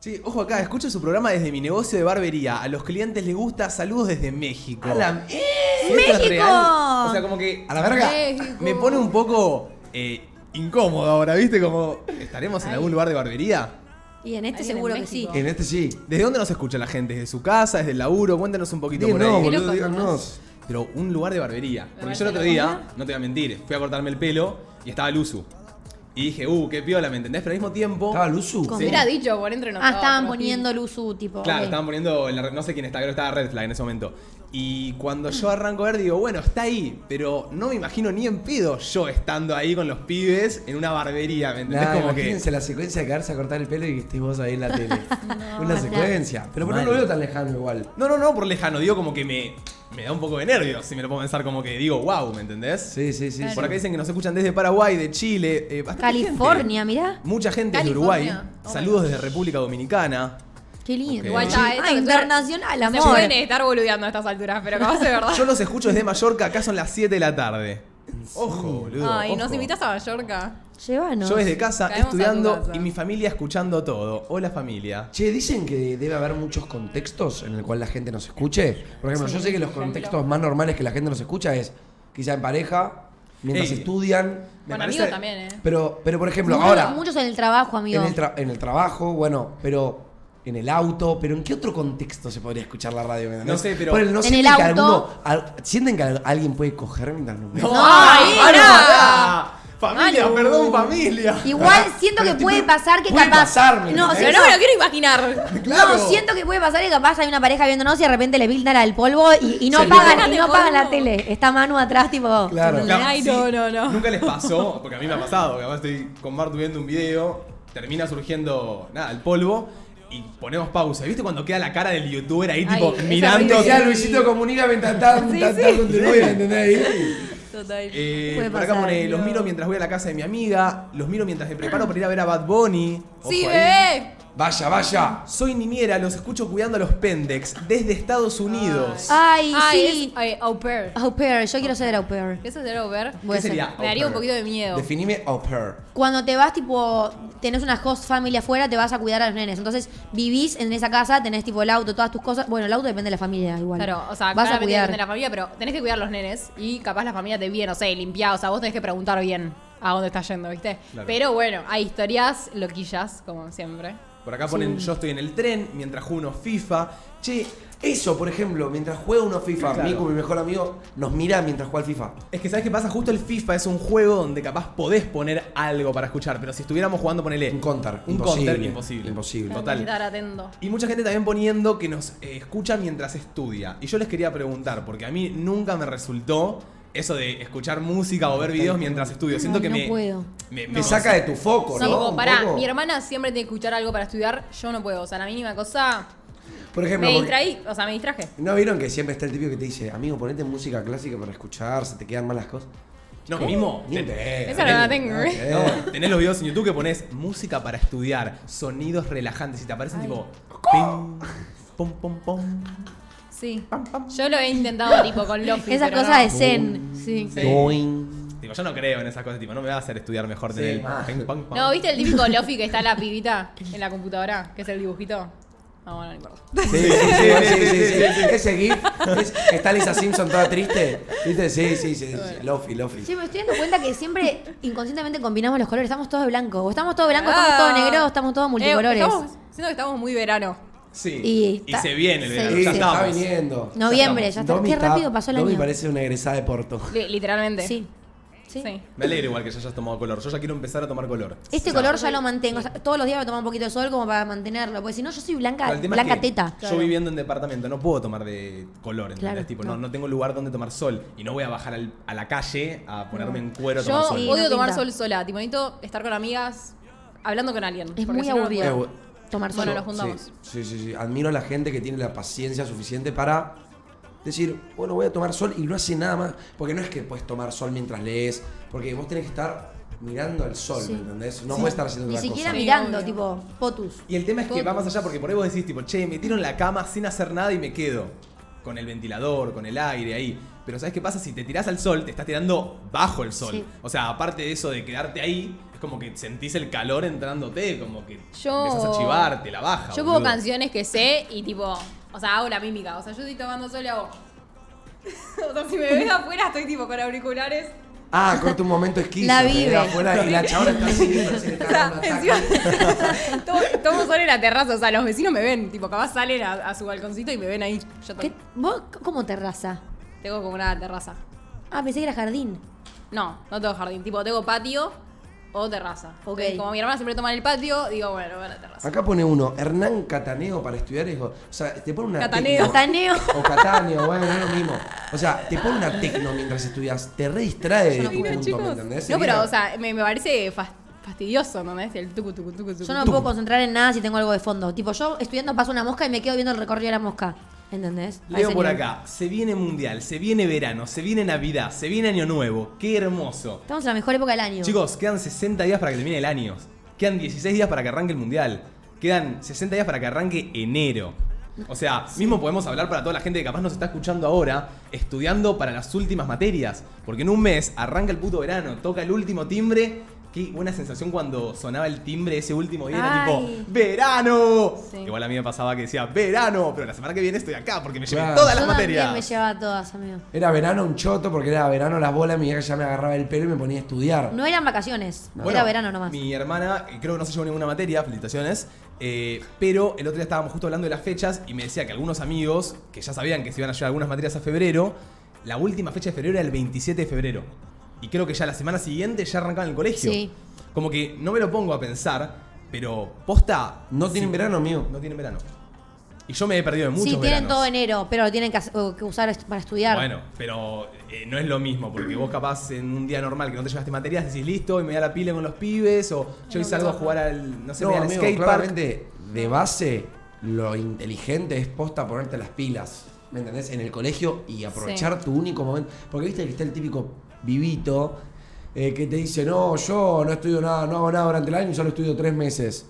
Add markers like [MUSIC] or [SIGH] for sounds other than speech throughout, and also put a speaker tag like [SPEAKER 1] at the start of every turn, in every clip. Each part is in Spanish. [SPEAKER 1] Sí, ojo acá, escucho su programa desde mi negocio de barbería. A los clientes les gusta saludos desde México.
[SPEAKER 2] A la-
[SPEAKER 1] ¿Sí esto es
[SPEAKER 3] ¡México!
[SPEAKER 1] real? O sea, como que
[SPEAKER 2] A la verga.
[SPEAKER 3] México.
[SPEAKER 1] me pone un poco eh, incómodo ahora, ¿viste? Como, ¿estaremos en algún lugar de barbería?
[SPEAKER 3] Y en este
[SPEAKER 4] Alguien en
[SPEAKER 3] seguro que sí.
[SPEAKER 4] México.
[SPEAKER 2] En este sí.
[SPEAKER 1] ¿Desde dónde nos escucha la gente? ¿Desde su casa? ¿Desde el laburo? Cuéntanos un poquito por
[SPEAKER 2] no,
[SPEAKER 1] ahí.
[SPEAKER 2] boludo,
[SPEAKER 4] loco,
[SPEAKER 2] díganos.
[SPEAKER 1] Pero un lugar de barbería. Porque yo el otro
[SPEAKER 4] barbería?
[SPEAKER 1] día, no te voy a mentir, fui a cortarme el pelo y estaba Luzu. Y dije, uh, qué piola, ¿me entendés? Pero al mismo tiempo.
[SPEAKER 2] Estaba Luzu.
[SPEAKER 3] Con-
[SPEAKER 1] Sí.
[SPEAKER 4] Hubiera dicho por entre nosotros.
[SPEAKER 3] Ah, estaban poniendo luz U, tipo. eh,
[SPEAKER 1] Claro,
[SPEAKER 3] ok.
[SPEAKER 1] estaban poniendo, en la red- no sé quién está, creo que estaba Red Flag en ese momento. Y cuando yo arranco a ver, digo, bueno, está ahí, pero no me imagino ni en pedo yo estando ahí con los pibes en una barbería, ¿me entendés?
[SPEAKER 2] Nah,
[SPEAKER 1] como que.
[SPEAKER 2] imagínense la secuencia de quedarse a cortar el pelo y que estés vos ahí en [LAUGHS] la tele. Una
[SPEAKER 3] Mal.
[SPEAKER 2] secuencia. Pero no
[SPEAKER 1] Mal.
[SPEAKER 2] lo veo tan lejano igual.
[SPEAKER 1] No, no, no, por lejano, digo como que me, me da un poco de nervios, si me lo puedo pensar, como que digo, wow, ¿me entendés?
[SPEAKER 2] Sí, sí, sí.
[SPEAKER 4] Claro.
[SPEAKER 1] Por acá dicen que nos escuchan desde Paraguay, de Chile, eh, bastante gente.
[SPEAKER 3] California, mirá.
[SPEAKER 1] Mucha gente es de Uruguay.
[SPEAKER 4] California, obvio.
[SPEAKER 1] Saludos desde República Dominicana.
[SPEAKER 3] Qué lindo.
[SPEAKER 1] Igual
[SPEAKER 4] ya,
[SPEAKER 3] Ah,
[SPEAKER 4] esto que tú-
[SPEAKER 3] internacional,
[SPEAKER 4] Se
[SPEAKER 3] amor.
[SPEAKER 4] pueden estar boludeando a estas alturas, pero como es de verdad.
[SPEAKER 1] Yo los escucho desde Mallorca, acá son las 7 de la tarde. Ojo, boludo.
[SPEAKER 4] Ay,
[SPEAKER 1] ojo.
[SPEAKER 4] nos invitas a Mallorca.
[SPEAKER 3] Llévanos.
[SPEAKER 1] Yo desde casa
[SPEAKER 4] Caemos a tu
[SPEAKER 1] estudiando
[SPEAKER 4] casa.
[SPEAKER 1] y mi familia escuchando todo. Hola familia.
[SPEAKER 2] Che, dicen que debe haber muchos contextos en el cual la gente nos escuche. Por ejemplo, yo sé que los contextos más normales que la gente nos escucha es quizá en pareja, mientras
[SPEAKER 1] Ey.
[SPEAKER 2] estudian.
[SPEAKER 1] Me
[SPEAKER 4] Con
[SPEAKER 1] parece-
[SPEAKER 4] amigos también, ¿eh?
[SPEAKER 2] Pero, pero por ejemplo,
[SPEAKER 3] Muchos-
[SPEAKER 2] ahora,
[SPEAKER 3] Muchos en el trabajo, amigo.
[SPEAKER 2] en el, tra- en el trabajo, bueno, pero en el auto, pero ¿en qué otro contexto se podría escuchar la radio? ¿me entendés?
[SPEAKER 1] No sé, pero-
[SPEAKER 2] Ponele, ¿no
[SPEAKER 3] En
[SPEAKER 2] sienten
[SPEAKER 3] el
[SPEAKER 2] que
[SPEAKER 3] auto.
[SPEAKER 2] alguno- al- ¿Sienten que al- alguien puede coger mientras no?
[SPEAKER 1] ¡No!
[SPEAKER 3] ¡Ay,
[SPEAKER 1] ¡Ah, no!
[SPEAKER 3] pará!
[SPEAKER 1] ¡Familia,
[SPEAKER 3] Manu.
[SPEAKER 1] perdón, familia! [LAUGHS]
[SPEAKER 3] Igual
[SPEAKER 2] Ah,
[SPEAKER 3] siento
[SPEAKER 2] pero
[SPEAKER 3] que
[SPEAKER 2] tipo,
[SPEAKER 3] puede pasar que
[SPEAKER 2] puede
[SPEAKER 3] capaz.
[SPEAKER 2] pasar, ¿me
[SPEAKER 3] no,
[SPEAKER 2] entendés?
[SPEAKER 3] si
[SPEAKER 4] Pero
[SPEAKER 3] no,
[SPEAKER 4] no me lo
[SPEAKER 1] [LAUGHS]
[SPEAKER 4] quiero imaginar.
[SPEAKER 1] ¡Claro!
[SPEAKER 3] no, siento que puede pasar que capaz hay una pareja viéndonos y de repente le pintan al polvo y, y no
[SPEAKER 2] Se
[SPEAKER 3] pagan,
[SPEAKER 4] le-
[SPEAKER 3] y no pagan la tele. Está Manu atrás, tipo.
[SPEAKER 2] Claro.
[SPEAKER 3] ¿entendés?
[SPEAKER 1] Claro,
[SPEAKER 4] Ay,
[SPEAKER 1] sí,
[SPEAKER 4] no, no, no.
[SPEAKER 1] Nunca les
[SPEAKER 4] [LAUGHS]
[SPEAKER 1] pasó, porque a mí me ha pasado. que Capaz estoy con Martu viendo un video, termina surgiendo, nada, el polvo y ponemos pausa. ¿Viste cuando queda la cara del youtuber ahí,
[SPEAKER 4] Ay,
[SPEAKER 1] tipo,
[SPEAKER 4] esa
[SPEAKER 1] mirando?
[SPEAKER 4] parte
[SPEAKER 2] Ya Luisito comunica
[SPEAKER 4] [LAUGHS]
[SPEAKER 2] mientras tan,
[SPEAKER 4] Sí,
[SPEAKER 2] tan,
[SPEAKER 4] sí.
[SPEAKER 2] tan contribuye, ¿entendés? Ahí.
[SPEAKER 4] Total.
[SPEAKER 1] Eh,
[SPEAKER 3] Puede
[SPEAKER 1] por acá
[SPEAKER 3] pasar,
[SPEAKER 1] pone, los
[SPEAKER 3] no.
[SPEAKER 1] miro mientras voy a la casa de mi amiga, los miro mientras me preparo para ir a ver a Bad Bunny. Ojo
[SPEAKER 4] sí,
[SPEAKER 1] ahí.
[SPEAKER 4] bebé.
[SPEAKER 2] Vaya, vaya.
[SPEAKER 1] Soy niñera, los escucho cuidando a los pendex desde Estados Unidos.
[SPEAKER 3] Ay,
[SPEAKER 4] Ay,
[SPEAKER 3] sí.
[SPEAKER 4] es- ay, au pair.
[SPEAKER 3] Au pair, yo quiero ser au pair.
[SPEAKER 4] Eso es ser au pair.
[SPEAKER 3] Voy a
[SPEAKER 1] ¿Qué
[SPEAKER 3] ser-
[SPEAKER 1] sería?
[SPEAKER 4] Me daría
[SPEAKER 1] Au pair.
[SPEAKER 4] un poquito de miedo.
[SPEAKER 2] Definime au pair.
[SPEAKER 3] Cuando te vas, tipo, tenés una host family afuera, te vas a cuidar a los nenes. Entonces vivís en esa casa, tenés tipo el auto, todas tus cosas. Bueno, el auto depende de la familia igual.
[SPEAKER 4] Claro, o sea,
[SPEAKER 3] vas a
[SPEAKER 4] claramente
[SPEAKER 3] cuidar.
[SPEAKER 4] depende de la familia, pero tenés que cuidar los nenes y capaz la familia te viene, no sé, limpiada, o sea, vos tenés que preguntar bien a dónde estás yendo, ¿viste?
[SPEAKER 1] Claro.
[SPEAKER 4] Pero bueno, hay historias loquillas, como siempre.
[SPEAKER 3] Ah,
[SPEAKER 1] Por acá ponen, yo estoy en el tren mientras juego unos FIFA. Che,
[SPEAKER 2] Eso, por ejemplo, mientras juega uno FIFA,
[SPEAKER 1] Claro.
[SPEAKER 2] Miku, mi mejor amigo, nos mira mientras juega al FIFA.
[SPEAKER 1] es que ¿sabes qué pasa? Justo el FIFA es un juego donde capaz podés poner algo para escuchar, pero si estuviéramos jugando, ponele...
[SPEAKER 2] Eh, Un counter,
[SPEAKER 1] Un
[SPEAKER 2] imposible,
[SPEAKER 1] counter, imposible.
[SPEAKER 2] imposible.
[SPEAKER 1] Total.
[SPEAKER 4] Estar atento.
[SPEAKER 1] Y mucha gente también poniendo que nos eh, escucha mientras estudia. Y yo les quería preguntar, porque a mí nunca me resultó eso de escuchar música o ver videos mientras estudio. Siento
[SPEAKER 3] Ay,
[SPEAKER 1] que
[SPEAKER 3] no
[SPEAKER 1] me,
[SPEAKER 3] puedo.
[SPEAKER 1] me...
[SPEAKER 2] Te saca de tu foco,
[SPEAKER 4] Sí,
[SPEAKER 2] ¿no?
[SPEAKER 4] como
[SPEAKER 2] Un
[SPEAKER 4] pará,
[SPEAKER 2] poco.
[SPEAKER 4] mi hermana siempre tiene que escuchar algo para estudiar, yo no puedo, o sea, la mínima cosa,
[SPEAKER 2] Por ejemplo,
[SPEAKER 4] me
[SPEAKER 2] porque-
[SPEAKER 4] distraí, o sea, me distraje.
[SPEAKER 2] ¿no vieron que siempre está el típico que te dice, amigo, ponete música clásica para escuchar, se te quedan malas cosas?
[SPEAKER 1] No, mismo...
[SPEAKER 2] Ni idea.
[SPEAKER 4] Esa no la tengo,
[SPEAKER 2] No,
[SPEAKER 4] ¿eh?
[SPEAKER 2] eh.
[SPEAKER 1] Tenés los videos en YouTube que pones música para estudiar, sonidos relajantes y te aparecen tipo. pim, pom, pom, pom.
[SPEAKER 4] Sí. Yo lo he intentado tipo con Lofi.
[SPEAKER 3] Esas
[SPEAKER 4] pero
[SPEAKER 3] cosas de
[SPEAKER 4] no.
[SPEAKER 3] zen. Sí.
[SPEAKER 1] Sí.
[SPEAKER 2] Doing.
[SPEAKER 1] Tipo, yo no creo en esas cosas, tipo, no me va a hacer estudiar mejor tener
[SPEAKER 2] Sí.
[SPEAKER 1] el ping, pong, pong.
[SPEAKER 4] No, ¿viste el típico Lofi que está la pibita en la computadora? Que es el dibujito. No, bueno, no importa.
[SPEAKER 2] Sí, sí, sí, sí, sí, sí, sí. Ese GIF, es- que está Lisa Simpson toda triste. ¿Viste? Sí, sí, sí. sí. Lofi, Lofi.
[SPEAKER 3] Sí, me estoy dando cuenta que siempre inconscientemente combinamos los colores. Estamos todos de blanco. O estamos todos blancos,
[SPEAKER 4] Ah.
[SPEAKER 3] estamos todos negros, estamos todos
[SPEAKER 4] Eh,
[SPEAKER 3] multicolores.
[SPEAKER 4] estamos- siento que estamos muy verano.
[SPEAKER 1] Sí.
[SPEAKER 3] Y
[SPEAKER 1] Y,
[SPEAKER 3] ta-
[SPEAKER 1] se viene el
[SPEAKER 3] se
[SPEAKER 1] verano,
[SPEAKER 2] Sí,
[SPEAKER 1] ya
[SPEAKER 2] se está
[SPEAKER 1] estamos.
[SPEAKER 2] viniendo.
[SPEAKER 3] Noviembre, ya está.
[SPEAKER 2] Domi
[SPEAKER 3] Qué rápido pasó el
[SPEAKER 2] Domi
[SPEAKER 3] año.
[SPEAKER 2] parece una egresada de Porto.
[SPEAKER 4] Li- literalmente.
[SPEAKER 3] Sí.
[SPEAKER 4] Sí.
[SPEAKER 3] Sí.
[SPEAKER 1] Me alegro igual que ya hayas tomado color. Yo ya quiero empezar a tomar color.
[SPEAKER 3] Este
[SPEAKER 1] Ya.
[SPEAKER 3] color ya lo mantengo. O sea, todos los días voy a tomar un poquito de sol como para mantenerlo. Porque si no, yo soy blanca,
[SPEAKER 1] Pero el tema
[SPEAKER 3] blanca
[SPEAKER 1] es que
[SPEAKER 3] teta.
[SPEAKER 1] Yo viviendo en departamento no puedo tomar de color, ¿entendés?
[SPEAKER 3] Claro,
[SPEAKER 1] tipo, no.
[SPEAKER 3] no.
[SPEAKER 1] no tengo lugar donde tomar sol y no voy a bajar al- a la calle a ponerme en cuero a tomar
[SPEAKER 4] Yo
[SPEAKER 1] sol.
[SPEAKER 3] Sí,
[SPEAKER 4] odio
[SPEAKER 3] no
[SPEAKER 4] tomar
[SPEAKER 3] pinta.
[SPEAKER 4] sol sola. Tipo, necesito estar con amigas, hablando con alguien.
[SPEAKER 3] Es
[SPEAKER 4] porque
[SPEAKER 3] muy
[SPEAKER 4] si no, no
[SPEAKER 3] aburrido
[SPEAKER 2] puedo.
[SPEAKER 3] tomar sol.
[SPEAKER 4] Bueno, los- juntamos.
[SPEAKER 2] Sí, sí, sí, sí. Admiro a la gente que tiene la paciencia suficiente para decir, bueno, voy a tomar sol y no hace nada más. Porque no es que puedes tomar sol mientras lees, porque vos tenés que estar mirando al sol,
[SPEAKER 3] Sí.
[SPEAKER 2] ¿me entendés? No
[SPEAKER 3] Sí.
[SPEAKER 2] puedes estar haciendo
[SPEAKER 3] Ni
[SPEAKER 2] otra
[SPEAKER 3] siquiera
[SPEAKER 2] cosa.
[SPEAKER 4] mi-
[SPEAKER 3] mirando,
[SPEAKER 4] Sí,
[SPEAKER 3] tipo, potus.
[SPEAKER 1] Y el tema es que va más allá porque por ahí vos decís, tipo, che, me tiro en la cama sin hacer nada y me quedo. Con el ventilador, con el aire ahí. Pero ¿sabes qué pasa? Si te tirás al sol, te estás tirando bajo el sol.
[SPEAKER 3] Sí.
[SPEAKER 1] O sea, aparte de eso de quedarte ahí, es como que sentís el calor entrándote, como que
[SPEAKER 4] Yo-
[SPEAKER 1] empezás a chivar, te la baja.
[SPEAKER 4] Yo pongo
[SPEAKER 1] boludo.
[SPEAKER 4] canciones que sé y tipo, o sea, hago la mímica. O sea, yo estoy tomando sol y hago. [LAUGHS] o sea, si me ves afuera, estoy tipo con auriculares.
[SPEAKER 2] Ah, corta
[SPEAKER 4] [LAUGHS]
[SPEAKER 2] un momento esquizo.
[SPEAKER 3] La
[SPEAKER 2] me quedé
[SPEAKER 3] vive.
[SPEAKER 2] afuera y la chabona está así, parece que
[SPEAKER 4] O
[SPEAKER 2] está
[SPEAKER 4] sea,
[SPEAKER 2] dando un
[SPEAKER 4] encima.
[SPEAKER 2] ataque.
[SPEAKER 4] [LAUGHS] tomo, tomo sol en la terraza. O sea, los vecinos me ven. Tipo, capaz salen a, a su balconcito y me ven ahí. Yo
[SPEAKER 3] ¿Qué?
[SPEAKER 4] to-
[SPEAKER 3] ¿Vos cómo terraza?
[SPEAKER 4] tengo como una terraza.
[SPEAKER 3] Ah, pensé que era jardín.
[SPEAKER 1] [LAUGHS]
[SPEAKER 4] No, no tengo jardín. Tipo, tengo patio o terraza.
[SPEAKER 3] Ok.
[SPEAKER 4] Entonces, Como mi hermana siempre toma en el patio, digo, bueno, voy a la terraza.
[SPEAKER 2] Acá pone uno, Hernán Cataneo para estudiar. hijo. O sea, te pone una
[SPEAKER 4] Cataneo.
[SPEAKER 2] tecno.
[SPEAKER 3] Cataneo.
[SPEAKER 2] O Cataneo, bueno, es lo mismo. O sea, te pone una tecno mientras estudias. Te re distrae de tu
[SPEAKER 4] Mira,
[SPEAKER 2] punto,
[SPEAKER 4] chicos.
[SPEAKER 2] ¿me entendés?
[SPEAKER 4] No, pero,
[SPEAKER 2] Sería-
[SPEAKER 4] o sea, me, me parece fas- fastidioso, ¿no? ¿Ves? El tucu, tucu, tucu, tucu.
[SPEAKER 3] Yo no me puedo concentrar en nada si tengo algo de fondo. Tipo, yo estudiando paso una mosca y me quedo viendo el recorrido de la mosca. ¿Entendés? A
[SPEAKER 1] Leo
[SPEAKER 3] ese
[SPEAKER 1] por
[SPEAKER 3] nivel.
[SPEAKER 1] acá, se viene mundial, se viene verano, se viene Navidad, se viene Año Nuevo, qué hermoso.
[SPEAKER 3] Estamos en la mejor época del año.
[SPEAKER 1] Chicos, quedan 60 días para que termine el año. Quedan 16 días para que arranque el mundial. Quedan 60 días para que arranque enero. O sea, mismo podemos hablar para toda la gente que capaz nos está escuchando ahora, estudiando para las últimas materias. Porque en un mes arranca el puto verano, toca el último timbre. Qué buena sensación cuando sonaba el timbre ese último día. Era
[SPEAKER 3] Ay.
[SPEAKER 1] tipo, ¡verano!
[SPEAKER 4] Sí.
[SPEAKER 1] Igual a mí me pasaba que decía, ¡verano! Pero la semana que viene estoy acá porque me llevé
[SPEAKER 2] Claro.
[SPEAKER 1] todas
[SPEAKER 3] Yo
[SPEAKER 1] las
[SPEAKER 3] también me
[SPEAKER 1] materias.
[SPEAKER 3] llevaba todas, amigo.
[SPEAKER 2] Era verano un choto porque era verano las bolas, mi vieja ya me agarraba el pelo y me ponía a estudiar.
[SPEAKER 3] No eran vacaciones,
[SPEAKER 1] Bueno,
[SPEAKER 3] era verano nomás.
[SPEAKER 1] Mi hermana, eh, creo que no se llevó ninguna materia, felicitaciones. eh, pero el otro día estábamos justo hablando de las fechas y me decía que algunos amigos, que ya sabían que se iban a llevar algunas materias a febrero, la última fecha de febrero era el 27 de febrero. Y creo que ya la semana siguiente ya arrancaban el colegio.
[SPEAKER 3] Sí.
[SPEAKER 1] Como que no me lo pongo a pensar, pero posta.
[SPEAKER 2] No tienen verano, amigo.
[SPEAKER 1] No tienen verano. Y yo me he perdido de muchos
[SPEAKER 3] sí, tienen
[SPEAKER 1] veranos.
[SPEAKER 3] todo enero, pero lo tienen que, hacer- o que usar est- para estudiar.
[SPEAKER 1] Bueno, pero eh, no es lo mismo, porque vos capaz en un día normal que no te llevaste materias decís listo y me da la pila con los pibes, o yo hoy salgo a jugar al, no sé, me
[SPEAKER 2] No,
[SPEAKER 1] voy al
[SPEAKER 2] amigo,
[SPEAKER 1] skate park.
[SPEAKER 2] claramente, de base, lo inteligente es posta ponerte las pilas, ¿me entendés? En el colegio y aprovechar tu único momento. Porque viste que está el típico vivito eh, que te dice, no, yo no estudio nada, no hago nada durante el año, solo estudio tres meses.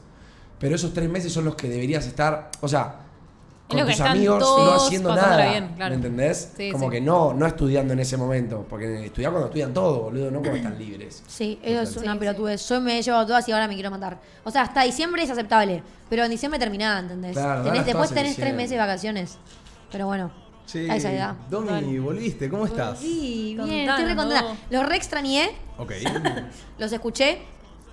[SPEAKER 2] Pero esos tres meses son los que deberías estar, o sea,
[SPEAKER 4] Es lo
[SPEAKER 2] con
[SPEAKER 4] que
[SPEAKER 2] tus
[SPEAKER 4] están
[SPEAKER 2] amigos no
[SPEAKER 4] todos
[SPEAKER 2] haciendo
[SPEAKER 4] pasándola
[SPEAKER 2] nada,
[SPEAKER 4] bien, claro.
[SPEAKER 2] ¿me entendés?
[SPEAKER 4] Sí,
[SPEAKER 2] Como
[SPEAKER 4] sí.
[SPEAKER 2] que no, no estudiando en ese momento, porque estudiar cuando estudian todo, boludo, no cuando están libres.
[SPEAKER 3] Sí, eso es
[SPEAKER 2] Total.
[SPEAKER 3] una
[SPEAKER 4] Sí,
[SPEAKER 3] pelotudez. Yo me he llevado todas y ahora me quiero matar. O sea, hasta diciembre es aceptable, pero en diciembre terminaba, ¿entendés?
[SPEAKER 2] Claro,
[SPEAKER 3] Tenés-
[SPEAKER 2] no las
[SPEAKER 3] después
[SPEAKER 2] todas en
[SPEAKER 3] tenés tres
[SPEAKER 2] diciembre.
[SPEAKER 3] meses de vacaciones. Pero bueno,
[SPEAKER 1] Che,
[SPEAKER 3] a esa edad.
[SPEAKER 1] Domi, volviste, ¿cómo estás?
[SPEAKER 3] Sí, bien,
[SPEAKER 4] Contando.
[SPEAKER 3] estoy re contenta. Los re extrañé,
[SPEAKER 1] Ok.
[SPEAKER 3] los escuché,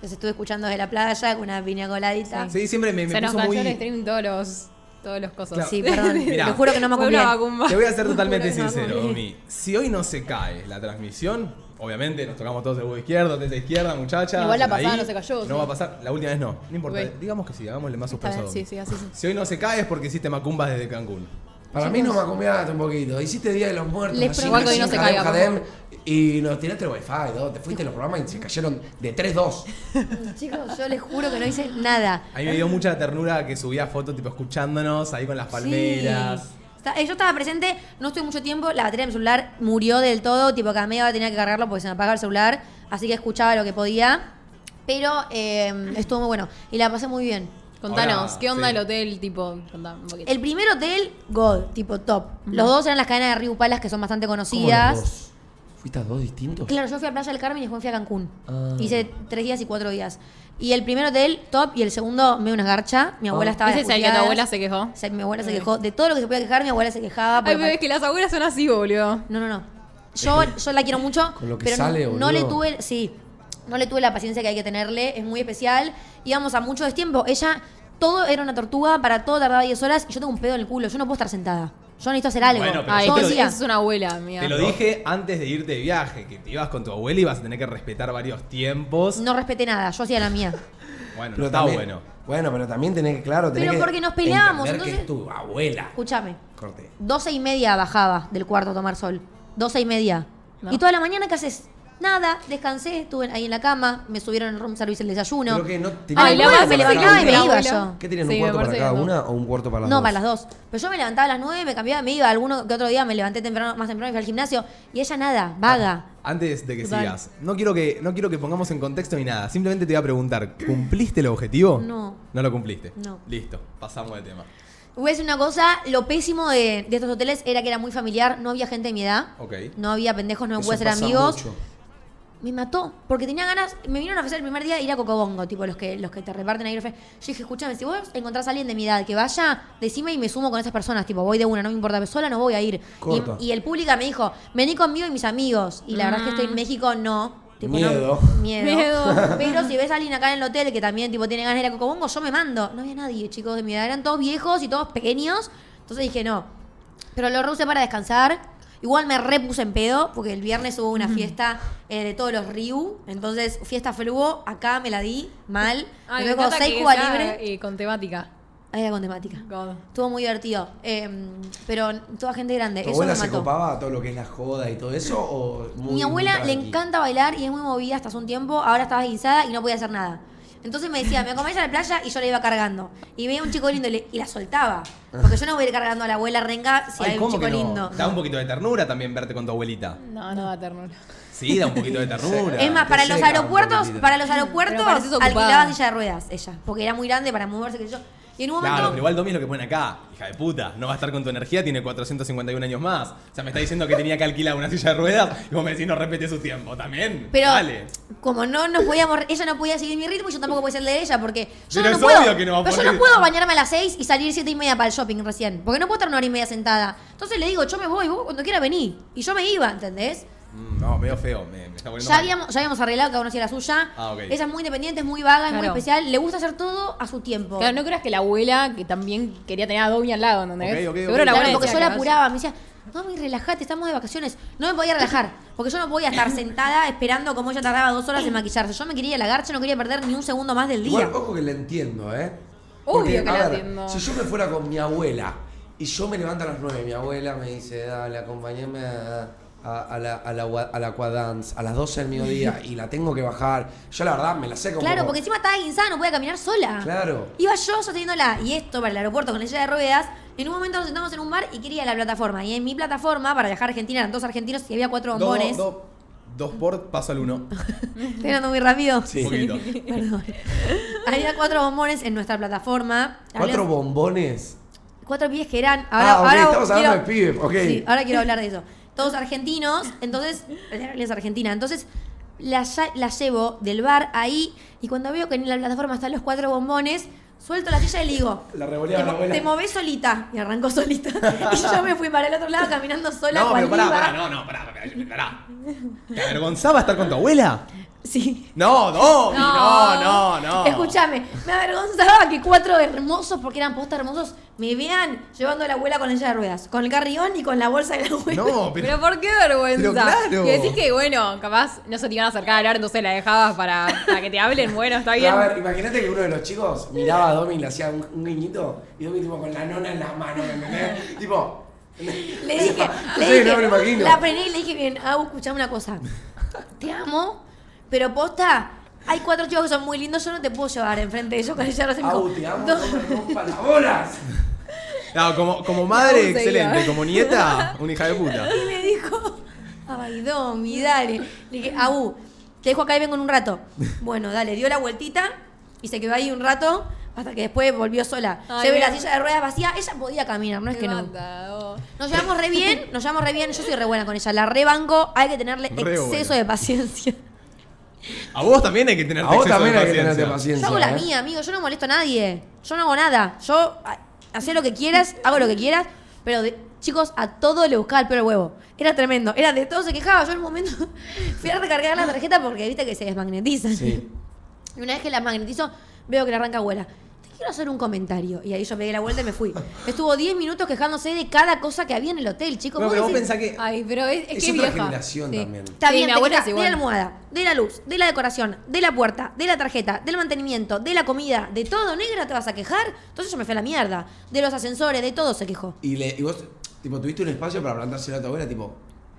[SPEAKER 3] los estuve escuchando desde la playa con una piña coladita.
[SPEAKER 1] Sí, siempre me, me
[SPEAKER 4] Se nos
[SPEAKER 1] puso
[SPEAKER 4] cayó
[SPEAKER 1] muy.
[SPEAKER 4] el stream todos los, todos los cosas.
[SPEAKER 3] Sí,
[SPEAKER 2] [LAUGHS]
[SPEAKER 3] perdón.
[SPEAKER 4] [LAUGHS]
[SPEAKER 1] Mirá.
[SPEAKER 3] Te juro que no me
[SPEAKER 4] Fue
[SPEAKER 3] acumulé.
[SPEAKER 4] una vacumba.
[SPEAKER 1] Te voy a ser
[SPEAKER 4] [LAUGHS]
[SPEAKER 1] totalmente
[SPEAKER 4] Fue una
[SPEAKER 1] sincero,
[SPEAKER 4] vacumba.
[SPEAKER 1] Domi. Si hoy no se cae la transmisión, obviamente nos tocamos todos de huevo izquierdo, desde izquierda, muchachas.
[SPEAKER 4] Igual la
[SPEAKER 1] por
[SPEAKER 4] pasada
[SPEAKER 1] ahí.
[SPEAKER 4] no se cayó,
[SPEAKER 1] No
[SPEAKER 4] sí.
[SPEAKER 1] va a pasar, la última vez no. No importa.
[SPEAKER 4] Ok.
[SPEAKER 1] Digamos que sí, hagámosle más
[SPEAKER 4] Está
[SPEAKER 1] suspenso. a
[SPEAKER 4] bien, sí,
[SPEAKER 1] Domi.
[SPEAKER 4] sí, así sí.
[SPEAKER 1] Si hoy no se cae es porque hiciste macumbas desde Cancún.
[SPEAKER 2] Para mí no me acomodaste un poquito. Hiciste Día de los Muertos.
[SPEAKER 3] Les
[SPEAKER 2] así,
[SPEAKER 3] prometo
[SPEAKER 4] que no
[SPEAKER 2] así,
[SPEAKER 4] se
[SPEAKER 2] jadem,
[SPEAKER 4] caiga,
[SPEAKER 2] jadem, Y nos tiraste el wifi, ¿no? te fuiste a los programas y se cayeron de 3-2.
[SPEAKER 3] Chicos, yo les juro que no hice nada.
[SPEAKER 1] A mí me dio mucha ternura que subía fotos tipo escuchándonos ahí con las palmeras.
[SPEAKER 3] Sí. Está- eh, Yo estaba presente, no estuve mucho tiempo, la batería de mi celular murió del todo, tipo cada media hora tenía que cargarlo porque se me apagaba el celular, así que escuchaba lo que podía, pero eh, estuvo muy bueno y la pasé muy bien.
[SPEAKER 4] Contanos,
[SPEAKER 1] Ahora,
[SPEAKER 4] ¿qué onda
[SPEAKER 1] sí.
[SPEAKER 4] el hotel? Tipo, contame un poquito.
[SPEAKER 3] El primer hotel, God, tipo top. Los dos eran las cadenas de Riu Palas que son bastante
[SPEAKER 2] ¿Cómo los
[SPEAKER 3] conocidas.
[SPEAKER 2] dos? ¿Fuiste a dos distintos?
[SPEAKER 3] Claro, yo fui a Playa del Carmen y después fui a Cancún.
[SPEAKER 2] Ah.
[SPEAKER 3] Hice tres días y cuatro días. Y el primer hotel, top, y el segundo, me una garcha. Mi abuela
[SPEAKER 2] Ah.
[SPEAKER 3] estaba
[SPEAKER 4] ¿Ese es el que tu
[SPEAKER 3] puteadas.
[SPEAKER 4] abuela se quejó?
[SPEAKER 3] Se- mi abuela se quejó. De todo lo que se podía quejar, mi abuela se quejaba.
[SPEAKER 4] Ay,
[SPEAKER 3] porque-
[SPEAKER 4] pero es que las abuelas son así, boludo.
[SPEAKER 3] No, no, no. Yo, yo la quiero mucho,
[SPEAKER 2] Con lo que
[SPEAKER 3] pero
[SPEAKER 2] sale,
[SPEAKER 3] no,
[SPEAKER 2] boludo.
[SPEAKER 3] le tuve, sí, no le tuve la paciencia que hay que tenerle, es muy especial. Íbamos a mucho destiempo, ella todo era una tortuga, para todo tardaba 10 horas y yo tengo un pedo en el culo, yo no puedo estar sentada. Yo necesito hacer algo.
[SPEAKER 1] Bueno, pero
[SPEAKER 4] Ay,
[SPEAKER 1] yo
[SPEAKER 3] todo
[SPEAKER 1] te
[SPEAKER 4] eso
[SPEAKER 1] lo-
[SPEAKER 3] el
[SPEAKER 4] sí,
[SPEAKER 3] día.
[SPEAKER 4] eso es una abuela, mía.
[SPEAKER 1] Te lo dije antes de irte de viaje, que te ibas con tu abuela y vas a tener que respetar varios tiempos.
[SPEAKER 3] No respeté nada, yo hacía la mía.
[SPEAKER 1] Bueno, no está
[SPEAKER 2] también-
[SPEAKER 1] bueno.
[SPEAKER 2] Bueno, pero también tenés que, claro, tenés
[SPEAKER 3] Pero
[SPEAKER 2] que
[SPEAKER 3] porque nos peleábamos,
[SPEAKER 2] entender que
[SPEAKER 3] entonces-
[SPEAKER 2] es tu abuela.
[SPEAKER 3] Escúchame,
[SPEAKER 2] Corte.
[SPEAKER 3] 12 y media bajaba del cuarto a tomar sol. 12 y media.
[SPEAKER 4] No.
[SPEAKER 3] Y toda la mañana, ¿qué haces? Nada, descansé, estuve ahí en la cama, me subieron en el room service el desayuno.
[SPEAKER 2] Creo que no tenía
[SPEAKER 3] Ay,
[SPEAKER 2] un
[SPEAKER 3] la
[SPEAKER 2] cuarto
[SPEAKER 3] vas, me
[SPEAKER 2] para cada
[SPEAKER 3] levantaba y me
[SPEAKER 2] una.
[SPEAKER 3] iba
[SPEAKER 4] abuela.
[SPEAKER 3] yo.
[SPEAKER 2] ¿Qué tenían?
[SPEAKER 4] Sí,
[SPEAKER 2] ¿Un
[SPEAKER 4] me
[SPEAKER 2] cuarto para
[SPEAKER 4] parece
[SPEAKER 2] cada
[SPEAKER 4] que no.
[SPEAKER 2] una o un cuarto para las
[SPEAKER 3] no,
[SPEAKER 2] dos?
[SPEAKER 3] para las dos. Pero yo me levantaba a las 9, me cambiaba, me iba alguno que otro día, me levanté temprano, más temprano y fui al gimnasio. Y ella nada, vaga.
[SPEAKER 2] Ah.
[SPEAKER 1] Antes de que
[SPEAKER 3] Total.
[SPEAKER 1] sigas, no quiero que, no quiero que pongamos en contexto ni nada. Simplemente te voy a preguntar, ¿cumpliste el objetivo?
[SPEAKER 3] No.
[SPEAKER 1] No lo cumpliste.
[SPEAKER 3] No.
[SPEAKER 1] Listo, pasamos de tema.
[SPEAKER 3] Voy a decir una cosa, lo pésimo de, de estos hoteles era que era muy familiar, no había gente de mi edad,
[SPEAKER 1] Ok.
[SPEAKER 3] no había pendejos, no me
[SPEAKER 2] Eso
[SPEAKER 3] pude hacer
[SPEAKER 2] pasa
[SPEAKER 3] amigos.
[SPEAKER 2] mucho.
[SPEAKER 3] me mató. Porque tenía ganas, me vinieron a ofrecer el primer día de ir a Cocobongo, tipo los que, los que te reparten ahí. Yo dije, escúchame, si vos encontrás a alguien de mi edad que vaya, decime y me sumo con esas personas. Tipo, voy de una, no me importa, sola no voy a ir.
[SPEAKER 2] Corta.
[SPEAKER 3] Y, y el público me dijo, vení conmigo y mis amigos. Y la verdad es que estoy en México, no. Tipo, no,
[SPEAKER 2] Miedo.
[SPEAKER 3] miedo.
[SPEAKER 4] Miedo.
[SPEAKER 3] [LAUGHS] Pero si ves a alguien acá en el hotel que también tipo tiene ganas de ir a Cocobongo, yo me mando. No había nadie, chicos, de mi edad. Eran todos viejos y todos pequeños. Entonces dije, no. Pero lo rehusé para descansar. Igual me repuse en pedo, porque el viernes hubo una fiesta eh, de todos los Ryu. Entonces, fiesta fluo, acá me la di mal.
[SPEAKER 4] Ay,
[SPEAKER 3] me
[SPEAKER 4] me
[SPEAKER 3] quedé con
[SPEAKER 4] encanta
[SPEAKER 3] seis
[SPEAKER 4] que
[SPEAKER 3] cubas
[SPEAKER 4] sea,
[SPEAKER 3] libres.
[SPEAKER 4] eh, con temática.
[SPEAKER 3] Ahí era con temática.
[SPEAKER 4] God.
[SPEAKER 3] Estuvo muy divertido. Eh, pero toda gente grande.
[SPEAKER 2] ¿Tu
[SPEAKER 3] Eh, Eso me
[SPEAKER 2] abuela se
[SPEAKER 3] mató.
[SPEAKER 2] copaba a todo lo que es la joda y todo eso? O muy-
[SPEAKER 3] Mi abuela
[SPEAKER 2] muy
[SPEAKER 3] le
[SPEAKER 2] tranqui?
[SPEAKER 3] encanta bailar y es muy movida hasta hace un tiempo. Ahora estaba guisada y no podía hacer nada. Entonces me decía, me acompañas a la playa y yo la iba cargando. Y veía un chico lindo y, le- y la soltaba. Porque yo no voy a ir cargando a la abuela renga si
[SPEAKER 1] Ay,
[SPEAKER 3] hay un
[SPEAKER 1] ¿cómo
[SPEAKER 3] chico
[SPEAKER 1] que no?
[SPEAKER 3] lindo.
[SPEAKER 1] Da un poquito de ternura también verte con tu abuelita.
[SPEAKER 4] No, no da ternura.
[SPEAKER 1] Sí, da un poquito
[SPEAKER 3] [LAUGHS]
[SPEAKER 1] de ternura.
[SPEAKER 3] Es más,
[SPEAKER 2] Te
[SPEAKER 3] para los
[SPEAKER 2] llega un
[SPEAKER 3] aeropuertos,
[SPEAKER 2] poquitito.
[SPEAKER 3] para los
[SPEAKER 4] Pero pareces
[SPEAKER 3] aeropuertos
[SPEAKER 4] ocupada.
[SPEAKER 3] alquilaba silla de ruedas ella, porque era muy grande para moverse que yo. Y en un momento
[SPEAKER 1] Claro, pero igual Domi es lo que ponen acá. Hija de puta, no va a estar con tu energía, tiene 451 años más. O sea, me está diciendo que tenía que alquilar una silla de ruedas y vos me decís no respete su tiempo también.
[SPEAKER 3] Pero
[SPEAKER 1] Dale.
[SPEAKER 3] como no nos podíamos, ella no podía seguir mi ritmo y yo tampoco podía ser el de ella, porque yo
[SPEAKER 1] Pero
[SPEAKER 3] no,
[SPEAKER 1] es
[SPEAKER 3] puedo.
[SPEAKER 1] obvio que no va a
[SPEAKER 3] pero yo
[SPEAKER 1] poder
[SPEAKER 3] no
[SPEAKER 1] ir.
[SPEAKER 3] puedo bañarme a las 6 y salir 7 y media para el shopping recién. Porque no puedo estar una hora y media sentada. Entonces le digo, yo me voy, vos cuando quiera vení. Y yo me iba, ¿entendés?
[SPEAKER 1] Mm, no, medio feo, me, me está volviendo
[SPEAKER 3] Ya
[SPEAKER 1] mal.
[SPEAKER 3] habíamos, ya habíamos arreglado que cada uno hacía la suya.
[SPEAKER 1] Ah, ok.
[SPEAKER 3] Ella es muy independiente, es muy vaga, es muy
[SPEAKER 4] Claro.
[SPEAKER 3] especial. Le gusta hacer todo a su tiempo.
[SPEAKER 4] Claro, no creas que la abuela, que también quería tener a Dobby al lado, ¿entendés?
[SPEAKER 1] Ok, ok, ok.
[SPEAKER 4] Seguro la
[SPEAKER 3] Claro,
[SPEAKER 4] abuela
[SPEAKER 3] porque
[SPEAKER 4] decía
[SPEAKER 3] yo la
[SPEAKER 4] que
[SPEAKER 3] apuraba, me decía, Domi, relájate, estamos de vacaciones. No me podía relajar, porque yo no podía estar sentada esperando como ella tardaba dos horas en maquillarse. Yo me quería ir a la garcha, no quería perder ni un segundo más del día.
[SPEAKER 2] Igual, ojo que la entiendo, ¿eh?
[SPEAKER 4] Obvio
[SPEAKER 2] Porque,
[SPEAKER 4] que
[SPEAKER 2] a
[SPEAKER 4] la
[SPEAKER 2] ver,
[SPEAKER 4] entiendo.
[SPEAKER 2] Si yo me fuera con mi abuela y yo me levanto a las 9, mi abuela me dice, dale, acompáñame a, a- a la, a, la, gua- a la aquadance a las 12 del mediodía y la tengo que bajar. Yo la verdad me la sé como...
[SPEAKER 3] Claro, porque encima estaba guinzada, no podía caminar sola.
[SPEAKER 2] Claro.
[SPEAKER 3] Iba yo sosteniéndola, y esto para el aeropuerto con la silla de ruedas. En un momento nos sentamos en un bar y quería la plataforma. Y en mi plataforma, para viajar a Argentina, eran dos argentinos y había cuatro
[SPEAKER 1] Do-
[SPEAKER 3] bombones. [LAUGHS]
[SPEAKER 1] do- dos por, paso al uno.
[SPEAKER 3] Estoy hablando muy rápido.
[SPEAKER 1] Un poquito.
[SPEAKER 3] Perdón. había cuatro bombones en nuestra plataforma.
[SPEAKER 2] Cuatro
[SPEAKER 3] Hablé-
[SPEAKER 2] bombones.
[SPEAKER 3] cuatro pibes que eran. Ahora,
[SPEAKER 2] ah, ok,
[SPEAKER 3] ahora
[SPEAKER 2] estamos hablando
[SPEAKER 3] quiero-
[SPEAKER 2] de pibes, ok.
[SPEAKER 3] Sí, ahora quiero hablar de eso. Todos argentinos, entonces, la realidad es argentina. Entonces, la, lla- la llevo del bar ahí y cuando veo que en la plataforma están los cuatro bombones, suelto la silla y le digo,
[SPEAKER 2] La
[SPEAKER 3] te,
[SPEAKER 2] revoleaba la
[SPEAKER 3] mo-
[SPEAKER 2] abuela.
[SPEAKER 3] te movés solita. Y arrancó solita.
[SPEAKER 1] [LAUGHS]
[SPEAKER 3] y yo me fui para el otro lado caminando sola.
[SPEAKER 1] no,
[SPEAKER 3] cual
[SPEAKER 1] pero pará,
[SPEAKER 3] diva.
[SPEAKER 1] pará, no, no, pará, pará, pará. ¿Te avergonzaba estar con tu abuela?
[SPEAKER 3] Sí.
[SPEAKER 1] No, Domi, no, no,
[SPEAKER 4] No.
[SPEAKER 1] no.
[SPEAKER 3] Escúchame, me avergonzaba que cuatro hermosos, porque eran postas hermosos, me vean llevando a la abuela con la silla de ruedas, con el carrión y con la bolsa de la abuela.
[SPEAKER 1] No,
[SPEAKER 4] Pero,
[SPEAKER 1] pero.
[SPEAKER 4] ¿por qué vergüenza?
[SPEAKER 1] Pero claro.
[SPEAKER 4] Y decís que, bueno, capaz no se te iban a acercar a hablar, entonces la dejabas para, para que te hablen. Bueno, está
[SPEAKER 2] Pero,
[SPEAKER 4] bien.
[SPEAKER 2] a ver, imagínate que uno de los chicos miraba a Domi y le hacía un, un guiñito y Domi tipo con la nona en las manos, ¿me entendés? tipo...
[SPEAKER 3] Le dije, le
[SPEAKER 2] [LAUGHS] Sí,
[SPEAKER 3] dije,
[SPEAKER 2] no me lo imagino.
[SPEAKER 3] la frené y le dije, bien, Agus, escuchame una cosa. Te amo, pero posta, hay cuatro chicos que son muy lindos, yo no te puedo llevar enfrente de ellos con ella.
[SPEAKER 2] Au, te amo, no me rompas las bolas.
[SPEAKER 1] No, como, como
[SPEAKER 3] [LAUGHS]
[SPEAKER 1] madre,
[SPEAKER 4] No,
[SPEAKER 1] excelente.
[SPEAKER 4] seguía.
[SPEAKER 1] Como nieta, una hija de puta.
[SPEAKER 3] Y me dijo, ay, Domi, dale. Le dije, Abu, te dejo acá y vengo en un rato. Bueno, dale, dio la vueltita y se quedó ahí un rato hasta que después volvió sola.
[SPEAKER 4] Ay,
[SPEAKER 3] Llevé la
[SPEAKER 4] mira.
[SPEAKER 3] silla de ruedas vacía, ella podía caminar, no es
[SPEAKER 4] Me
[SPEAKER 3] que no.
[SPEAKER 4] mata, oh.
[SPEAKER 3] Nos llevamos re bien, nos llevamos re bien, yo soy re buena con ella, la rebanco, hay que tenerle
[SPEAKER 1] Re
[SPEAKER 3] exceso
[SPEAKER 1] buena.
[SPEAKER 3] de paciencia.
[SPEAKER 1] A vos también hay que tener
[SPEAKER 2] A vos también hay que tenerte paciencia.
[SPEAKER 3] Yo hago la
[SPEAKER 2] ¿eh?
[SPEAKER 3] mía, amigo, yo no molesto a nadie. Yo no hago nada. Yo hacía lo que quieras, hago lo que quieras, pero de- chicos, a todo le buscaba el pelo al huevo. Era tremendo. Era de todo se quejaba. Yo en un momento [LAUGHS] fui a recargar la tarjeta porque viste que se desmagnetizan.
[SPEAKER 2] Sí.
[SPEAKER 3] Y una vez que la magnetizo, veo que la arranca abuela. Te quiero hacer un comentario. Y ahí yo pegué la vuelta y me fui. Estuvo 10 minutos quejándose de cada cosa que había en el hotel, chicos.
[SPEAKER 1] No,
[SPEAKER 3] Vos
[SPEAKER 1] pero vos
[SPEAKER 3] decís,
[SPEAKER 1] pensás que.
[SPEAKER 4] Ay, pero es, es
[SPEAKER 2] Es,
[SPEAKER 4] que
[SPEAKER 2] otra
[SPEAKER 4] vieja.
[SPEAKER 2] generación también.
[SPEAKER 3] Está
[SPEAKER 4] Sí,
[SPEAKER 3] bien,
[SPEAKER 4] mi
[SPEAKER 3] te
[SPEAKER 4] abuela
[SPEAKER 3] quejas
[SPEAKER 4] es
[SPEAKER 3] de la
[SPEAKER 4] igual.
[SPEAKER 3] almohada, de la luz, de la decoración, de la puerta, de la tarjeta, del mantenimiento, de la comida, de todo, negra, te vas a quejar. Entonces yo me fui a la mierda. De los ascensores, de todo se quejó.
[SPEAKER 2] Y, le, y vos, tipo, tuviste un espacio para plantárselo a tu abuela, tipo,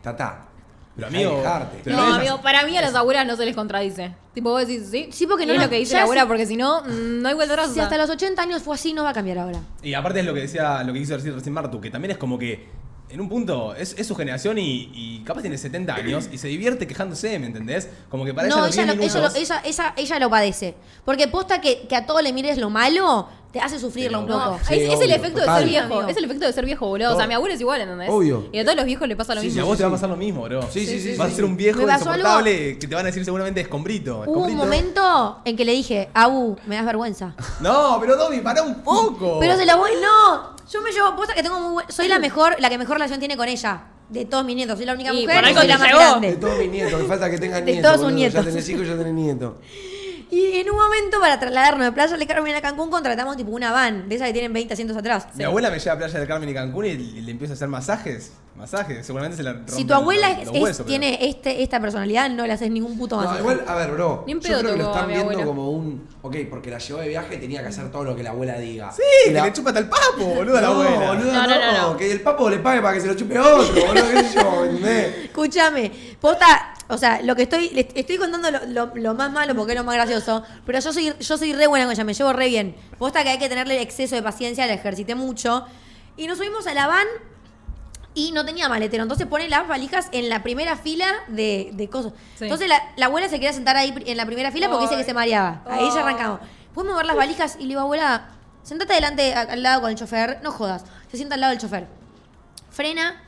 [SPEAKER 2] tata.
[SPEAKER 1] Pero
[SPEAKER 2] deja de
[SPEAKER 1] amigo.
[SPEAKER 2] quejarte.
[SPEAKER 1] pero
[SPEAKER 4] no,
[SPEAKER 1] ella-
[SPEAKER 4] amigo, para mí a las abuelas no se les contradice. Tipo, vos decís, sí.
[SPEAKER 3] Sí, porque no,
[SPEAKER 4] es
[SPEAKER 3] no,
[SPEAKER 4] lo que dice
[SPEAKER 3] ya
[SPEAKER 4] la abuela,
[SPEAKER 3] se-
[SPEAKER 4] porque si no, mm, no hay vuelta atrás. o
[SPEAKER 3] Si
[SPEAKER 4] sea.
[SPEAKER 3] hasta los 80 años fue así, no va a cambiar ahora.
[SPEAKER 1] Y aparte es lo que decía, lo que hizo decir recién Martu, que también es como que en un punto es, es su generación y, y capaz tiene 70 años y se divierte quejándose, ¿me entendés? Como que para
[SPEAKER 3] No,
[SPEAKER 1] ella los
[SPEAKER 3] ella
[SPEAKER 1] 10
[SPEAKER 3] lo,
[SPEAKER 1] minutos...
[SPEAKER 3] ella, lo- ella- esa- ella lo padece. Porque posta que, que a todo le mires lo malo, te hace sufrirlo un
[SPEAKER 1] Pero-
[SPEAKER 3] poco.
[SPEAKER 4] es,
[SPEAKER 2] Sí,
[SPEAKER 4] es el
[SPEAKER 2] obvio,
[SPEAKER 4] efecto de
[SPEAKER 2] total.
[SPEAKER 4] ser viejo.
[SPEAKER 3] Amigo.
[SPEAKER 4] Es el efecto de ser viejo, boludo. O sea,
[SPEAKER 2] Obvio.
[SPEAKER 4] mi abuelo es igual, ¿entendés?
[SPEAKER 2] Obvio.
[SPEAKER 4] Y a todos los viejos le pasa lo
[SPEAKER 2] Sí,
[SPEAKER 1] Y
[SPEAKER 4] mismo.
[SPEAKER 1] a vos te va a pasar lo mismo, bro.
[SPEAKER 2] Sí, sí, sí,
[SPEAKER 1] Vas
[SPEAKER 2] sí,
[SPEAKER 1] a ser un viejo
[SPEAKER 3] Me pasó algo-
[SPEAKER 1] insoportable que te van a decir seguramente escombrito.
[SPEAKER 3] Hubo un
[SPEAKER 1] escombrito.
[SPEAKER 3] momento en que le dije, Abu, me das vergüenza.
[SPEAKER 1] No, pero Domi, pará un poco.
[SPEAKER 3] Pero se la voy, no. Yo me llevo posta que tengo muy buen- Soy la mejor, la que mejor relación tiene con ella. De todos mis nietos. Soy la única
[SPEAKER 4] Y
[SPEAKER 3] mujer
[SPEAKER 4] por
[SPEAKER 3] y
[SPEAKER 4] algo
[SPEAKER 3] soy
[SPEAKER 4] te
[SPEAKER 3] la más
[SPEAKER 4] llegó.
[SPEAKER 2] De
[SPEAKER 3] grande.
[SPEAKER 2] todos mis nietos, me falta que tengan
[SPEAKER 3] De
[SPEAKER 2] nietos.
[SPEAKER 3] todos sus
[SPEAKER 2] boludo.
[SPEAKER 3] nietos.
[SPEAKER 2] Ya tenés hijos, ya tenés nietos.
[SPEAKER 3] Y en un momento para trasladarnos de Playa del Carmen a Cancún contratamos tipo una van, de esas que tienen 20 asientos atrás.
[SPEAKER 1] Mi abuela me lleva a Playa del Carmen y Cancún y le le empiezo a hacer masajes. Masajes, seguramente se la rompe
[SPEAKER 3] Si tu abuela
[SPEAKER 1] los-
[SPEAKER 3] es-
[SPEAKER 1] los
[SPEAKER 3] es-
[SPEAKER 1] huesos, pero-
[SPEAKER 3] tiene este, esta personalidad, no le haces ningún puto
[SPEAKER 2] No,
[SPEAKER 3] masaje.
[SPEAKER 2] igual, a ver, bro.
[SPEAKER 4] Ni en
[SPEAKER 2] yo
[SPEAKER 4] pedo
[SPEAKER 2] creo que lo
[SPEAKER 4] tocó a
[SPEAKER 2] están
[SPEAKER 4] mi
[SPEAKER 2] viendo
[SPEAKER 4] abuela.
[SPEAKER 2] como un. Ok, porque la llevó de viaje y tenía que hacer todo lo que la abuela diga.
[SPEAKER 1] Sí,
[SPEAKER 2] Y
[SPEAKER 1] que
[SPEAKER 2] la-
[SPEAKER 1] le chupa hasta el papo, boludo, a la
[SPEAKER 2] no,
[SPEAKER 1] abuela.
[SPEAKER 2] boludo,
[SPEAKER 4] No,
[SPEAKER 2] no,
[SPEAKER 4] no, no, no.
[SPEAKER 2] Que el papo le pague para que se lo chupe otro, boludo, qué sé yo, ¿entendés?
[SPEAKER 3] Escúchame, posta, o sea, lo que estoy, le estoy contando lo, lo- lo más malo porque es lo más gracioso, pero yo soy, yo soy re buena con ella, me llevo re bien. Posta que hay que tenerle exceso de paciencia, la ejercité mucho. Y nos subimos a la van y no tenía maletero, entonces pone las valijas en la primera fila de, de cosas.
[SPEAKER 4] Sí.
[SPEAKER 3] Entonces la, la abuela se quería sentar ahí pri- en la primera fila porque dice que
[SPEAKER 4] Ay.
[SPEAKER 3] se mareaba. Ahí ya arrancamos. Podemos mover las valijas y le digo, abuela, sentate adelante a- al lado con el chofer, no jodas, se sienta al lado del chofer. Frena,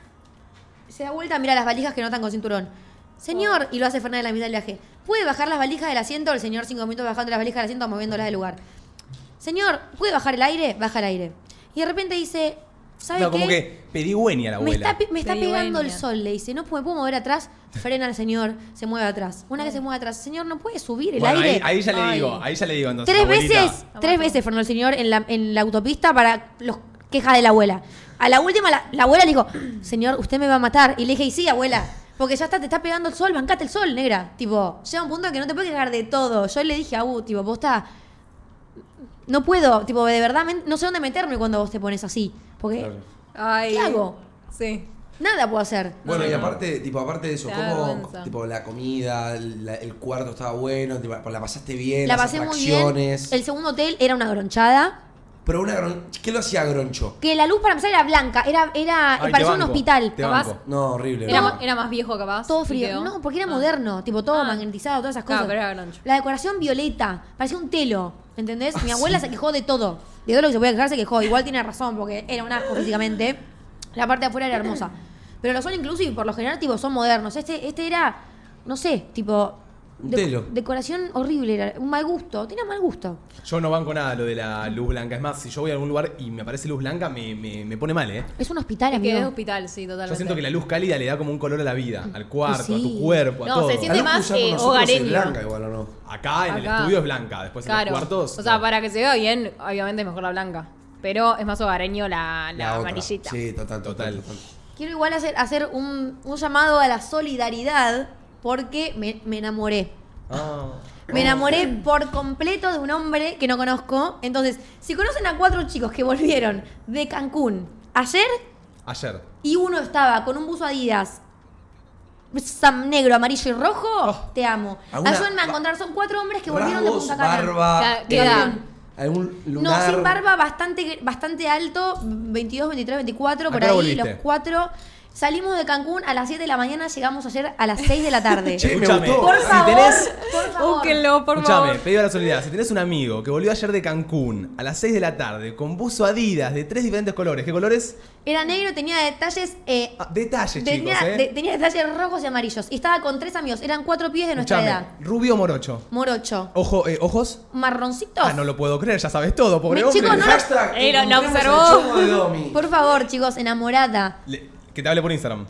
[SPEAKER 3] se da vuelta, mira las valijas que no están con cinturón. Señor,
[SPEAKER 1] Oh.
[SPEAKER 3] y lo hace Fernández en la mitad del viaje. ¿Puede bajar las valijas del asiento? El señor cinco minutos bajando las valijas del asiento, moviéndolas del lugar. Señor, ¿puede bajar el aire? Baja el aire. Y de repente dice, ¿sabe
[SPEAKER 1] No,
[SPEAKER 3] qué?
[SPEAKER 1] como que pedigüeña la
[SPEAKER 3] me
[SPEAKER 1] abuela.
[SPEAKER 3] está, pe- me está
[SPEAKER 4] Pedí
[SPEAKER 3] pegando el
[SPEAKER 4] venia.
[SPEAKER 3] sol, le dice. No me puedo mover atrás. Frena al señor, se mueve atrás. Una que se mueve atrás. Señor, ¿no puede subir el
[SPEAKER 1] Bueno, ahí-
[SPEAKER 3] aire?
[SPEAKER 1] Ahí, ya le
[SPEAKER 4] Ay.
[SPEAKER 1] digo, ahí ya le digo entonces.
[SPEAKER 3] Tres
[SPEAKER 1] abuelita.
[SPEAKER 3] veces, tres veces frenó el señor en la, en la autopista para los quejas de la abuela. A la última, la, la abuela le dijo, "Mm, señor, usted me va a matar. Y le dije, y sí, abuela, porque ya está, te está pegando el sol, bancate el sol, negra. Tipo, llega un punto en que no te puedes quejar de todo. Yo le dije a U, tipo, vos está... No puedo, tipo, de verdad, men- no sé dónde meterme cuando vos te pones así. Porque
[SPEAKER 4] Ay.
[SPEAKER 3] ¿Qué hago?
[SPEAKER 4] Sí.
[SPEAKER 3] nada puedo hacer.
[SPEAKER 2] Bueno,
[SPEAKER 1] No,
[SPEAKER 2] y
[SPEAKER 1] no.
[SPEAKER 2] aparte, tipo, aparte de eso,
[SPEAKER 4] Te da
[SPEAKER 2] ¿cómo,
[SPEAKER 4] vergüenza.
[SPEAKER 2] tipo, la comida, la- el cuarto estaba bueno, tipo, pues, la pasaste bien,
[SPEAKER 3] La
[SPEAKER 2] las
[SPEAKER 3] pasé muy bien.
[SPEAKER 2] atracciones.
[SPEAKER 3] El segundo hotel era una gronchada.
[SPEAKER 2] Pero una gron... ¿Qué lo hacía Groncho?
[SPEAKER 3] Que la luz para empezar era blanca, era, era,
[SPEAKER 4] Ah,
[SPEAKER 1] Ay, te
[SPEAKER 3] parecía un
[SPEAKER 1] banco,
[SPEAKER 3] hospital.
[SPEAKER 1] te
[SPEAKER 4] Capaz-
[SPEAKER 1] banco.
[SPEAKER 2] No, horrible.
[SPEAKER 4] Era,
[SPEAKER 2] ¿no?
[SPEAKER 4] ma- era más viejo, capaz.
[SPEAKER 3] Todo
[SPEAKER 4] y
[SPEAKER 3] frío.
[SPEAKER 4] quedó.
[SPEAKER 3] No, porque era
[SPEAKER 4] Ah.
[SPEAKER 3] moderno, tipo todo
[SPEAKER 4] Ah.
[SPEAKER 3] magnetizado, todas esas
[SPEAKER 4] Claro,
[SPEAKER 3] cosas.
[SPEAKER 4] pero era grunge.
[SPEAKER 3] la decoración violeta, parecía un telo, ¿entendés?
[SPEAKER 4] [LAUGHS]
[SPEAKER 3] Mi abuela se quejó de todo. De todo lo que se podía quejar se quejó. Igual tiene razón, porque era un asco físicamente. La parte de afuera era hermosa. Pero los all inclusive, por lo general, tipo, son modernos. Este, este era, no sé, tipo.
[SPEAKER 2] Un
[SPEAKER 3] de-
[SPEAKER 2] telo.
[SPEAKER 3] Decoración horrible, era un mal gusto. Tenía mal gusto.
[SPEAKER 1] Yo no banco nada lo de la luz blanca. Es más, si yo voy a algún lugar y me aparece luz blanca, me, me- me pone mal, ¿eh?
[SPEAKER 3] Es un hospital,
[SPEAKER 4] Es que es
[SPEAKER 3] amigo.
[SPEAKER 4] hospital, sí, totalmente. Mm.
[SPEAKER 1] Yo siento que la luz cálida le da como un color a la vida, al cuarto, a
[SPEAKER 3] sí.
[SPEAKER 1] tu cuerpo, a
[SPEAKER 4] No,
[SPEAKER 1] todo.
[SPEAKER 4] se
[SPEAKER 2] La
[SPEAKER 4] siente
[SPEAKER 2] luz
[SPEAKER 4] más,
[SPEAKER 2] que usamos
[SPEAKER 4] eh,
[SPEAKER 2] nosotros es
[SPEAKER 4] hogareño.
[SPEAKER 2] blanca igual, ¿o no?
[SPEAKER 1] Acá en el
[SPEAKER 4] Acá.
[SPEAKER 1] estudio es blanca, después Pues en
[SPEAKER 4] Claro.
[SPEAKER 1] los cuartos.
[SPEAKER 4] O sea, para que se vea bien, obviamente es mejor la blanca. Pero es más hogareño la, la,
[SPEAKER 2] otra.
[SPEAKER 4] amarillita.
[SPEAKER 2] Sí, total, total.
[SPEAKER 1] Total.
[SPEAKER 2] total.
[SPEAKER 3] Quiero igual hacer, hacer un, un llamado a la solidaridad porque me- me enamoré.
[SPEAKER 1] Ah.
[SPEAKER 3] Me enamoré por completo de un hombre que no conozco. Entonces, si conocen a cuatro chicos que volvieron de Cancún ayer
[SPEAKER 1] Ayer.
[SPEAKER 3] y uno estaba con un buzo Adidas sam- negro, amarillo y rojo, te amo.
[SPEAKER 2] A una-
[SPEAKER 3] Ayúdenme a encontrar, son cuatro hombres que volvieron de
[SPEAKER 2] Rasgos,
[SPEAKER 3] Punta Cana.
[SPEAKER 2] barba,
[SPEAKER 4] Ca- ¿qué edad?
[SPEAKER 2] eh, algún
[SPEAKER 3] No,
[SPEAKER 2] lunar.
[SPEAKER 3] sin barba, bastante, bastante alto, 22, 23, 24, por
[SPEAKER 1] Acá
[SPEAKER 3] ahí,
[SPEAKER 1] volviste.
[SPEAKER 3] los cuatro. Salimos de Cancún a las 7 de la mañana, llegamos ayer a las 6 de
[SPEAKER 1] [LAUGHS]
[SPEAKER 3] la
[SPEAKER 4] Eh,
[SPEAKER 3] tarde.
[SPEAKER 2] Che, me
[SPEAKER 1] Escúchame.
[SPEAKER 2] gustó.
[SPEAKER 3] por
[SPEAKER 1] si
[SPEAKER 3] favor,
[SPEAKER 1] tenés-
[SPEAKER 4] Oh,
[SPEAKER 3] por favor.
[SPEAKER 4] Búsquenlo, por
[SPEAKER 1] Escuchame,
[SPEAKER 4] favor.
[SPEAKER 1] pedido a la solidaridad. Si tenés un amigo que volvió ayer de Cancún a las 6 de la tarde con buzo Adidas de tres diferentes colores, ¿qué colores?
[SPEAKER 3] Era negro, tenía detalles eh,
[SPEAKER 1] Ah, detalles,
[SPEAKER 3] Tenía,
[SPEAKER 1] chicos, ¿eh?
[SPEAKER 3] de- tenía detalles rojos y amarillos. Y estaba con tres amigos. Eran cuatro pies de nuestra
[SPEAKER 1] Escuchame,
[SPEAKER 3] edad.
[SPEAKER 1] Rubio o morocho.
[SPEAKER 3] Morocho.
[SPEAKER 1] Ojo, eh, ojos.
[SPEAKER 3] marroncitos.
[SPEAKER 1] Ah, no lo puedo creer, ya sabes todo, pobre
[SPEAKER 3] Mi
[SPEAKER 1] hombre.
[SPEAKER 3] chico, no-
[SPEAKER 2] Hashtag,
[SPEAKER 4] Eh, lo- lo
[SPEAKER 2] encontremos el
[SPEAKER 4] observó.
[SPEAKER 2] chongo de Domi.
[SPEAKER 3] Por favor, chicos, enamorada.
[SPEAKER 1] Le- que te hable por Instagram.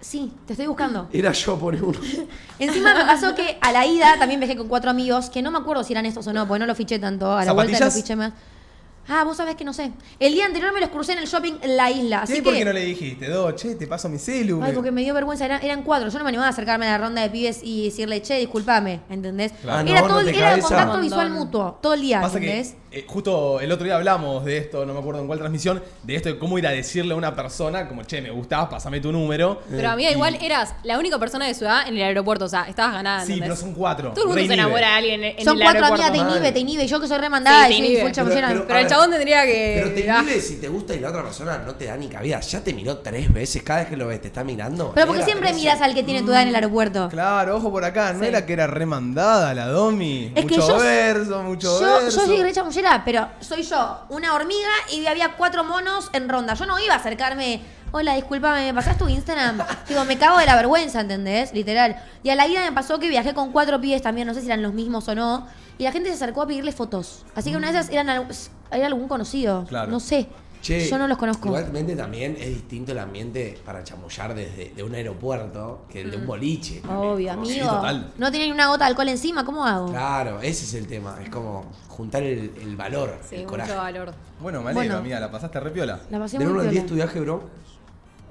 [SPEAKER 3] Sí, te estoy buscando.
[SPEAKER 2] Era yo por uno.
[SPEAKER 3] Encima me pasó que a la ida también viajé con cuatro amigos, que no me acuerdo si eran estos o no, porque no los fiché tanto. A la vuelta los
[SPEAKER 1] ¿Zapatillas?
[SPEAKER 3] fiché más. Ah, vos sabés que no sé. El día anterior me los crucé en el shopping La Isla. Así
[SPEAKER 1] ¿Y
[SPEAKER 3] que...
[SPEAKER 1] por qué no le dijiste? Do, che, te paso mi celu.
[SPEAKER 3] Ay, porque me dio vergüenza, eran, eran cuatro. Yo no me animaba a acercarme a la ronda de pibes y decirle, che, discúlpame, ¿entendés?
[SPEAKER 2] Claro. Ah,
[SPEAKER 3] era
[SPEAKER 2] no,
[SPEAKER 3] todo
[SPEAKER 2] no
[SPEAKER 3] el
[SPEAKER 2] te
[SPEAKER 3] era
[SPEAKER 2] caes a-
[SPEAKER 3] contacto
[SPEAKER 4] Montón.
[SPEAKER 3] visual mutuo, todo el día,
[SPEAKER 1] Pasa que
[SPEAKER 3] ¿entendés?
[SPEAKER 1] eh, justo el otro día hablamos de esto, no me acuerdo en cuál transmisión, de esto de cómo ir a decirle a una persona, como, che, me gustás, pasame tu número.
[SPEAKER 4] Pero amiga, igual eras la única persona de su edad en el aeropuerto, o sea, estabas ganada.
[SPEAKER 1] Sí, pero
[SPEAKER 4] ¿entendés?
[SPEAKER 1] son cuatro.
[SPEAKER 4] Todo el mundo
[SPEAKER 1] Reinive.
[SPEAKER 4] se enamora de alguien en, en
[SPEAKER 3] Son
[SPEAKER 4] el
[SPEAKER 3] cuatro
[SPEAKER 4] aeropuerto. Ah,
[SPEAKER 3] amigas, te inhibe,
[SPEAKER 2] Madre.
[SPEAKER 3] te inhibe. Yo que soy remandada
[SPEAKER 4] Sí, te
[SPEAKER 3] y soy
[SPEAKER 4] inhibe.
[SPEAKER 3] full
[SPEAKER 2] Pero-
[SPEAKER 3] chamullera.
[SPEAKER 4] Pero el chabón tendría que-
[SPEAKER 2] Pero te
[SPEAKER 4] ah.
[SPEAKER 2] inhibe si te gusta y la otra persona no te da ni cabida. Ya te miró tres veces cada vez que lo ves, te está mirando.
[SPEAKER 3] Pero porque
[SPEAKER 2] negra,
[SPEAKER 3] siempre
[SPEAKER 2] tres.
[SPEAKER 3] miras al que tiene tu edad en el aeropuerto.
[SPEAKER 1] Claro, ojo por acá, no
[SPEAKER 4] Sí.
[SPEAKER 1] era que era remandada la Domi.
[SPEAKER 3] Es que
[SPEAKER 1] mucho
[SPEAKER 3] yo-
[SPEAKER 1] verso, mucho
[SPEAKER 3] Yo, yo
[SPEAKER 1] verso.
[SPEAKER 3] soy re chamullera, pero soy yo, una hormiga y había cuatro monos en ronda. Yo no iba a acercarme. Hola, discúlpame, ¿me pasás
[SPEAKER 1] [LAUGHS]
[SPEAKER 3] tu Instagram? Digo, me cago de la vergüenza, ¿entendés? Literal. Y a la ida me pasó que viajé con cuatro pibes también, no sé si eran los mismos o no. Y la gente se acercó a pedirle fotos. Así que una de esas eran al- era algún conocido.
[SPEAKER 1] Mm. Claro.
[SPEAKER 3] No sé.
[SPEAKER 2] Che,
[SPEAKER 3] yo no los conozco.
[SPEAKER 2] Igualmente también es distinto el ambiente para chamullar desde de un aeropuerto que
[SPEAKER 4] Mm.
[SPEAKER 2] de un boliche.
[SPEAKER 4] Oh.
[SPEAKER 2] también.
[SPEAKER 3] Obvio,
[SPEAKER 2] Como-
[SPEAKER 1] sí,
[SPEAKER 3] amigo.
[SPEAKER 1] total.
[SPEAKER 3] No tenía ni una gota de alcohol encima, ¿cómo hago?
[SPEAKER 2] Claro, ese es el tema. Es como juntar el, el valor,
[SPEAKER 4] Sí,
[SPEAKER 2] el
[SPEAKER 4] mucho
[SPEAKER 2] coraje.
[SPEAKER 4] valor.
[SPEAKER 1] Bueno, me alegro,
[SPEAKER 3] Bueno.
[SPEAKER 1] amiga, la pasaste re piola.
[SPEAKER 3] La pasé
[SPEAKER 2] Del
[SPEAKER 3] muy
[SPEAKER 2] 1 al
[SPEAKER 3] piola.
[SPEAKER 2] 10 tu viaje, bro.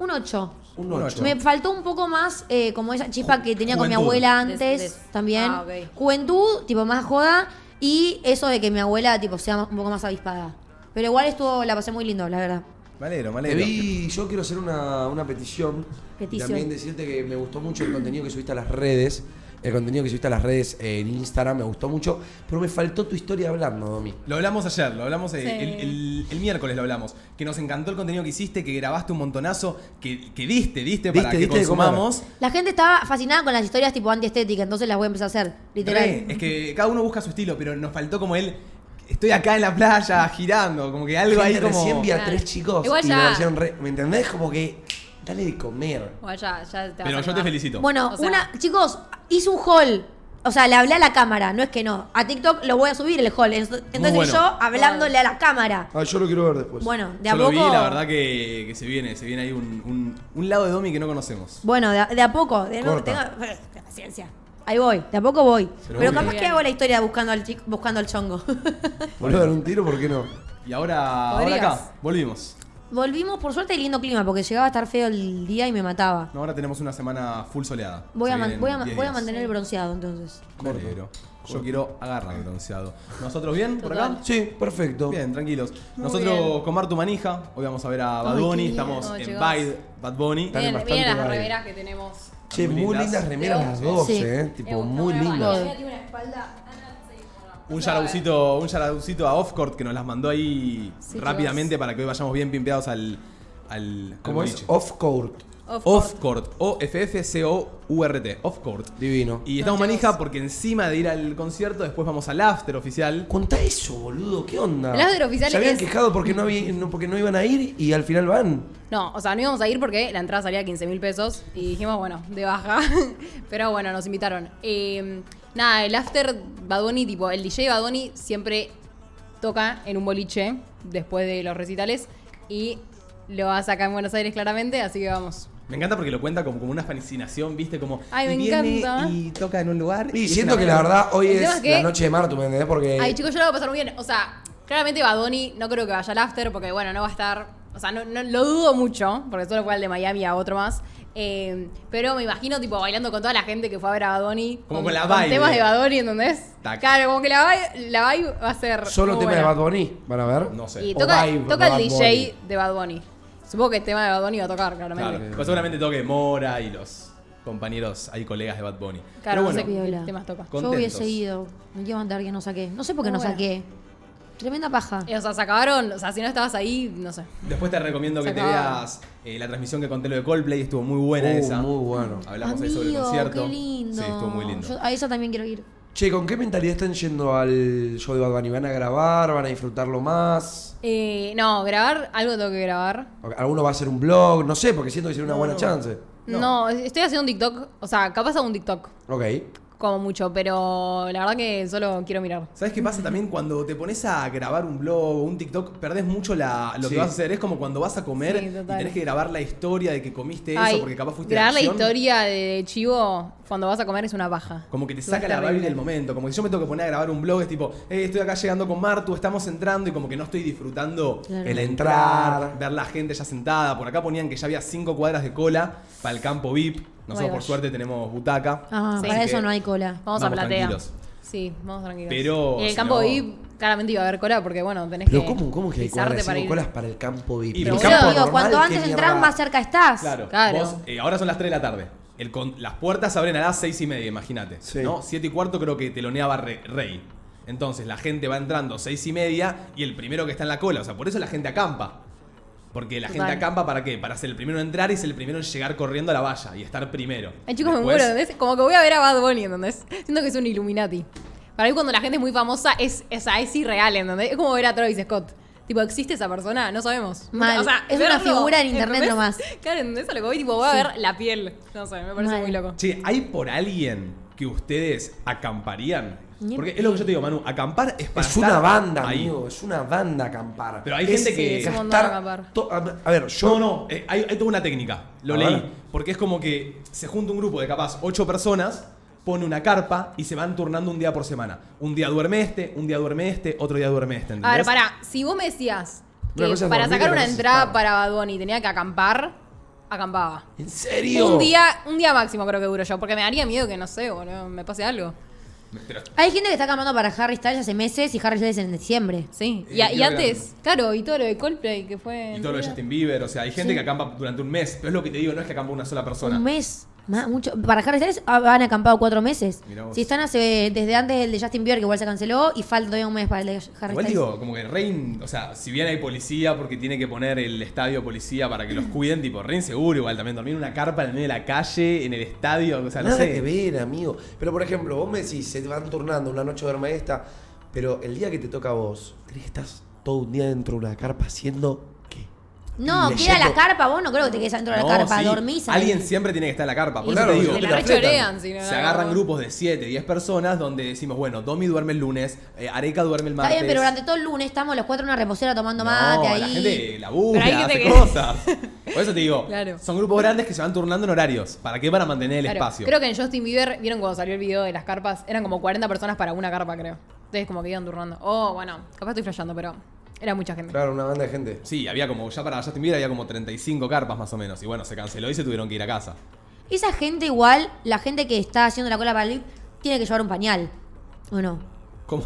[SPEAKER 3] Un 8.
[SPEAKER 2] Un
[SPEAKER 1] Un
[SPEAKER 2] 8.
[SPEAKER 1] ocho.
[SPEAKER 3] Me faltó un poco más eh, como esa chispa que tenía con mi
[SPEAKER 1] Juventud.
[SPEAKER 3] abuela
[SPEAKER 4] Des-
[SPEAKER 3] antes
[SPEAKER 4] des-
[SPEAKER 3] también.
[SPEAKER 4] ah, ok.
[SPEAKER 3] Juventud, tipo más joda, y eso de que mi abuela tipo sea un poco más avispada. Pero igual estuvo, la pasé muy lindo, la verdad.
[SPEAKER 1] Me alegro, me
[SPEAKER 2] Te
[SPEAKER 1] alegro.
[SPEAKER 2] vi, yo quiero hacer una, una petición.
[SPEAKER 3] Petición.
[SPEAKER 2] También decirte que me gustó mucho el contenido que subiste a las redes. El contenido que subiste a las redes eh, en Instagram me gustó mucho. Pero me faltó tu historia hablando, Domi.
[SPEAKER 1] Lo hablamos ayer, lo hablamos eh,
[SPEAKER 4] Sí.
[SPEAKER 1] el, el- el miércoles, lo hablamos. Que nos encantó el contenido que hiciste, que grabaste un montonazo, que, que diste, diste para
[SPEAKER 2] Diste,
[SPEAKER 1] que
[SPEAKER 2] diste de comer.
[SPEAKER 1] consumamos.
[SPEAKER 3] La gente estaba fascinada con las historias tipo antiestética, entonces las voy a empezar a hacer, literal.
[SPEAKER 1] Re, es que cada uno busca su estilo, pero nos faltó como él. Estoy acá en la playa girando, como que algo ahí
[SPEAKER 2] Gente,
[SPEAKER 1] como.
[SPEAKER 2] Recién vi a
[SPEAKER 4] Claro.
[SPEAKER 2] tres chicos
[SPEAKER 4] Igual
[SPEAKER 2] y
[SPEAKER 4] ya.
[SPEAKER 2] me parecieron re- ¿Me entendés? Como que dale de comer.
[SPEAKER 4] Bueno, ya, ya te vas
[SPEAKER 1] Pero
[SPEAKER 4] a
[SPEAKER 1] yo te
[SPEAKER 4] acordar.
[SPEAKER 1] felicito.
[SPEAKER 3] Bueno,
[SPEAKER 4] O sea-
[SPEAKER 3] una, chicos, hice un haul. O sea, le hablé a la cámara, no es que no. A TikTok lo voy a subir el haul. Entonces
[SPEAKER 1] Muy bueno. Pues
[SPEAKER 3] yo hablándole a la cámara.
[SPEAKER 2] Ah, yo lo quiero ver después.
[SPEAKER 3] Bueno, de a
[SPEAKER 1] Yo lo
[SPEAKER 3] poco.
[SPEAKER 1] vi, la verdad que, que se viene, se viene ahí un, un- un lado de Domi que no conocemos.
[SPEAKER 3] Bueno, de a, de a poco, de no,
[SPEAKER 2] Corta.
[SPEAKER 3] tenga- paciencia. Ahí voy, de a poco voy.
[SPEAKER 1] Pero
[SPEAKER 3] Pero,
[SPEAKER 1] muy
[SPEAKER 3] capaz
[SPEAKER 4] bien.
[SPEAKER 3] que hago la historia buscando al chico, buscando al chongo. [LAUGHS]
[SPEAKER 2] ¿Volver a dar un tiro? ¿Por qué no?
[SPEAKER 1] Y ahora, ahora
[SPEAKER 4] Podrías.
[SPEAKER 1] acá, volvimos.
[SPEAKER 3] Volvimos por suerte el lindo clima, porque llegaba a estar feo el día y me mataba.
[SPEAKER 1] No, ahora tenemos una semana full soleada.
[SPEAKER 3] Voy,
[SPEAKER 1] Se
[SPEAKER 3] a, man-
[SPEAKER 1] vienen
[SPEAKER 3] voy, a,
[SPEAKER 1] 10
[SPEAKER 3] voy a
[SPEAKER 1] días.
[SPEAKER 3] mantener el bronceado entonces.
[SPEAKER 1] Me alegro. Yo quiero agarrar el bronceado. ¿Nosotros bien por
[SPEAKER 4] Total.
[SPEAKER 1] acá?
[SPEAKER 2] Sí, perfecto.
[SPEAKER 1] Bien, tranquilos.
[SPEAKER 4] Muy
[SPEAKER 1] Nosotros
[SPEAKER 4] bien.
[SPEAKER 1] con Mar tu manija. Hoy vamos a ver a Bad
[SPEAKER 3] Ay, qué
[SPEAKER 1] Bunny.
[SPEAKER 3] bien.
[SPEAKER 1] Estamos
[SPEAKER 4] Oh,
[SPEAKER 1] en
[SPEAKER 4] chicos.
[SPEAKER 1] Bad, Bad Bunny.
[SPEAKER 2] Dale
[SPEAKER 4] Miren,
[SPEAKER 2] bastante
[SPEAKER 4] miren las
[SPEAKER 2] baile.
[SPEAKER 4] remeras que tenemos.
[SPEAKER 2] Che,
[SPEAKER 1] Muy
[SPEAKER 2] muy,
[SPEAKER 1] lindas.
[SPEAKER 2] lindas remeras las dos,
[SPEAKER 3] Sí.
[SPEAKER 2] ¿eh?
[SPEAKER 4] Eh,
[SPEAKER 2] Tipo,
[SPEAKER 4] está
[SPEAKER 2] muy
[SPEAKER 4] buena
[SPEAKER 2] lindas.
[SPEAKER 4] banda. Mira, tiene una espalda- Ana, sí, hola.
[SPEAKER 1] Un
[SPEAKER 4] O sea,
[SPEAKER 1] yaraucito, un yaraucito a Offcourt que nos las mandó ahí
[SPEAKER 4] Sí,
[SPEAKER 1] rápidamente para que hoy vayamos bien pimpeados al. al
[SPEAKER 2] Como
[SPEAKER 1] al
[SPEAKER 2] es
[SPEAKER 1] boliche.
[SPEAKER 2] off-court.
[SPEAKER 4] Of course.
[SPEAKER 1] Offcourt. O-F-F-C-O-U-R-T. Offcourt.
[SPEAKER 2] Divino.
[SPEAKER 1] Y estamos
[SPEAKER 4] No, chicos.
[SPEAKER 1] manija porque encima de ir al concierto, después vamos al after oficial.
[SPEAKER 2] Contá eso, boludo, ¿qué onda?
[SPEAKER 4] El after oficial
[SPEAKER 2] Se habían
[SPEAKER 4] es-
[SPEAKER 2] quejado porque no, había- no- porque no iban a ir y al final van.
[SPEAKER 4] No, o sea, no íbamos a ir porque la entrada salía a 15 mil pesos y dijimos, bueno, de baja. [LAUGHS] Pero bueno, nos invitaron. Eh, nada, el after Bad Bunny, tipo, el DJ Bad Bunny siempre toca en un boliche después de los recitales y lo vas acá en Buenos Aires claramente, así que vamos.
[SPEAKER 1] Me encanta porque lo cuenta como, como una fascinación, ¿viste? Como.
[SPEAKER 4] Ay, me
[SPEAKER 1] y viene
[SPEAKER 4] encanta.
[SPEAKER 1] Y toca en un lugar.
[SPEAKER 2] Y
[SPEAKER 1] es
[SPEAKER 2] siento
[SPEAKER 1] una
[SPEAKER 2] que la
[SPEAKER 1] banda.
[SPEAKER 2] verdad hoy
[SPEAKER 4] El tema
[SPEAKER 2] es
[SPEAKER 4] es que-
[SPEAKER 2] la noche de Martu, ¿me entendés? Porque
[SPEAKER 4] Ay, chicos, yo lo voy a pasar muy bien. O sea, claramente Badoni no creo que vaya al after porque, bueno, no va a estar. O sea, no, no- lo dudo mucho, porque solo fue al de Miami a otro más. Eh, pero me imagino, tipo, bailando con toda la gente que fue a ver a Badoni.
[SPEAKER 1] Como con la vibe.
[SPEAKER 4] temas de Badoni, ¿entendés?
[SPEAKER 1] Tac.
[SPEAKER 4] Claro, como que la vibe, la vibe va a ser.
[SPEAKER 2] solo
[SPEAKER 4] muy
[SPEAKER 2] tema de
[SPEAKER 4] buena.
[SPEAKER 2] Bad Bunny, van a ver.
[SPEAKER 1] No sé.
[SPEAKER 4] Y
[SPEAKER 2] O
[SPEAKER 4] toca,
[SPEAKER 2] vibe
[SPEAKER 4] toca
[SPEAKER 2] de
[SPEAKER 4] el
[SPEAKER 2] Bad
[SPEAKER 4] DJ de Bad Bunny. Supongo que el tema de Bad Bunny va a tocar, claramente.
[SPEAKER 1] Claro, pues seguramente toque Mora y los compañeros, hay colegas de Bad Bunny. Pero
[SPEAKER 4] Claro, no sé
[SPEAKER 1] bueno,
[SPEAKER 4] qué
[SPEAKER 3] Viola.
[SPEAKER 4] temas toca.
[SPEAKER 1] Contentos.
[SPEAKER 3] Yo hubiese ido. Me quiero mandar que no saqué. No sé por qué
[SPEAKER 4] Muy
[SPEAKER 3] no
[SPEAKER 4] bueno.
[SPEAKER 3] saqué. Tremenda paja.
[SPEAKER 4] Eh, o sea, se acabaron. O sea, si no estabas ahí, no sé.
[SPEAKER 1] después te recomiendo que
[SPEAKER 4] Se
[SPEAKER 1] te
[SPEAKER 4] acabó.
[SPEAKER 1] veas eh, la transmisión que conté lo de Coldplay, estuvo muy buena
[SPEAKER 2] Uh,
[SPEAKER 1] esa.
[SPEAKER 2] muy bueno.
[SPEAKER 1] Hablamos ahí sobre el
[SPEAKER 3] Amigo,
[SPEAKER 1] concierto.
[SPEAKER 3] qué lindo.
[SPEAKER 1] Sí, estuvo muy lindo.
[SPEAKER 3] Yo a eso también quiero ir.
[SPEAKER 2] Che, ¿con qué mentalidad están yendo al show de Bad Bunny? ¿Van a grabar? ¿Van a disfrutarlo más?
[SPEAKER 4] Eh, no, grabar, algo tengo que grabar.
[SPEAKER 2] ¿Alguno va a hacer un blog? No sé, porque siento que sería una
[SPEAKER 1] No,
[SPEAKER 2] buena
[SPEAKER 1] no.
[SPEAKER 2] chance.
[SPEAKER 1] No.
[SPEAKER 4] No. estoy haciendo un TikTok. O sea, capaz hago un TikTok
[SPEAKER 2] Ok.
[SPEAKER 4] como mucho, pero la verdad que solo quiero mirar.
[SPEAKER 1] ¿Sabes qué pasa también cuando te pones a grabar un blog o un TikTok? Perdés mucho la, lo
[SPEAKER 2] Sí.
[SPEAKER 1] que vas a hacer. Es como cuando vas a comer
[SPEAKER 4] Sí,
[SPEAKER 1] y
[SPEAKER 4] total.
[SPEAKER 1] tenés que grabar la historia de que comiste eso
[SPEAKER 4] Ay,
[SPEAKER 1] porque capaz fuiste
[SPEAKER 4] grabar
[SPEAKER 1] de
[SPEAKER 4] la
[SPEAKER 1] acción.
[SPEAKER 4] historia de Chivo cuando vas a comer es una baja.
[SPEAKER 1] Como que te
[SPEAKER 4] Va a
[SPEAKER 1] saca
[SPEAKER 4] estar
[SPEAKER 1] la vibe
[SPEAKER 4] horrible.
[SPEAKER 1] del momento. Como que yo me tengo que poner a grabar un blog, es tipo, "Eh, estoy acá llegando con Martu, estamos entrando y como que no estoy disfrutando
[SPEAKER 3] Claro.
[SPEAKER 1] el
[SPEAKER 2] El
[SPEAKER 1] entrar,
[SPEAKER 2] entrar.
[SPEAKER 1] ver la gente ya sentada. Por acá ponían que ya había cinco cuadras de cola para el campo VIP. Nosotros
[SPEAKER 4] Ay,
[SPEAKER 1] por
[SPEAKER 4] vaya.
[SPEAKER 1] suerte tenemos butaca.
[SPEAKER 3] Ah,
[SPEAKER 4] Sí.
[SPEAKER 3] para
[SPEAKER 1] Así
[SPEAKER 3] eso
[SPEAKER 1] que
[SPEAKER 3] no hay cola.
[SPEAKER 4] Vamos, a platea.
[SPEAKER 1] tranquilos.
[SPEAKER 4] Sí, vamos tranquilos.
[SPEAKER 1] Pero,
[SPEAKER 4] Y en
[SPEAKER 1] si
[SPEAKER 4] el campo
[SPEAKER 1] no-
[SPEAKER 4] VIP claramente iba a haber cola porque, bueno, tenés
[SPEAKER 2] Pero
[SPEAKER 4] que.
[SPEAKER 2] ¿cómo, cómo es que hay
[SPEAKER 4] pisarte
[SPEAKER 2] colas?
[SPEAKER 4] para
[SPEAKER 2] Hicimos
[SPEAKER 4] ir.
[SPEAKER 2] colas para el campo VIP.
[SPEAKER 1] Y
[SPEAKER 2] El
[SPEAKER 1] pero
[SPEAKER 2] campo
[SPEAKER 3] Yo digo,
[SPEAKER 2] normal,
[SPEAKER 3] cuanto
[SPEAKER 2] qué
[SPEAKER 3] antes
[SPEAKER 2] mierda.
[SPEAKER 3] entras, más cerca estás.
[SPEAKER 1] Claro.
[SPEAKER 4] Claro.
[SPEAKER 1] Vos, eh, ahora son las 3 de la tarde. El con- las puertas abren a las 6 y media, imagínate.
[SPEAKER 2] Sí.
[SPEAKER 1] ¿no? 7 y cuarto creo que teloneaba Re- Rey. Entonces la gente va entrando 6 y media y el primero que está en la cola. O sea, por eso la gente acampa. Porque la gente
[SPEAKER 4] Total.
[SPEAKER 1] acampa para qué? Para ser el primero en entrar y ser el primero en llegar corriendo a la valla y estar primero.
[SPEAKER 4] Ay, chicos, me
[SPEAKER 1] Después-
[SPEAKER 4] muero, ¿eh? ¿entendés? Como que voy a ver a Bad Bunny, ¿entendés? Siento que es un Illuminati. Para mí, cuando la gente es muy famosa, es, es, es irreal, ¿entendés? Es como ver a Travis Scott. Tipo, ¿existe esa persona? No sabemos.
[SPEAKER 3] Mal. Es una figura en internet
[SPEAKER 4] ¿entendés?
[SPEAKER 3] nomás.
[SPEAKER 4] [LAUGHS] Claro, ¿entendés? A lo que voy, tipo, voy a ver la piel. No sé, me parece
[SPEAKER 3] Mal.
[SPEAKER 4] muy loco.
[SPEAKER 1] Che, ¿hay por alguien que ustedes acamparían?
[SPEAKER 3] Ni en
[SPEAKER 1] Porque es lo que yo te digo, Manu, acampar es para
[SPEAKER 2] Es una
[SPEAKER 1] estar
[SPEAKER 2] banda,
[SPEAKER 1] ahí.
[SPEAKER 2] amigo, es una banda acampar.
[SPEAKER 1] Pero hay
[SPEAKER 2] Es eh,
[SPEAKER 1] gente que-
[SPEAKER 4] Sí, es un montón
[SPEAKER 2] gastar
[SPEAKER 4] acampar.
[SPEAKER 2] to- a a ver, yo
[SPEAKER 1] No, no, eh, hay, hay toda una técnica, lo
[SPEAKER 2] A
[SPEAKER 1] leí.
[SPEAKER 2] ver.
[SPEAKER 1] Porque es como que se junta un grupo de capaz ocho personas, pone una carpa y se van turnando un día por semana. Un día duerme este, un día duerme este, otro día duerme este.
[SPEAKER 4] A ver,
[SPEAKER 1] ¿entendés?
[SPEAKER 4] pará. Si vos me decías
[SPEAKER 2] Una
[SPEAKER 4] que
[SPEAKER 2] cosa es
[SPEAKER 4] para sacar
[SPEAKER 2] dormir, otra
[SPEAKER 4] una
[SPEAKER 2] cosa es
[SPEAKER 4] entrada
[SPEAKER 2] estar.
[SPEAKER 4] para Bad Bunny tenía que acampar, acampaba.
[SPEAKER 2] ¿En serio?
[SPEAKER 4] Un día, un día máximo creo que duro yo, porque me daría miedo que, no sé, boludo, me pase algo.
[SPEAKER 1] Pero-
[SPEAKER 3] Hay gente que está camando para Harry Styles hace meses y Harry Styles en diciembre.
[SPEAKER 4] Sí,
[SPEAKER 1] Eh,
[SPEAKER 4] y, a-
[SPEAKER 1] creo
[SPEAKER 4] y
[SPEAKER 1] que
[SPEAKER 4] antes, claro, y todo lo de Coldplay que
[SPEAKER 3] Eh,
[SPEAKER 4] fue.
[SPEAKER 1] y todo lo de
[SPEAKER 4] en-
[SPEAKER 1] Justin Bieber, o sea, hay gente que acampa durante un mes, pero es lo que te digo, no es que acampa una sola persona.
[SPEAKER 3] Un mes. más, mucho. Para Harry Styles ah, han acampado cuatro meses.
[SPEAKER 1] Mirá vos.
[SPEAKER 3] Si están hace, desde antes del de Justin Bieber, que igual se canceló, y falta todavía un mes para el de Harry
[SPEAKER 1] Igual
[SPEAKER 3] Styles.
[SPEAKER 1] digo, como que Rein, o sea, si bien hay policía porque tiene que poner el estadio policía para
[SPEAKER 3] [CLEARS THROAT]
[SPEAKER 1] que los cuiden, tipo, Rein seguro, igual también dormir en una carpa en el medio de la calle, en el estadio, o sea, no
[SPEAKER 2] Nada
[SPEAKER 1] sé.
[SPEAKER 2] que ver, amigo. Pero por ejemplo, vos me decís, se te van turnando, una noche duerme esta, pero el día que te toca a vos, ¿crees que estás todo un día dentro de una carpa haciendo qué?
[SPEAKER 3] No,
[SPEAKER 2] Leyendo-
[SPEAKER 3] queda la carpa, vos no creo que te quedes adentro de la
[SPEAKER 1] No,
[SPEAKER 3] carpa,
[SPEAKER 1] sí,
[SPEAKER 3] dormís. ahí.
[SPEAKER 1] Alguien siempre tiene que estar en la carpa. Por
[SPEAKER 2] Y
[SPEAKER 1] eso
[SPEAKER 2] claro,
[SPEAKER 1] te digo,
[SPEAKER 2] yo
[SPEAKER 4] Me
[SPEAKER 2] te
[SPEAKER 4] la
[SPEAKER 2] la fletan.
[SPEAKER 4] rechorean, si no.
[SPEAKER 1] Se
[SPEAKER 4] no,
[SPEAKER 1] agarran
[SPEAKER 4] no.
[SPEAKER 1] grupos de 7, 10 personas donde decimos, bueno, Domi duerme el lunes, eh, Areca duerme el
[SPEAKER 3] Está
[SPEAKER 1] martes.
[SPEAKER 3] bien, pero durante todo el lunes estamos los cuatro en una reposera tomando
[SPEAKER 1] No,
[SPEAKER 3] mate ahí.
[SPEAKER 1] La gente
[SPEAKER 4] Pero hay
[SPEAKER 1] labura,
[SPEAKER 4] gente
[SPEAKER 1] hace
[SPEAKER 4] que-
[SPEAKER 1] cosas. Por eso te
[SPEAKER 3] [LAUGHS]
[SPEAKER 1] digo,
[SPEAKER 4] Claro.
[SPEAKER 1] son grupos grandes que se van turnando en horarios. ¿Para qué? Para mantener el
[SPEAKER 4] Claro,
[SPEAKER 1] espacio.
[SPEAKER 4] Creo que en Justin Bieber, vieron cuando salió el video de las carpas, eran como 40 personas para una carpa, creo. Entonces, como que iban turnando. Oh, bueno, capaz estoy flasheando, pero era mucha gente.
[SPEAKER 2] Claro, una banda de gente.
[SPEAKER 1] Sí, había como, ya para Justin Bieber había como 35 carpas más o menos. Y bueno, se canceló y se tuvieron que ir a casa.
[SPEAKER 3] Esa gente igual, la gente que está haciendo la cola para el VIP, tiene que llevar un pañal. ¿O no?
[SPEAKER 1] ¿Cómo?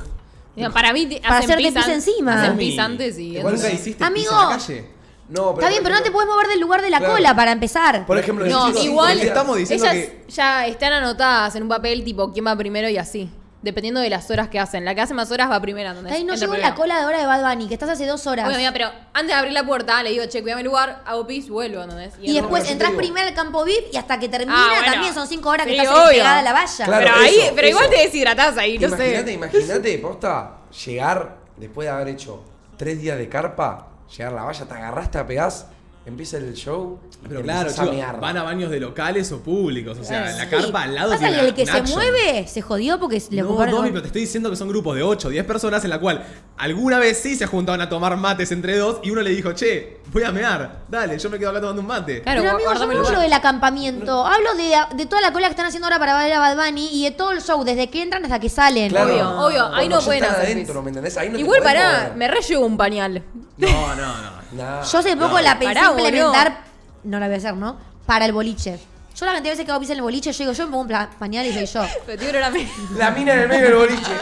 [SPEAKER 4] Digo, para mí, te-
[SPEAKER 3] Para
[SPEAKER 4] hacen
[SPEAKER 3] hacerte
[SPEAKER 4] pis
[SPEAKER 3] pis
[SPEAKER 4] an-
[SPEAKER 3] encima.
[SPEAKER 4] Hacen
[SPEAKER 1] Domi,
[SPEAKER 4] pis antes y.
[SPEAKER 2] igual
[SPEAKER 1] ¿Nunca
[SPEAKER 2] entonces-
[SPEAKER 1] hiciste
[SPEAKER 3] Amigo.
[SPEAKER 1] pis en la calle?
[SPEAKER 2] No, pero
[SPEAKER 3] Está bien, pero no
[SPEAKER 2] por
[SPEAKER 3] te
[SPEAKER 2] ejemplo-
[SPEAKER 3] puedes mover del lugar de la
[SPEAKER 2] Claro.
[SPEAKER 3] cola para empezar.
[SPEAKER 2] Por ejemplo,
[SPEAKER 4] No,
[SPEAKER 2] decís,
[SPEAKER 4] igual-
[SPEAKER 2] porque
[SPEAKER 1] Estamos
[SPEAKER 2] estamos-
[SPEAKER 1] diciendo
[SPEAKER 4] Ellas
[SPEAKER 1] que.
[SPEAKER 4] ya están anotadas en un papel tipo quién va primero y así. Dependiendo de las horas que hacen. La que hace más horas va primera. ¿entendés?
[SPEAKER 3] Ahí no
[SPEAKER 4] Entra
[SPEAKER 3] llevo
[SPEAKER 4] primero.
[SPEAKER 3] la cola de hora de Bad Bunny, que estás hace dos horas.
[SPEAKER 4] Bueno, mira, pero antes de abrir la puerta le digo, che, cuidame el lugar, hago pis, vuelvo, ¿entendés?
[SPEAKER 3] y
[SPEAKER 4] no-
[SPEAKER 3] después
[SPEAKER 2] pero yo te
[SPEAKER 3] entras
[SPEAKER 2] digo-
[SPEAKER 3] primero al campo VIP y hasta que termina
[SPEAKER 4] Ah, bueno.
[SPEAKER 3] también son cinco horas que
[SPEAKER 4] Sí,
[SPEAKER 3] estás ahí
[SPEAKER 4] obvio.
[SPEAKER 3] pegada a la valla.
[SPEAKER 2] Claro.
[SPEAKER 4] pero ahí,
[SPEAKER 2] eso,
[SPEAKER 4] pero igual
[SPEAKER 2] eso.
[SPEAKER 4] te deshidratás ahí, no
[SPEAKER 2] Imagínate,
[SPEAKER 4] sé.
[SPEAKER 2] imagínate, posta, llegar después de haber hecho tres días de carpa, llegar a la valla, te agarrás, te pegás, empieza el show. y
[SPEAKER 1] Pero
[SPEAKER 2] te
[SPEAKER 1] claro,
[SPEAKER 2] empezás a
[SPEAKER 1] chicos,
[SPEAKER 2] mear.
[SPEAKER 1] van a baños de locales o públicos. O sea,
[SPEAKER 3] Sí.
[SPEAKER 1] la carpa al lado
[SPEAKER 3] Pasa
[SPEAKER 1] tiene
[SPEAKER 3] que
[SPEAKER 1] una-
[SPEAKER 3] el que
[SPEAKER 1] una
[SPEAKER 3] se
[SPEAKER 1] action.
[SPEAKER 3] mueve se jodió porque le
[SPEAKER 1] no,
[SPEAKER 3] ocuparon.
[SPEAKER 1] Domi, pero te estoy diciendo que son grupos de 8 o 10 personas en la cual alguna vez sí se juntaban a tomar mates entre dos y uno le dijo, che, voy a mear, dale, yo me quedo acá tomando un mate.
[SPEAKER 4] Claro,
[SPEAKER 3] Pero amigo, yo
[SPEAKER 4] guardame
[SPEAKER 3] no
[SPEAKER 4] el
[SPEAKER 3] hablo
[SPEAKER 4] lugar.
[SPEAKER 3] del acampamiento, hablo de, de toda la cola que están haciendo ahora para ver a Bad Bunny y de todo el show, desde que entran hasta que salen.
[SPEAKER 2] Claro.
[SPEAKER 4] Obvio, obvio, ahí
[SPEAKER 2] Cuando
[SPEAKER 4] no
[SPEAKER 2] ya
[SPEAKER 4] pueden
[SPEAKER 2] están
[SPEAKER 4] hacer
[SPEAKER 2] adentro,
[SPEAKER 4] pis.
[SPEAKER 2] ¿me entendés? Ahí no te
[SPEAKER 4] Igual
[SPEAKER 2] podés
[SPEAKER 4] pará,
[SPEAKER 2] mover.
[SPEAKER 4] me re llevo un pañal.
[SPEAKER 1] No, no, no.
[SPEAKER 2] Nah.
[SPEAKER 3] Yo hace poco
[SPEAKER 1] No.
[SPEAKER 3] la pensé
[SPEAKER 4] Pará, boludo.
[SPEAKER 3] implementar, no la voy a hacer, ¿no? Para el boliche. Yo la cantidad de veces que hago pis en el boliche, yo digo, yo me pongo un pla- pañal y soy yo.
[SPEAKER 4] [LAUGHS] Pero tío, ahora me
[SPEAKER 2] La mina en el medio del
[SPEAKER 4] [LAUGHS]
[SPEAKER 2] boliche.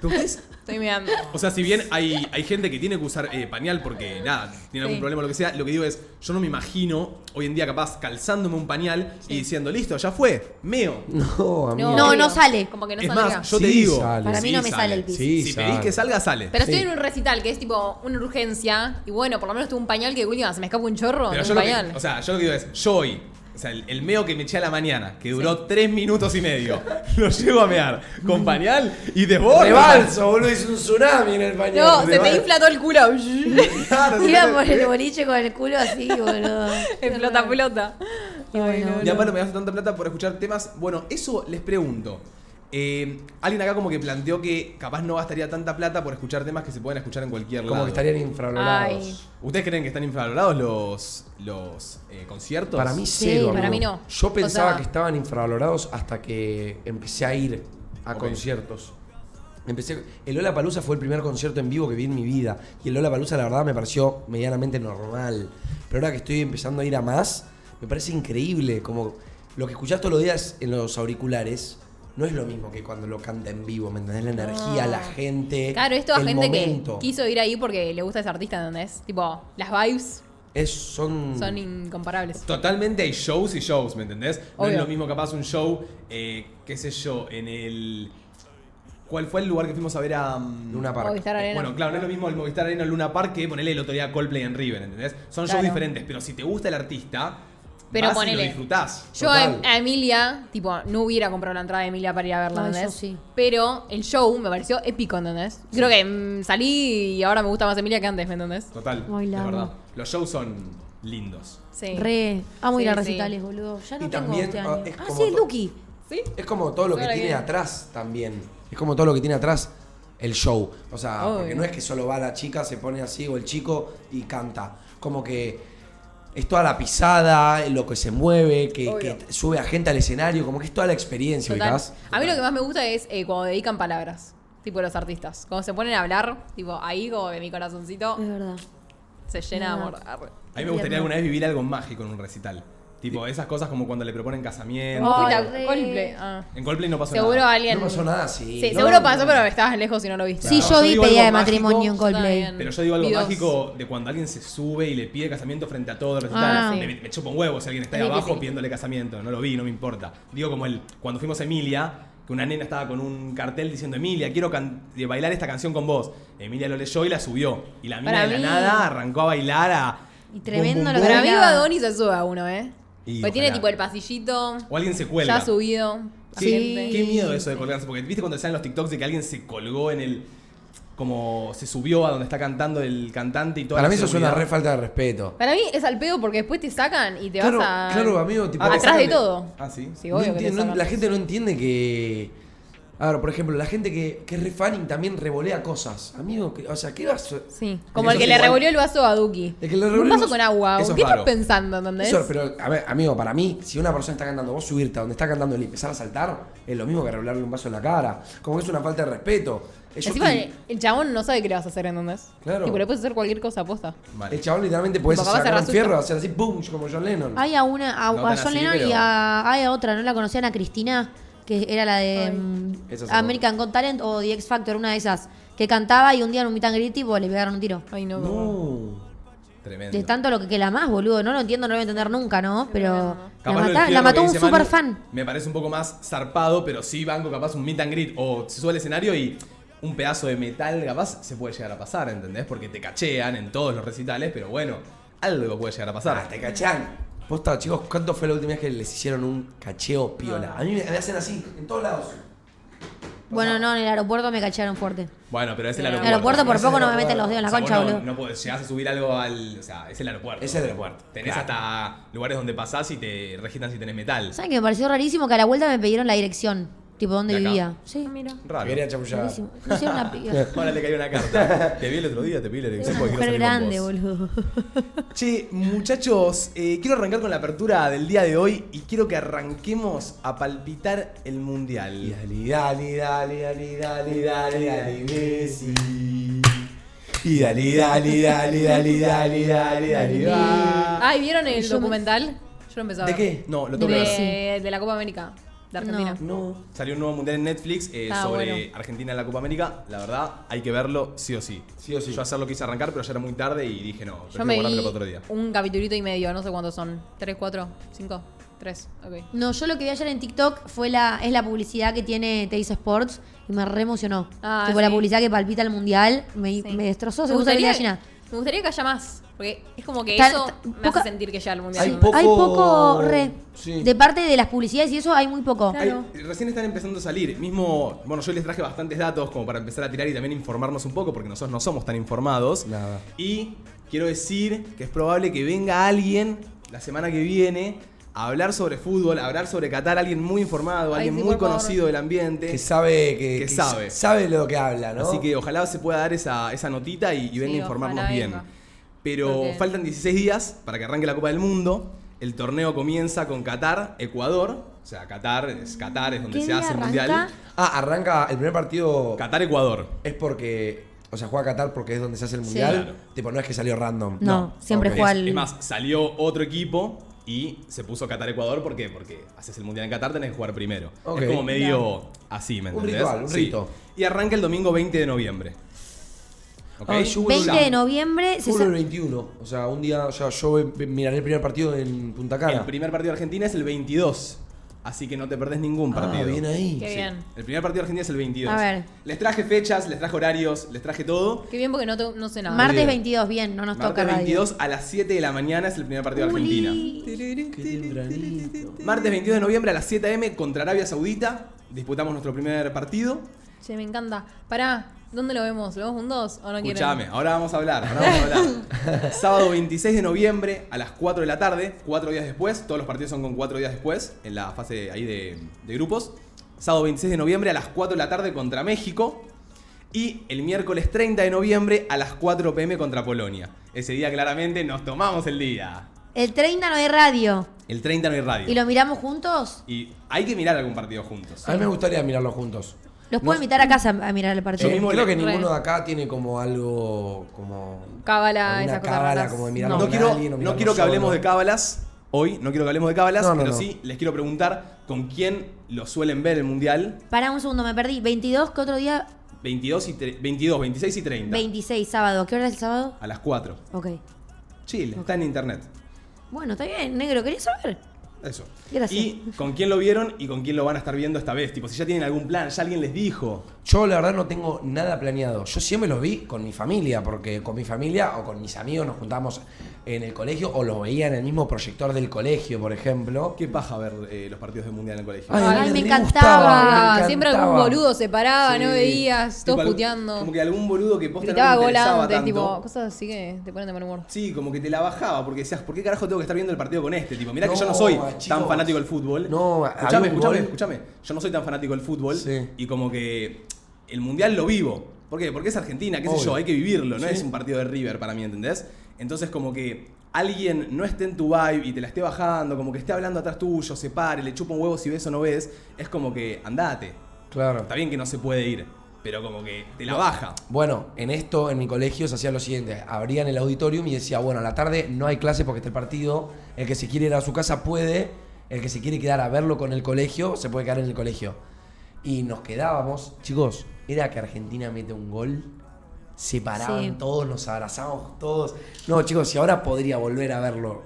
[SPEAKER 1] ¿Tú crees?
[SPEAKER 4] estoy mirando.
[SPEAKER 1] O sea, si bien hay, hay gente que tiene que usar eh, pañal porque nada, tiene algún
[SPEAKER 4] Sí.
[SPEAKER 1] problema o lo que sea, lo que digo es, yo no me imagino hoy en día capaz calzándome un pañal y diciendo, listo, ya fue, meo.
[SPEAKER 2] No, amigo.
[SPEAKER 3] No, no sale.
[SPEAKER 4] Como que no
[SPEAKER 1] es
[SPEAKER 4] saldría.
[SPEAKER 1] más, yo
[SPEAKER 2] Sí
[SPEAKER 1] te digo,
[SPEAKER 2] sale.
[SPEAKER 3] Para mí no me sale el pis.
[SPEAKER 2] Sí,
[SPEAKER 1] si pedís
[SPEAKER 2] sale.
[SPEAKER 1] que salga, sale.
[SPEAKER 4] Pero
[SPEAKER 2] Sí.
[SPEAKER 4] estoy en un recital que es tipo una urgencia. Y bueno, por lo menos tuve un pañal que de última se me escapa un chorro.
[SPEAKER 1] Pero
[SPEAKER 4] tengo
[SPEAKER 1] yo
[SPEAKER 4] un
[SPEAKER 1] lo
[SPEAKER 4] pañal.
[SPEAKER 1] que, o sea, yo lo que digo es, yo hoy, o sea, el, el meo que me eché a la mañana, que duró tres minutos y medio, [LAUGHS] lo llevo a mear con pañal y desbordo.
[SPEAKER 2] Rebalso, boludo, hizo un tsunami en el pañal.
[SPEAKER 4] no, se te
[SPEAKER 2] Rebalso. [LAUGHS]
[SPEAKER 4] infla todo el culo. [LAUGHS]
[SPEAKER 1] Claro, sí,
[SPEAKER 3] Iba
[SPEAKER 1] sí.
[SPEAKER 3] por [LAUGHS] el boliche con el culo así, boludo.
[SPEAKER 4] flota, flota.
[SPEAKER 3] Y bueno.
[SPEAKER 1] Y aparte me gasto tanta plata por escuchar temas. Bueno, eso les pregunto. Eh, alguien acá como que planteó que capaz no gastaría tanta plata por escuchar temas que se pueden escuchar en cualquier
[SPEAKER 2] Como
[SPEAKER 1] lado.
[SPEAKER 2] que estarían infravalorados.
[SPEAKER 4] Ay.
[SPEAKER 1] ¿Ustedes creen que están infravalorados los, los eh, conciertos?
[SPEAKER 2] Para mí
[SPEAKER 3] Sí,
[SPEAKER 2] cero. amigo.
[SPEAKER 4] para mí no.
[SPEAKER 2] Yo pensaba
[SPEAKER 4] O sea-
[SPEAKER 2] que estaban infravalorados hasta que empecé a ir a
[SPEAKER 1] Ok.
[SPEAKER 2] conciertos. Empecé, el Lola Palusa fue el primer concierto en vivo que vi en mi vida. Y el Lola Palusa, la verdad, me pareció medianamente normal. Pero ahora que estoy empezando a ir a más, me parece increíble. Como lo que escuchás todos los días en los auriculares, no es lo mismo que cuando lo canta en vivo, ¿me entendés? La energía, la gente.
[SPEAKER 4] Ah. Claro, esto a
[SPEAKER 2] el
[SPEAKER 4] gente
[SPEAKER 2] momento.
[SPEAKER 4] que quiso ir ahí porque le gusta ese artista, ¿entendés? Tipo, las vibes
[SPEAKER 2] Es, son.
[SPEAKER 4] son incomparables.
[SPEAKER 1] Totalmente hay shows y shows, ¿me entendés? No es
[SPEAKER 4] Obvio.
[SPEAKER 1] lo mismo capaz un show, eh, qué sé yo, en el... ¿Cuál fue el lugar que fuimos a ver a... mm,
[SPEAKER 2] Luna Park.
[SPEAKER 4] Movistar Arena.
[SPEAKER 1] Bueno, claro, no es lo mismo el Movistar Arena o Luna Park que ponerle el otro día Coldplay en River, ¿entendés? Son
[SPEAKER 4] Claro.
[SPEAKER 1] shows diferentes, pero si te gusta el artista,
[SPEAKER 4] Pero
[SPEAKER 1] vas y lo
[SPEAKER 4] ponele.
[SPEAKER 1] disfrutás.
[SPEAKER 4] Yo a,
[SPEAKER 2] Total.
[SPEAKER 4] a Emilia, tipo, no hubiera comprado la entrada de Emilia para ir a verla,
[SPEAKER 3] Ay, yo
[SPEAKER 4] ¿entendés?
[SPEAKER 3] sí.
[SPEAKER 4] Pero el show me pareció épico, ¿entendés? Creo que mm, salí y ahora me gusta más Emilia que antes, ¿me entendés?
[SPEAKER 1] Total,
[SPEAKER 3] Ay, la
[SPEAKER 1] de
[SPEAKER 3] amo.
[SPEAKER 1] verdad. Los shows son lindos.
[SPEAKER 4] Sí.
[SPEAKER 3] Re. Amo ir a
[SPEAKER 4] Sí, sí.
[SPEAKER 3] recitales, boludo. Ya no
[SPEAKER 2] Y
[SPEAKER 3] tengo
[SPEAKER 2] también,
[SPEAKER 3] este
[SPEAKER 2] ah,
[SPEAKER 3] año.
[SPEAKER 2] es
[SPEAKER 3] Ah,
[SPEAKER 2] como
[SPEAKER 3] sí, el
[SPEAKER 2] to-
[SPEAKER 3] Duki.
[SPEAKER 4] ¿Sí?
[SPEAKER 2] Es como todo lo que
[SPEAKER 4] Ahora
[SPEAKER 2] tiene
[SPEAKER 4] bien.
[SPEAKER 2] atrás también. Es como todo lo que tiene atrás el show. O sea,
[SPEAKER 4] Obvio.
[SPEAKER 2] porque no es que solo va la chica, se pone así o el chico y canta. Como que es toda la pisada, lo que se mueve, que,
[SPEAKER 4] Obvio.
[SPEAKER 2] que sube a gente al escenario, como que es toda la experiencia,
[SPEAKER 4] Total.
[SPEAKER 2] ubicás.
[SPEAKER 4] A mí lo que más me gusta es eh, cuando dedican palabras, tipo los artistas. Cuando se ponen a hablar, tipo, ahí como que mi corazoncito
[SPEAKER 3] Es verdad.
[SPEAKER 4] se llena de amor.
[SPEAKER 3] verdad.
[SPEAKER 4] Arre.
[SPEAKER 1] A mí me gustaría
[SPEAKER 3] Tierno.
[SPEAKER 1] alguna vez vivir algo mágico en un recital. Tipo, esas cosas como cuando le proponen casamiento.
[SPEAKER 4] ¿Vos fuiste a
[SPEAKER 3] re.
[SPEAKER 4] Coldplay? Ah.
[SPEAKER 1] En Coldplay no pasó
[SPEAKER 4] Seguro
[SPEAKER 1] nada.
[SPEAKER 4] alguien.
[SPEAKER 2] No pasó nada, sí.
[SPEAKER 4] Sí,
[SPEAKER 2] No,
[SPEAKER 4] seguro
[SPEAKER 2] no,
[SPEAKER 4] pasó,
[SPEAKER 2] no.
[SPEAKER 4] pero estabas lejos y no lo viste.
[SPEAKER 3] Sí,
[SPEAKER 1] Claro.
[SPEAKER 3] yo vi
[SPEAKER 1] Yo digo algo
[SPEAKER 3] pelea de
[SPEAKER 1] mágico,
[SPEAKER 3] matrimonio en
[SPEAKER 4] yo
[SPEAKER 3] Coldplay.
[SPEAKER 4] también.
[SPEAKER 1] Pero yo digo algo
[SPEAKER 4] Vi dos.
[SPEAKER 1] mágico de cuando alguien se sube y le pide casamiento frente a todo el recital.
[SPEAKER 3] Ah,
[SPEAKER 1] me,
[SPEAKER 4] sí.
[SPEAKER 1] me chupa un huevo si alguien está ahí
[SPEAKER 4] Sí, sí,
[SPEAKER 1] abajo
[SPEAKER 4] sí.
[SPEAKER 1] pidiéndole casamiento. No lo vi, no me importa. Digo como el cuando fuimos a Emilia, que una nena estaba con un cartel diciendo Emilia, quiero can- de bailar esta canción con vos. Emilia lo leyó y la subió. Y la mina
[SPEAKER 4] Para
[SPEAKER 1] de la
[SPEAKER 4] mí-
[SPEAKER 1] nada arrancó a bailar a...
[SPEAKER 3] Y tremendo
[SPEAKER 1] Bum, bum,
[SPEAKER 3] lo que
[SPEAKER 1] bum.
[SPEAKER 4] Para mí
[SPEAKER 3] Hola.
[SPEAKER 4] Badoni se sube a uno, ¿eh?
[SPEAKER 1] Y
[SPEAKER 4] Porque tiene
[SPEAKER 1] ojalá.
[SPEAKER 4] tipo el pasillito.
[SPEAKER 1] O alguien se cuelga.
[SPEAKER 4] Ya subido.
[SPEAKER 1] Qué,
[SPEAKER 4] gente.
[SPEAKER 1] qué miedo eso de colgarse, porque viste cuando salen los TikToks de que alguien se colgó en el. como se subió a donde está cantando el cantante y todo.
[SPEAKER 2] Para mí eso es una re falta de respeto.
[SPEAKER 4] Para mí es al pedo porque después te sacan y te
[SPEAKER 2] Claro,
[SPEAKER 4] vas a.
[SPEAKER 2] claro, amigo, tipo-
[SPEAKER 4] atrás
[SPEAKER 1] sacan
[SPEAKER 4] de
[SPEAKER 1] de-
[SPEAKER 4] todo.
[SPEAKER 1] Ah, sí.
[SPEAKER 4] Sí,
[SPEAKER 2] No
[SPEAKER 4] obvio que te
[SPEAKER 2] entiende- no-
[SPEAKER 4] sacan.
[SPEAKER 2] la gente no entiende que. A ver, por ejemplo, la gente que, que es re fanning también revolea cosas. Amigo, que- o sea, ¿qué vas a-
[SPEAKER 4] Sí. Como el
[SPEAKER 2] Eso
[SPEAKER 4] que
[SPEAKER 2] es
[SPEAKER 4] le
[SPEAKER 2] igual.
[SPEAKER 4] revolvió el vaso a Duki.
[SPEAKER 2] El que le
[SPEAKER 4] Un
[SPEAKER 2] revolvió el
[SPEAKER 4] vaso
[SPEAKER 2] vaso-
[SPEAKER 4] con agua.
[SPEAKER 1] eso es
[SPEAKER 4] ¿Qué estás
[SPEAKER 1] raro.
[SPEAKER 4] pensando, entendés?
[SPEAKER 2] Eso, pero, a ver, amigo, para mí, si una persona está cantando, vos subirte a donde está cantando y empezar a saltar, es lo mismo que revelarle un vaso en la cara. Como que es una falta de respeto. Eh, yo
[SPEAKER 4] Encima,
[SPEAKER 2] te-
[SPEAKER 4] el, el chabón no sabe qué le vas a hacer, ¿entendés?
[SPEAKER 2] Claro.
[SPEAKER 4] Tipo, le puedes hacer cualquier cosa aposta.
[SPEAKER 1] Mal.
[SPEAKER 2] el chabón literalmente podés
[SPEAKER 4] Tipo, capaz
[SPEAKER 2] sacar un
[SPEAKER 4] se
[SPEAKER 2] fierro, hacer así, boom, como John Lennon.
[SPEAKER 3] Hay a una, a,
[SPEAKER 1] No
[SPEAKER 3] a
[SPEAKER 1] tan
[SPEAKER 3] John
[SPEAKER 1] así,
[SPEAKER 3] Lennon y
[SPEAKER 1] pero-
[SPEAKER 3] a, hay a otra, no la conocían a Cristina, que era la de mm,
[SPEAKER 2] Esa es otra.
[SPEAKER 3] American Got Talent o The X Factor, una de esas, que cantaba y un día en un meet and greet, tipo, le pegaron un tiro.
[SPEAKER 4] Ay, no.
[SPEAKER 2] No.
[SPEAKER 1] Tremendo.
[SPEAKER 3] De tanto lo que, que la más, boludo. No lo entiendo, no lo voy a entender nunca, ¿no? Pero la,
[SPEAKER 1] Capaz lo del
[SPEAKER 3] mata-
[SPEAKER 1] fierro
[SPEAKER 3] la mató
[SPEAKER 1] que
[SPEAKER 3] un
[SPEAKER 1] dice Manu
[SPEAKER 3] super fan.
[SPEAKER 1] Me parece un poco más zarpado, pero sí banco capaz un meet and greet. O se sube al escenario y un pedazo de metal capaz se puede llegar a pasar, ¿entendés? Porque te cachean en todos los recitales, pero bueno, algo puede llegar a pasar.
[SPEAKER 2] Ah, te cachan. Posta, chicos, ¿cuánto fue la última vez que les hicieron un cacheo piola? A mí me, me hacen así, en todos lados.
[SPEAKER 3] Bueno, no, en el aeropuerto me cacharon fuerte.
[SPEAKER 1] Bueno, pero es el aeropuerto.
[SPEAKER 4] En el
[SPEAKER 3] En el aeropuerto por
[SPEAKER 2] es
[SPEAKER 3] poco
[SPEAKER 2] el
[SPEAKER 3] no me meten
[SPEAKER 2] aeropuerto.
[SPEAKER 3] los dedos en la
[SPEAKER 1] O sea,
[SPEAKER 3] concha,
[SPEAKER 1] vos no,
[SPEAKER 3] boludo.
[SPEAKER 1] no podés- llegás a subir algo al. O sea, es el aeropuerto.
[SPEAKER 2] Es el aeropuerto,
[SPEAKER 1] Tenés
[SPEAKER 2] claro.
[SPEAKER 1] hasta lugares donde pasás y te regitan si tenés metal.
[SPEAKER 3] ¿Saben que me pareció rarísimo que a la vuelta me pidieron la dirección? Tipo, ¿dónde
[SPEAKER 1] ¿De acá?
[SPEAKER 3] vivía? Sí,
[SPEAKER 1] Raro.
[SPEAKER 2] Quería chamullar.
[SPEAKER 3] rarísimo. No hicieron
[SPEAKER 1] [LAUGHS]
[SPEAKER 3] una pica.
[SPEAKER 1] Ahora le cayó una
[SPEAKER 2] [LAUGHS]
[SPEAKER 1] carta. Te vi el otro día, te vi la
[SPEAKER 3] Era
[SPEAKER 1] dirección
[SPEAKER 3] una
[SPEAKER 1] porque quiero
[SPEAKER 3] mujer
[SPEAKER 1] salir con vos.
[SPEAKER 3] grande, boludo.
[SPEAKER 1] Che, muchachos, eh, quiero arrancar con la apertura del día de hoy y quiero que arranquemos a palpitar el
[SPEAKER 2] Y
[SPEAKER 1] mundial.
[SPEAKER 2] dale, dale, dale, dale, dale, dale, dale, Messi. Y dale, dale, dale, dale, dale, dale, dale, va.
[SPEAKER 4] Ay, ¿vieron el
[SPEAKER 3] Yo me-
[SPEAKER 4] documental? Yo lo empecé a
[SPEAKER 2] ¿De
[SPEAKER 4] ver.
[SPEAKER 2] qué?
[SPEAKER 1] No, lo tengo que ver.
[SPEAKER 4] De, de la Copa América. De Argentina.
[SPEAKER 3] No.
[SPEAKER 2] No.
[SPEAKER 1] Salió un nuevo mundial en Netflix eh,
[SPEAKER 4] Está
[SPEAKER 1] sobre
[SPEAKER 4] Ah, bueno.
[SPEAKER 1] Argentina en la Copa América. La verdad, hay que verlo sí o sí.
[SPEAKER 2] Sí o sí.
[SPEAKER 1] Yo hacer lo quise arrancar, pero ya era muy tarde y dije no,
[SPEAKER 4] Yo
[SPEAKER 1] prefiero
[SPEAKER 4] me
[SPEAKER 1] guardármelo
[SPEAKER 4] vi
[SPEAKER 1] para otro día.
[SPEAKER 4] un capitulito y medio, no sé cuántos son. ¿Tres, cuatro, cinco? Tres, ok.
[SPEAKER 3] No, yo lo que vi ayer en TikTok fue la, es la publicidad que tiene Teis Sports y me re emocionó.
[SPEAKER 4] Ah,
[SPEAKER 3] tipo la
[SPEAKER 4] sí.
[SPEAKER 3] publicidad que palpita el mundial, me,
[SPEAKER 4] Sí.
[SPEAKER 3] me destrozó,
[SPEAKER 4] Me
[SPEAKER 3] se puso la
[SPEAKER 4] gustaría-
[SPEAKER 3] gallina.
[SPEAKER 4] Me gustaría que haya más, porque es como que
[SPEAKER 3] Tan-
[SPEAKER 4] eso
[SPEAKER 3] tan-
[SPEAKER 4] me
[SPEAKER 3] poca-
[SPEAKER 4] hace sentir que ya el mundial.
[SPEAKER 2] Hay
[SPEAKER 4] no-
[SPEAKER 2] poco-
[SPEAKER 3] Hay poco re.
[SPEAKER 2] Sí.
[SPEAKER 3] De parte de las publicidades y eso hay muy poco.
[SPEAKER 4] Claro.
[SPEAKER 1] Ay, recién están empezando a salir. Mismo, bueno, yo les traje bastantes datos como para empezar a tirar y también informarnos un poco, porque nosotros no somos tan informados.
[SPEAKER 2] Nada.
[SPEAKER 1] Y quiero decir que es probable que venga alguien la semana que viene a hablar sobre fútbol, a hablar sobre Qatar, alguien muy informado,
[SPEAKER 4] Ay,
[SPEAKER 1] alguien
[SPEAKER 4] sí,
[SPEAKER 1] muy
[SPEAKER 4] por favor.
[SPEAKER 1] conocido del ambiente.
[SPEAKER 2] Que sabe que,
[SPEAKER 1] Que sabe.
[SPEAKER 2] sabe lo que habla, ¿no?
[SPEAKER 1] Así que ojalá se pueda dar esa, esa notita y, y venga
[SPEAKER 4] Sí,
[SPEAKER 1] a informarnos
[SPEAKER 4] ojalá
[SPEAKER 1] bien.
[SPEAKER 4] venga.
[SPEAKER 1] Pero
[SPEAKER 4] Porque-
[SPEAKER 1] faltan 16 días para que arranque la Copa del Mundo. El torneo comienza con Qatar, Ecuador. O sea, Qatar es Qatar, es donde
[SPEAKER 3] ¿Qué
[SPEAKER 1] se
[SPEAKER 3] día
[SPEAKER 1] hace el
[SPEAKER 3] arranca?
[SPEAKER 1] mundial.
[SPEAKER 2] Ah, arranca el primer partido
[SPEAKER 1] Qatar, Ecuador.
[SPEAKER 2] es porque, o sea, juega Qatar porque es donde se hace el mundial.
[SPEAKER 1] Claro.
[SPEAKER 2] Tipo, no es que salió random.
[SPEAKER 3] No, siempre
[SPEAKER 2] Ok.
[SPEAKER 3] juega
[SPEAKER 1] Es,
[SPEAKER 3] el-
[SPEAKER 1] es más, salió otro equipo Y se puso Qatar-Ecuador, ¿por qué? Porque haces el Mundial en Qatar, tenés que jugar primero.
[SPEAKER 2] Ok.
[SPEAKER 1] Es como medio así, ¿me
[SPEAKER 2] Un
[SPEAKER 1] entendés?
[SPEAKER 2] ritual, un
[SPEAKER 1] Sí.
[SPEAKER 2] rito.
[SPEAKER 1] Y arranca el domingo 20 de noviembre. ¿Ok?
[SPEAKER 2] Ay, yo voy
[SPEAKER 3] 20 de noviembre se
[SPEAKER 2] Fútbol
[SPEAKER 3] sa-
[SPEAKER 2] 21. O sea, un día ya yo ve- miraré el primer partido en Punta
[SPEAKER 1] el
[SPEAKER 2] Cana.
[SPEAKER 1] primer partido de Argentina es el 22. Así que no te perdés ningún partido.
[SPEAKER 2] Ah, bien
[SPEAKER 4] Qué
[SPEAKER 2] ahí.
[SPEAKER 1] Sí.
[SPEAKER 4] bien.
[SPEAKER 1] El primer partido de Argentina es el 22.
[SPEAKER 3] A ver.
[SPEAKER 1] Les traje fechas, les traje horarios, les traje todo.
[SPEAKER 4] Qué bien porque no, te- no sé nada.
[SPEAKER 3] Martes
[SPEAKER 2] bien.
[SPEAKER 3] 22, bien, no nos
[SPEAKER 1] Martes
[SPEAKER 3] toca radio.
[SPEAKER 1] 22 a las 7 de la mañana es el primer partido de Argentina.
[SPEAKER 2] Qué tempranito.
[SPEAKER 1] Este- Martes 22 de noviembre a las 7 am contra Arabia Saudita. Disputamos nuestro primer partido.
[SPEAKER 4] Che, me encanta. Pará, ¿dónde lo vemos? ¿Lo vemos juntos o no quieren?
[SPEAKER 1] Escuchame, ahora vamos a hablar. Ahora vamos a hablar. Sábado 26 de noviembre a las 4 de la tarde, cuatro días después. Todos los partidos son con cuatro días después, en la fase ahí de, de grupos. Sábado 26 de noviembre a las 4 de la tarde contra México. Y el miércoles 30 de noviembre a las 4 pm contra Polonia. Ese día claramente nos tomamos el día.
[SPEAKER 3] El 30 no hay radio.
[SPEAKER 1] El 30 no hay radio.
[SPEAKER 3] ¿Y lo miramos juntos?
[SPEAKER 1] Y hay que mirar algún partido juntos.
[SPEAKER 2] A mí me gustaría mirarlo juntos.
[SPEAKER 3] Los
[SPEAKER 2] No-
[SPEAKER 3] puedo invitar a casa a mirar el
[SPEAKER 1] Yo
[SPEAKER 3] partido.
[SPEAKER 2] Eh,
[SPEAKER 1] mismo
[SPEAKER 2] creo
[SPEAKER 1] le-
[SPEAKER 2] que ninguno de acá tiene como algo como
[SPEAKER 4] Cábala,
[SPEAKER 2] alguna
[SPEAKER 4] esas cosas
[SPEAKER 2] cábala,
[SPEAKER 4] raras.
[SPEAKER 2] como de
[SPEAKER 1] No,
[SPEAKER 2] mirarlo con
[SPEAKER 1] quiero,
[SPEAKER 2] alguien o
[SPEAKER 1] no
[SPEAKER 2] mirarlo
[SPEAKER 1] quiero que hablemos
[SPEAKER 2] solo.
[SPEAKER 1] de cábalas hoy, no quiero que hablemos de cábalas,
[SPEAKER 2] No, no,
[SPEAKER 1] pero
[SPEAKER 2] no.
[SPEAKER 1] sí les quiero preguntar con quién lo suelen ver el mundial
[SPEAKER 3] Pará un segundo, me perdí. 22, ¿qué otro día?
[SPEAKER 1] 22, y tre- 22 26 y 30.
[SPEAKER 3] 26, sábado. ¿Qué hora es el sábado?
[SPEAKER 1] A las 4.
[SPEAKER 3] Ok.
[SPEAKER 1] Chile, está en internet.
[SPEAKER 3] Bueno, está bien, negro, quería saber.
[SPEAKER 1] Eso.
[SPEAKER 3] Gracias.
[SPEAKER 1] Y con quién lo vieron y con quién lo van a estar viendo esta vez. Tipo, si ya tienen algún plan, ya alguien les dijo.
[SPEAKER 2] Yo la verdad no tengo nada planeado. Yo siempre los vi con mi familia, porque con mi familia o con mis amigos nos juntábamos en el colegio o los veía en el mismo proyector del colegio, por ejemplo.
[SPEAKER 1] Qué paja ver eh, los partidos del mundial en el colegio.
[SPEAKER 3] Ay,
[SPEAKER 2] a mí
[SPEAKER 3] me
[SPEAKER 2] re
[SPEAKER 3] encantaba.
[SPEAKER 1] Ah,
[SPEAKER 2] gustaba, me
[SPEAKER 4] Ah, Siempre algún
[SPEAKER 2] encantaba.
[SPEAKER 4] boludo se paraba, Ah, no
[SPEAKER 2] Sí.
[SPEAKER 4] veías, todos
[SPEAKER 1] Tipo, algún-
[SPEAKER 4] puteando.
[SPEAKER 1] Como que algún boludo que posta
[SPEAKER 4] Gritaba
[SPEAKER 1] no le
[SPEAKER 4] gol
[SPEAKER 1] interesaba
[SPEAKER 4] antes,
[SPEAKER 1] tanto.
[SPEAKER 4] tipo, cosas así que te ponen de mal humor.
[SPEAKER 1] Sí, como que te la bajaba porque decías, ¿por qué carajo tengo que estar viendo el partido con este? Tipo, mirá que
[SPEAKER 2] No,
[SPEAKER 1] yo no soy
[SPEAKER 2] chicos.
[SPEAKER 1] tan fanático del fútbol.
[SPEAKER 2] No, había un
[SPEAKER 1] escuchame, escuchame,
[SPEAKER 2] gol.
[SPEAKER 1] escuchame. Yo no soy tan fanático del fútbol
[SPEAKER 2] Sí.
[SPEAKER 1] y como que el mundial lo vivo. ¿Por qué? Porque es Argentina, qué sé
[SPEAKER 2] Obvio.
[SPEAKER 1] yo, hay que vivirlo, no
[SPEAKER 2] Sí.
[SPEAKER 1] es un partido de River para mí, ¿entendés? Entonces como que alguien no esté en tu vibe y te la esté bajando, como que esté hablando atrás tuyo, se pare, le chupa un huevo si ves o no ves, es como que andate.
[SPEAKER 2] Claro.
[SPEAKER 1] Está bien que no se puede ir, pero como que te la baja.
[SPEAKER 2] Bueno, en esto, en mi colegio, se hacía lo siguiente. Abrían el auditorium y decía, bueno, a la tarde no hay clase porque está el partido. El que se quiere ir a su casa puede. El que se quiere quedar a verlo con el colegio, se puede quedar en el colegio. Y nos quedábamos. Chicos, era que Argentina mete un gol. Se paraban
[SPEAKER 3] Sí.
[SPEAKER 2] todos, nos abrazamos todos. No, chicos, si ahora podría volver a verlo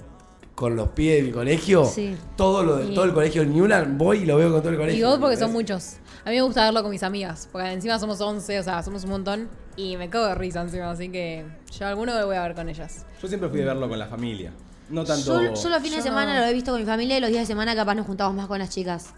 [SPEAKER 2] con los pies de mi colegio,
[SPEAKER 3] Sí.
[SPEAKER 2] todo, lo,
[SPEAKER 3] Y-
[SPEAKER 2] todo el colegio de Newland, voy y lo veo con todo el colegio.
[SPEAKER 4] Y vos porque son
[SPEAKER 2] ¿entendés?
[SPEAKER 4] muchos. A mí me gusta verlo con mis amigas, porque encima somos 11, o sea, somos un montón. Y me cago de risa encima, así que yo alguno lo voy a ver con ellas.
[SPEAKER 1] Yo siempre fui de verlo con la familia. No tanto...
[SPEAKER 3] Yo, yo los fines de semana lo he visto con mi familia y los días de semana capaz nos juntamos más con las chicas.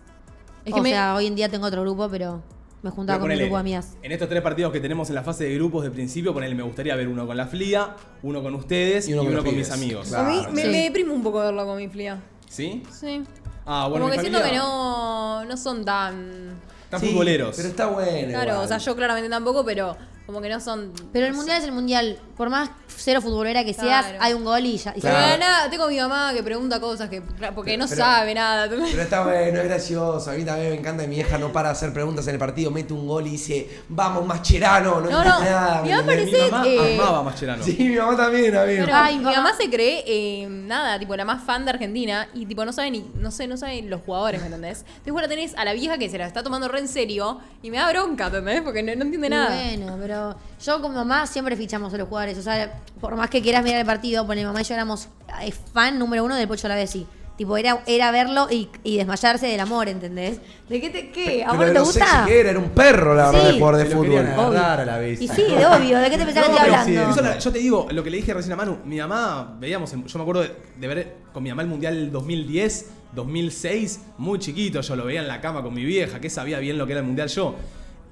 [SPEAKER 4] Es que
[SPEAKER 3] o
[SPEAKER 4] me-
[SPEAKER 3] sea, hoy en día tengo otro grupo, pero me juntaba
[SPEAKER 1] Pero
[SPEAKER 3] con mi
[SPEAKER 1] ponele,
[SPEAKER 3] grupo de amigas.
[SPEAKER 1] En estos tres partidos que tenemos en la fase de grupos de principio, ponele, me gustaría ver uno con la FLIA, uno con ustedes y uno, con,
[SPEAKER 2] los
[SPEAKER 1] mis
[SPEAKER 2] pibes.
[SPEAKER 1] amigos.
[SPEAKER 2] Claro.
[SPEAKER 4] a mí me,
[SPEAKER 3] sí.
[SPEAKER 4] me deprimo un poco verlo con mi flia.
[SPEAKER 1] ¿Sí?
[SPEAKER 4] Sí.
[SPEAKER 1] Ah, bueno,
[SPEAKER 4] Como
[SPEAKER 1] mi
[SPEAKER 4] que
[SPEAKER 1] familia
[SPEAKER 4] siento que no, no son tan...
[SPEAKER 1] Están
[SPEAKER 2] Sí,
[SPEAKER 1] futboleros.
[SPEAKER 2] Pero está bueno.
[SPEAKER 4] Claro,
[SPEAKER 2] igual.
[SPEAKER 4] o sea, yo claramente tampoco, pero como que no son...
[SPEAKER 3] Pero el mundial es el mundial. Por más cero futbolera que seas,
[SPEAKER 4] Claro.
[SPEAKER 3] hay un gol y ya. y
[SPEAKER 4] Y
[SPEAKER 3] se
[SPEAKER 4] se me
[SPEAKER 2] Claro.
[SPEAKER 3] gana.
[SPEAKER 4] gana- tengo a mi mamá que pregunta cosas que porque no
[SPEAKER 2] Pero-
[SPEAKER 4] sabe nada.
[SPEAKER 2] Pero está bueno, es gracioso. A mí también me encanta. Mi vieja no para de hacer preguntas en el partido. Mete un gol y dice, vamos, Mascherano. No,
[SPEAKER 4] No,
[SPEAKER 2] es
[SPEAKER 4] no,
[SPEAKER 2] nada.
[SPEAKER 4] mi
[SPEAKER 2] ¿me
[SPEAKER 4] mamá
[SPEAKER 2] entendés?
[SPEAKER 4] parece-
[SPEAKER 1] Mi mamá
[SPEAKER 4] eh,
[SPEAKER 1] amaba a Mascherano.
[SPEAKER 2] Sí, mi mamá también, amigo.
[SPEAKER 4] Pero
[SPEAKER 3] Ay,
[SPEAKER 4] mi
[SPEAKER 3] papá.
[SPEAKER 4] mamá se cree eh, nada, tipo la más fan de Argentina y tipo no sabe ni, no sé, no sabe los jugadores,
[SPEAKER 3] [LAUGHS]
[SPEAKER 4] ¿me entendés? Después ahora tenés a la vieja que se la está tomando re en serio y me da bronca, ¿entendés? Porque no, no entiende
[SPEAKER 3] Y
[SPEAKER 4] nada.
[SPEAKER 3] Bueno, pero yo con mamá siempre fichamos a los jugadores. O sea, por más que quieras mirar el partido, ponele mamá y yo éramos eh, fan número uno del Pocho Lavesi. Tipo, era, era verlo y, y desmayarse del amor, ¿entendés? ¿De qué te qué? ¿A vos no
[SPEAKER 2] Pero
[SPEAKER 3] te
[SPEAKER 2] no sé
[SPEAKER 3] gusta?
[SPEAKER 2] si era, era un perro, la verdad,
[SPEAKER 3] Sí.
[SPEAKER 2] de jugar de
[SPEAKER 1] Se lo querían
[SPEAKER 2] fútbol.
[SPEAKER 1] agarrar a la vez.
[SPEAKER 3] Y sí, de obvio, ¿de qué
[SPEAKER 1] No,
[SPEAKER 3] te pensás que estoy
[SPEAKER 1] pero sí,
[SPEAKER 3] hablando?
[SPEAKER 1] eso la- yo te digo, lo que le dije recién a Manu, mi mamá, veíamos, en- yo me acuerdo de, de ver con mi mamá el Mundial 2010, 2006, muy chiquito, yo lo veía en la cama con mi vieja, que sabía bien lo que era el Mundial yo.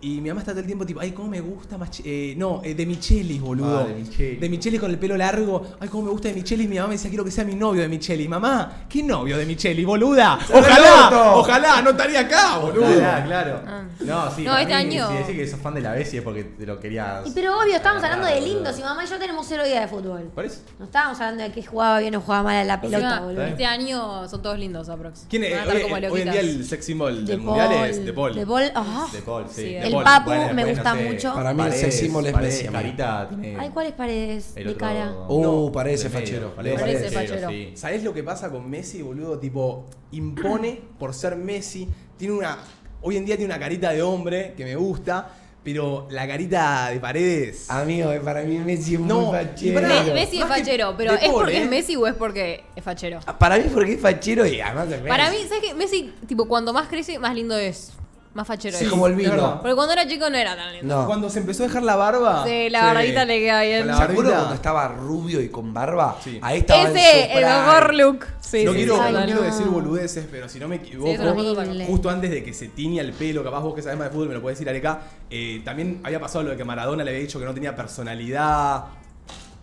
[SPEAKER 1] Y mi mamá está todo el tiempo tipo, ay, cómo me gusta Mach- eh, no, eh, de Michelis, boludo.
[SPEAKER 2] Ah, De Michelis.
[SPEAKER 1] De Michelis con el pelo largo, ay, cómo me gusta de Michelis, mi mamá me decía, quiero que sea mi novio de Michelis. Mamá, ¿qué novio de Michelis,
[SPEAKER 2] [LAUGHS]
[SPEAKER 1] boluda?
[SPEAKER 2] el
[SPEAKER 1] Ojalá,
[SPEAKER 2] orto!
[SPEAKER 1] ojalá, no estaría acá, boludo.
[SPEAKER 5] Claro, claro.
[SPEAKER 4] Ah.
[SPEAKER 5] No, sí,
[SPEAKER 4] No,
[SPEAKER 5] para
[SPEAKER 4] este
[SPEAKER 5] mí,
[SPEAKER 4] año-
[SPEAKER 5] Si decís que sos fan de la Bessie es porque te lo querías.
[SPEAKER 3] Y pero obvio, estamos hablando de
[SPEAKER 5] boludo.
[SPEAKER 3] lindo. Si mamá y yo tenemos cero idea de fútbol.
[SPEAKER 5] ¿Por eso?
[SPEAKER 3] No estábamos hablando de que jugaba bien o jugaba mal a la pelota,
[SPEAKER 4] Encima,
[SPEAKER 3] boludo.
[SPEAKER 4] este año son todos lindos, aprox.
[SPEAKER 1] ¿Quién es?
[SPEAKER 4] Van a
[SPEAKER 1] Hoy,
[SPEAKER 4] estar como
[SPEAKER 1] hoy en
[SPEAKER 4] loquitas.
[SPEAKER 1] día el sex symbol del Mundial es De Paul.
[SPEAKER 3] De Paul, ah. ajá.
[SPEAKER 5] De Paul, sí.
[SPEAKER 4] Sí,
[SPEAKER 5] De
[SPEAKER 3] Es
[SPEAKER 4] de
[SPEAKER 3] El
[SPEAKER 1] Paul.
[SPEAKER 3] Papu
[SPEAKER 1] Bueno,
[SPEAKER 3] me
[SPEAKER 1] bueno,
[SPEAKER 3] gusta
[SPEAKER 1] sí.
[SPEAKER 3] mucho.
[SPEAKER 2] Para mí el
[SPEAKER 5] Paredes,
[SPEAKER 2] sexismo les
[SPEAKER 5] Paredes,
[SPEAKER 2] Messi, amigo.
[SPEAKER 5] Carita tiene.
[SPEAKER 3] Ay, ¿cuál es paredes
[SPEAKER 5] el
[SPEAKER 3] de
[SPEAKER 5] otro-
[SPEAKER 3] cara?
[SPEAKER 2] Uh,
[SPEAKER 1] No,
[SPEAKER 2] parece
[SPEAKER 5] de medio,
[SPEAKER 2] fachero.
[SPEAKER 5] Paredes
[SPEAKER 4] Parece
[SPEAKER 5] fachero,
[SPEAKER 4] fachero.
[SPEAKER 5] sí.
[SPEAKER 1] ¿Sabés lo que pasa con Messi, boludo? Tipo, impone [CLEARS THROAT] por ser Messi. Tiene una. Hoy en día tiene una carita de hombre que me gusta, pero la carita de paredes.
[SPEAKER 2] Amigo, eh, para mí Messi es
[SPEAKER 1] No,
[SPEAKER 2] muy
[SPEAKER 1] y
[SPEAKER 2] fachero.
[SPEAKER 1] pará.
[SPEAKER 4] Me-
[SPEAKER 1] Claro.
[SPEAKER 4] Messi es
[SPEAKER 1] Más que
[SPEAKER 4] fachero, pero
[SPEAKER 1] de
[SPEAKER 4] ¿es
[SPEAKER 1] Paul,
[SPEAKER 4] porque
[SPEAKER 1] ¿eh?
[SPEAKER 4] es Messi o es porque es fachero?
[SPEAKER 2] Ah, Para mí porque es fachero y además es
[SPEAKER 4] Para
[SPEAKER 2] Messi.
[SPEAKER 4] mí, ¿sabes qué? Messi, tipo, cuando más crece, más lindo es. Más fachero
[SPEAKER 2] Sí,
[SPEAKER 4] es.
[SPEAKER 2] como el
[SPEAKER 1] es
[SPEAKER 2] vino.
[SPEAKER 1] verdad.
[SPEAKER 4] Porque cuando era chico no era tan lindo.
[SPEAKER 2] No.
[SPEAKER 1] Cuando se empezó a dejar la barba.
[SPEAKER 4] Sí, la barbita le queda bien.
[SPEAKER 1] Con la
[SPEAKER 2] ¿Se acuerdan
[SPEAKER 1] barbita.
[SPEAKER 2] cuando estaba rubio y con barba?
[SPEAKER 1] Sí.
[SPEAKER 2] Ahí estaba en
[SPEAKER 4] Ese,
[SPEAKER 2] su
[SPEAKER 4] el
[SPEAKER 2] prime.
[SPEAKER 4] mejor look. Sí,
[SPEAKER 1] no
[SPEAKER 4] sí,
[SPEAKER 1] quiero,
[SPEAKER 4] sí,
[SPEAKER 1] no
[SPEAKER 4] total.
[SPEAKER 1] quiero
[SPEAKER 3] no.
[SPEAKER 1] decir boludeces, pero si no me equivoco,
[SPEAKER 4] es una foto
[SPEAKER 3] horrible.
[SPEAKER 1] justo antes de que se tiña el pelo, capaz vos que sabés más de fútbol me lo podés decir, Areca, eh, también había pasado lo de que Maradona le había dicho que no tenía personalidad.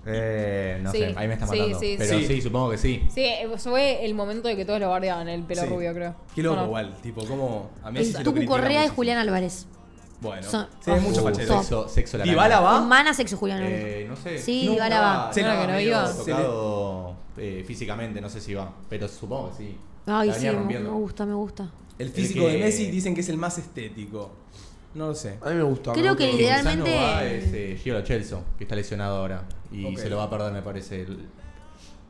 [SPEAKER 5] Eh, no
[SPEAKER 4] Sí,
[SPEAKER 5] sé, ahí me está
[SPEAKER 4] sí,
[SPEAKER 5] matando.
[SPEAKER 4] sí,
[SPEAKER 5] pero
[SPEAKER 1] sí.
[SPEAKER 5] sí, supongo que sí.
[SPEAKER 4] Sí, fue el momento de que todos lo bardeaban, el pelo
[SPEAKER 1] Sí.
[SPEAKER 4] rubio, creo.
[SPEAKER 1] Qué loco,
[SPEAKER 4] Bueno.
[SPEAKER 1] igual, tipo, como a Messi se
[SPEAKER 3] El
[SPEAKER 1] lo
[SPEAKER 3] Tucu
[SPEAKER 1] critican
[SPEAKER 3] Correa es
[SPEAKER 1] muchísimo.
[SPEAKER 3] Julián Álvarez.
[SPEAKER 1] Bueno,
[SPEAKER 3] Son-
[SPEAKER 1] sí, hay mucho
[SPEAKER 5] Uh,
[SPEAKER 1] fachero.
[SPEAKER 5] sexo, sexo la
[SPEAKER 1] Dybala
[SPEAKER 5] nana.
[SPEAKER 1] va.
[SPEAKER 3] Humana sexo Julián Álvarez.
[SPEAKER 5] Eh, no sé.
[SPEAKER 3] Sí,
[SPEAKER 5] No,
[SPEAKER 3] Dybala va.
[SPEAKER 5] estaba
[SPEAKER 4] Claro que no
[SPEAKER 5] medio
[SPEAKER 4] iba.
[SPEAKER 5] Tocado eh, físicamente, no sé si va, pero supongo que sí.
[SPEAKER 3] Ay,
[SPEAKER 5] La venía
[SPEAKER 3] sí, me,
[SPEAKER 5] rompiendo.
[SPEAKER 3] me gusta, me gusta.
[SPEAKER 1] El físico
[SPEAKER 5] El que-
[SPEAKER 1] de Messi dicen que es el más estético. No lo sé.
[SPEAKER 2] A mí me gustó.
[SPEAKER 3] Creo
[SPEAKER 2] me gustó.
[SPEAKER 3] que
[SPEAKER 5] El que quizás no
[SPEAKER 3] Idealmente-
[SPEAKER 5] va es eh, Gio Lo Celso, que está lesionado ahora. Y
[SPEAKER 1] Ok.
[SPEAKER 5] se lo va a perder, me parece. el-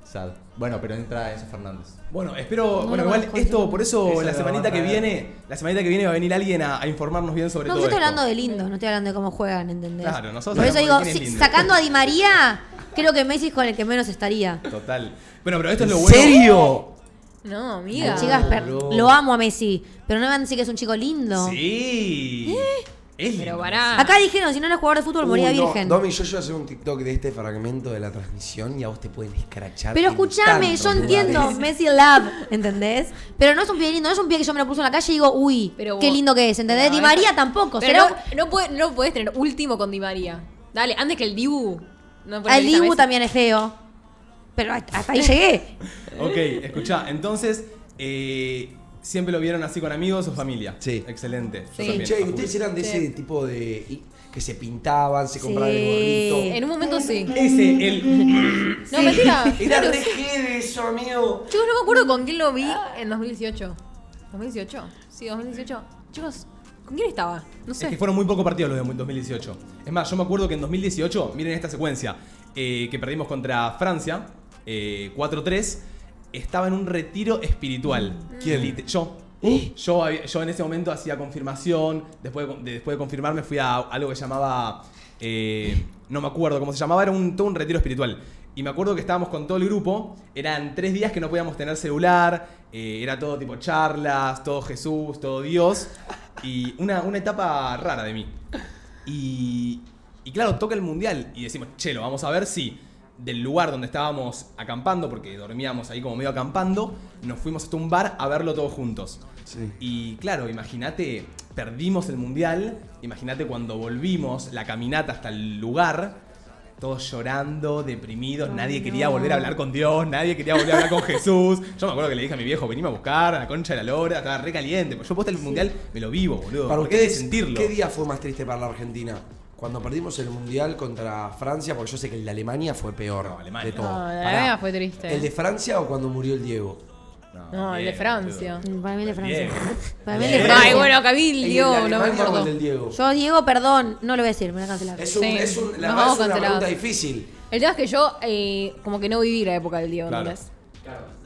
[SPEAKER 5] Sad. Bueno, pero entra Enzo Fernández.
[SPEAKER 1] Bueno, espero.
[SPEAKER 3] No
[SPEAKER 1] bueno,
[SPEAKER 3] lo
[SPEAKER 1] igual
[SPEAKER 3] conozco,
[SPEAKER 1] esto,
[SPEAKER 3] yo-
[SPEAKER 1] por eso
[SPEAKER 5] Esa
[SPEAKER 1] la
[SPEAKER 5] la
[SPEAKER 1] semanita
[SPEAKER 5] van a
[SPEAKER 1] que
[SPEAKER 5] traer.
[SPEAKER 1] viene, la semanita que viene va a venir alguien a, a informarnos bien sobre
[SPEAKER 3] No, yo
[SPEAKER 1] todo.
[SPEAKER 3] estoy
[SPEAKER 1] esto.
[SPEAKER 3] hablando de lindo, no estoy hablando de cómo juegan, ¿entendés?
[SPEAKER 1] Claro, nosotros
[SPEAKER 3] Por eso digo,
[SPEAKER 1] hablamos de quién es
[SPEAKER 3] sí,
[SPEAKER 1] lindo.
[SPEAKER 3] sacando a Di María, creo que Messi es con el que menos estaría.
[SPEAKER 1] Total. Bueno, pero esto es
[SPEAKER 2] ¿En
[SPEAKER 1] lo bueno.
[SPEAKER 2] serio?
[SPEAKER 4] No, amiga.
[SPEAKER 3] Chicas, per-
[SPEAKER 2] boludo.
[SPEAKER 3] lo amo a Messi, pero no me van a decir que es un chico lindo.
[SPEAKER 1] Sí.
[SPEAKER 3] ¿Eh?
[SPEAKER 1] Es lindo.
[SPEAKER 4] Pero pará.
[SPEAKER 3] Acá dijeron, si no era jugador de
[SPEAKER 1] Uh,
[SPEAKER 3] fútbol, moría
[SPEAKER 2] Uy, no,
[SPEAKER 3] virgen.
[SPEAKER 2] Domi, yo yo hacer un TikTok de este fragmento de la transmisión y a vos te pueden escrachar.
[SPEAKER 3] Pero
[SPEAKER 2] en
[SPEAKER 3] escúchame,
[SPEAKER 2] tantos
[SPEAKER 3] yo
[SPEAKER 1] [LAUGHS]
[SPEAKER 3] entiendo,
[SPEAKER 2] lugares.
[SPEAKER 3] Messi Love, ¿entendés? Pero no es un pie lindo, no es un pie que yo me lo cruzo en la calle y digo, uy,
[SPEAKER 4] Pero
[SPEAKER 3] qué
[SPEAKER 4] vos-
[SPEAKER 3] lindo que es, ¿entendés?
[SPEAKER 4] No,
[SPEAKER 3] Di
[SPEAKER 4] es-
[SPEAKER 3] María tampoco,
[SPEAKER 4] Pero
[SPEAKER 3] será-
[SPEAKER 4] no, no, puede- no podés tener último con Di María. Dale, antes que el Dibu. No ponés
[SPEAKER 3] el
[SPEAKER 4] a
[SPEAKER 3] Dibu
[SPEAKER 4] Messi.
[SPEAKER 3] también es feo. Pero hasta
[SPEAKER 4] [LAUGHS]
[SPEAKER 3] hasta ahí llegué.
[SPEAKER 1] Ok, escuchá. Entonces, eh, ¿siempre lo vieron así con amigos o familia?
[SPEAKER 2] Sí.
[SPEAKER 1] Excelente. Yo
[SPEAKER 4] Sí.
[SPEAKER 1] también,
[SPEAKER 2] Che,
[SPEAKER 1] a
[SPEAKER 2] ¿y ustedes
[SPEAKER 1] full.
[SPEAKER 2] eran de
[SPEAKER 4] Sí.
[SPEAKER 2] ese tipo de. y- que se pintaban, se
[SPEAKER 3] Sí.
[SPEAKER 2] compraban el gorrito.
[SPEAKER 4] En un momento sí.
[SPEAKER 1] Ese, el.
[SPEAKER 3] [LAUGHS]
[SPEAKER 4] No, mentira.
[SPEAKER 2] Era
[SPEAKER 4] Claro.
[SPEAKER 2] re de eso, amigo.
[SPEAKER 4] Chicos, no me acuerdo con quién lo vi en 2018. ¿2018? Sí, 2018. Chicos, ¿con quién estaba? No sé.
[SPEAKER 1] Es que fueron muy pocos partidos los de 2018. Es más, yo me acuerdo que en 2018, miren esta secuencia, eh, que perdimos contra Francia, eh, 4-3, estaba en un retiro espiritual.
[SPEAKER 2] Mm. ¿Quién?
[SPEAKER 1] Lit- Yo.
[SPEAKER 2] ¿Eh?
[SPEAKER 1] Yo, había- yo en ese momento hacía confirmación, después de, con- de- después de confirmarme fui a algo que llamaba, eh, no me acuerdo cómo se llamaba, era un, todo un retiro espiritual. Y me acuerdo que estábamos con todo el grupo, eran tres días que no podíamos tener celular, eh, era todo tipo charlas, todo Jesús, todo Dios, y una, una etapa rara de mí. Y, y claro, toca el mundial y decimos, che, lo vamos a ver si del lugar donde estábamos acampando, porque dormíamos ahí como medio acampando, nos fuimos hasta un bar a verlo todos juntos.
[SPEAKER 2] Sí.
[SPEAKER 1] Y claro, imagínate, perdimos el mundial, imagínate cuando volvimos la caminata hasta el lugar. Todos llorando, deprimidos, nadie quería volver a hablar con Dios, nadie quería volver a hablar con Jesús. Yo me acuerdo que le dije a mi viejo, venime a buscar a la concha de la lora, estaba re caliente. Pues yo posta el mundial me lo vivo, boludo.
[SPEAKER 2] Para
[SPEAKER 1] ¿Por qué de
[SPEAKER 2] ustedes,
[SPEAKER 1] sentirlo?
[SPEAKER 2] ¿qué día fue más triste para la Argentina? Cuando perdimos el Mundial contra Francia, porque yo sé que el de Alemania fue peor.
[SPEAKER 1] No, Alemania.
[SPEAKER 2] De todo.
[SPEAKER 4] No, la
[SPEAKER 2] Pará,
[SPEAKER 4] verdad fue triste.
[SPEAKER 2] ¿El de Francia o cuando murió el Diego?
[SPEAKER 4] No, el de
[SPEAKER 1] bien,
[SPEAKER 4] Francia.
[SPEAKER 1] boludo.
[SPEAKER 3] Mm, Para mí el de Francia.
[SPEAKER 1] Bien.
[SPEAKER 3] Para mí el de
[SPEAKER 1] Bien.
[SPEAKER 4] Ay,
[SPEAKER 3] Francia.
[SPEAKER 4] bueno, Cabildio,
[SPEAKER 2] ¿El
[SPEAKER 4] no
[SPEAKER 2] de
[SPEAKER 4] me
[SPEAKER 2] Alemania o
[SPEAKER 4] acuerdo.
[SPEAKER 2] el del Diego?
[SPEAKER 3] Yo, Diego, perdón, no lo voy a decir, me voy a cancelar.
[SPEAKER 2] Es, un,
[SPEAKER 4] Sí.
[SPEAKER 2] es, un- la
[SPEAKER 4] Nos
[SPEAKER 2] verdad
[SPEAKER 4] vamos
[SPEAKER 2] es una
[SPEAKER 4] cancelados.
[SPEAKER 2] pregunta difícil.
[SPEAKER 4] El tema es que yo, eh, como que no viví la época del Diego,
[SPEAKER 1] Claro.
[SPEAKER 4] ¿entendés?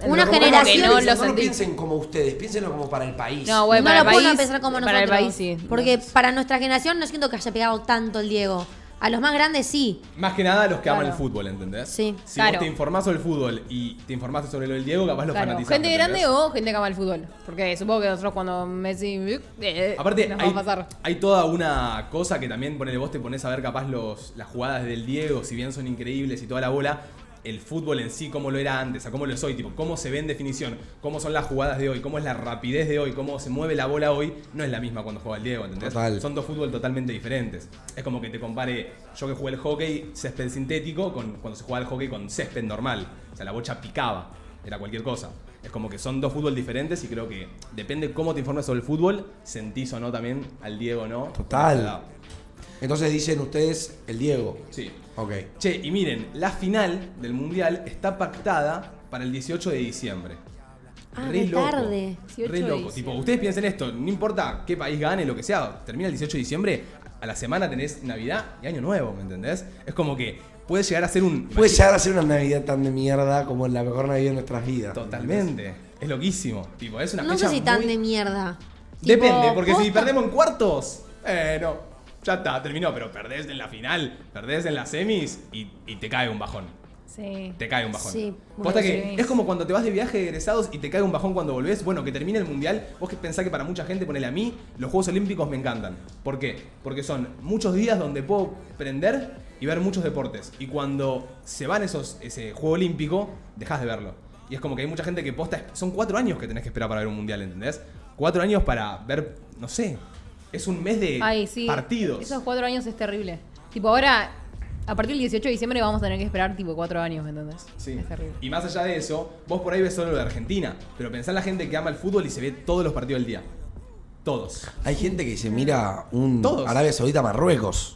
[SPEAKER 3] Una
[SPEAKER 4] Como que
[SPEAKER 3] generación-
[SPEAKER 4] No
[SPEAKER 2] No,
[SPEAKER 4] lo
[SPEAKER 2] lo
[SPEAKER 4] sentí.
[SPEAKER 2] piensen como ustedes, piénsenlo como para el país.
[SPEAKER 4] No, bueno,
[SPEAKER 3] no
[SPEAKER 4] para
[SPEAKER 3] lo
[SPEAKER 4] el país.
[SPEAKER 3] puedo pensar como
[SPEAKER 4] para
[SPEAKER 3] nosotros.
[SPEAKER 4] el país sí.
[SPEAKER 3] Porque para nuestra generación no siento que haya pegado tanto el Diego. A los más grandes sí.
[SPEAKER 1] Más que nada los que aman el
[SPEAKER 4] Claro.
[SPEAKER 1] fútbol, ¿entendés?
[SPEAKER 3] Sí.
[SPEAKER 1] Si
[SPEAKER 4] Claro.
[SPEAKER 1] vos te informás sobre el fútbol y te informaste sobre lo del Diego, capaz lo
[SPEAKER 4] Claro,
[SPEAKER 1] fanatizás.
[SPEAKER 4] gente grande
[SPEAKER 1] ¿entendés?
[SPEAKER 4] o gente que ama el fútbol. Porque supongo que nosotros cuando Messi. eh,
[SPEAKER 1] Aparte,
[SPEAKER 4] nos va
[SPEAKER 1] hay,
[SPEAKER 4] a pasar.
[SPEAKER 1] hay toda una cosa que también, ponele, vos te pones a ver capaz los, las jugadas del Diego, si bien son increíbles y toda la bola, el fútbol en sí, cómo lo era antes, a cómo lo es hoy, tipo, cómo se ve en definición, cómo son las jugadas de hoy, cómo es la rapidez de hoy, cómo se mueve la bola hoy, no es la misma cuando juega el Diego, ¿entendés?
[SPEAKER 2] Total.
[SPEAKER 1] Son dos fútbol totalmente diferentes. Es como que te compare yo que jugué el hockey césped sintético con cuando se jugaba el hockey con césped normal. O sea, la bocha picaba, era cualquier cosa. Es como que son dos fútbol diferentes y creo que depende cómo te informes sobre el fútbol, sentís o no también al Diego, ¿no?
[SPEAKER 2] Total. Entonces dicen ustedes el Diego.
[SPEAKER 1] Sí.
[SPEAKER 2] Ok.
[SPEAKER 1] Che, y miren, la final del Mundial está pactada para el 18 de diciembre.
[SPEAKER 3] Ah,
[SPEAKER 1] re
[SPEAKER 3] de
[SPEAKER 1] loco.
[SPEAKER 3] tarde.
[SPEAKER 1] Re
[SPEAKER 4] 18 de
[SPEAKER 1] loco. Tipo, ustedes piensen esto, no importa qué país gane, lo que sea, termina el 18 de diciembre, a la semana tenés Navidad y Año Nuevo, ¿me entendés? Es como que puede llegar a ser un.
[SPEAKER 2] Puede llegar a ser una Navidad tan de mierda como la mejor Navidad de nuestras vidas.
[SPEAKER 1] Totalmente. Es loquísimo. Tipo, es una
[SPEAKER 3] No sé
[SPEAKER 1] fecha
[SPEAKER 3] si tan
[SPEAKER 1] muy-
[SPEAKER 3] de mierda.
[SPEAKER 1] Depende,
[SPEAKER 3] Tipo,
[SPEAKER 1] porque si
[SPEAKER 3] posta-
[SPEAKER 1] perdemos en cuartos, eh, no. Ya está, terminó, pero perdés en la final, perdés en las semis y, y te cae un bajón.
[SPEAKER 4] Sí.
[SPEAKER 1] Te cae un bajón.
[SPEAKER 3] Sí,
[SPEAKER 1] Posta
[SPEAKER 4] bueno,
[SPEAKER 1] que
[SPEAKER 4] sí.
[SPEAKER 1] es como cuando te vas de viaje de egresados y te cae un bajón cuando volvés. Bueno, que termine el mundial, vos que pensás que para mucha gente, ponele a mí, los Juegos Olímpicos me encantan. ¿Por qué? Porque son muchos días donde puedo prender y ver muchos deportes. Y cuando se van esos, ese Juego Olímpico, dejas de verlo. Y es como que hay mucha gente que posta. Son cuatro años que tenés que esperar para ver un mundial, ¿entendés? Cuatro años para ver, no sé. Es un mes de
[SPEAKER 4] Ay, sí.
[SPEAKER 1] partidos.
[SPEAKER 4] Esos cuatro años es terrible. Tipo, ahora, a partir del 18 de diciembre vamos a tener que esperar tipo cuatro años, ¿me entendés?
[SPEAKER 1] Sí.
[SPEAKER 4] Es terrible.
[SPEAKER 1] Y más allá de eso, vos por ahí ves solo lo de Argentina, pero pensá en la gente que ama el fútbol y se ve todos los partidos del día. Todos.
[SPEAKER 2] Hay gente que se mira un
[SPEAKER 1] Todos.
[SPEAKER 2] Arabia Saudita Marruecos.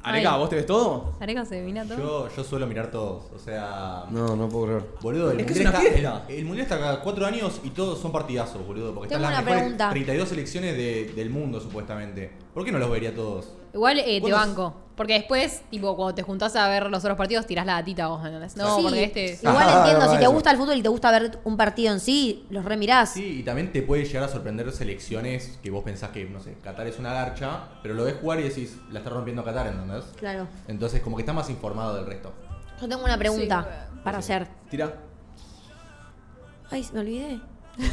[SPEAKER 1] Areca,
[SPEAKER 4] Ay.
[SPEAKER 1] ¿vos te ves todo?
[SPEAKER 4] Areca se mina todo.
[SPEAKER 5] Yo, yo suelo mirar todos, o sea...
[SPEAKER 2] No, no puedo creer.
[SPEAKER 5] Boludo, el
[SPEAKER 1] Es que es
[SPEAKER 5] mundial
[SPEAKER 1] una
[SPEAKER 5] está,
[SPEAKER 1] fiesta.
[SPEAKER 5] el, el mundial está cada cuatro años y todos son partidazos, boludo. Porque
[SPEAKER 3] Tengo
[SPEAKER 5] están
[SPEAKER 3] una
[SPEAKER 5] las mejores
[SPEAKER 3] pregunta.
[SPEAKER 5] 32 selecciones de- del mundo, supuestamente. ¿Por qué no los vería todos?
[SPEAKER 4] Igual eh, te
[SPEAKER 5] ¿Cuándo es?
[SPEAKER 4] banco. Porque después, tipo, cuando te juntás a ver los otros partidos, tirás la datita vos, ¿me ¿entendés? No,
[SPEAKER 3] Sí,
[SPEAKER 4] porque este.
[SPEAKER 3] Igual
[SPEAKER 2] Ah,
[SPEAKER 3] entiendo,
[SPEAKER 2] no,
[SPEAKER 3] si te
[SPEAKER 2] eso.
[SPEAKER 3] gusta el fútbol y te gusta ver un partido en sí, los remirás.
[SPEAKER 5] Sí, y también te puede llegar a sorprender selecciones que vos pensás que, no sé, Qatar es una garcha, pero lo ves jugar y decís, la está rompiendo Qatar, ¿entendés?
[SPEAKER 3] Claro.
[SPEAKER 5] Entonces, como que estás más informado del resto.
[SPEAKER 3] Yo tengo una pregunta
[SPEAKER 4] Sí.
[SPEAKER 3] para hacer.
[SPEAKER 1] Tira.
[SPEAKER 3] Ay, me olvidé.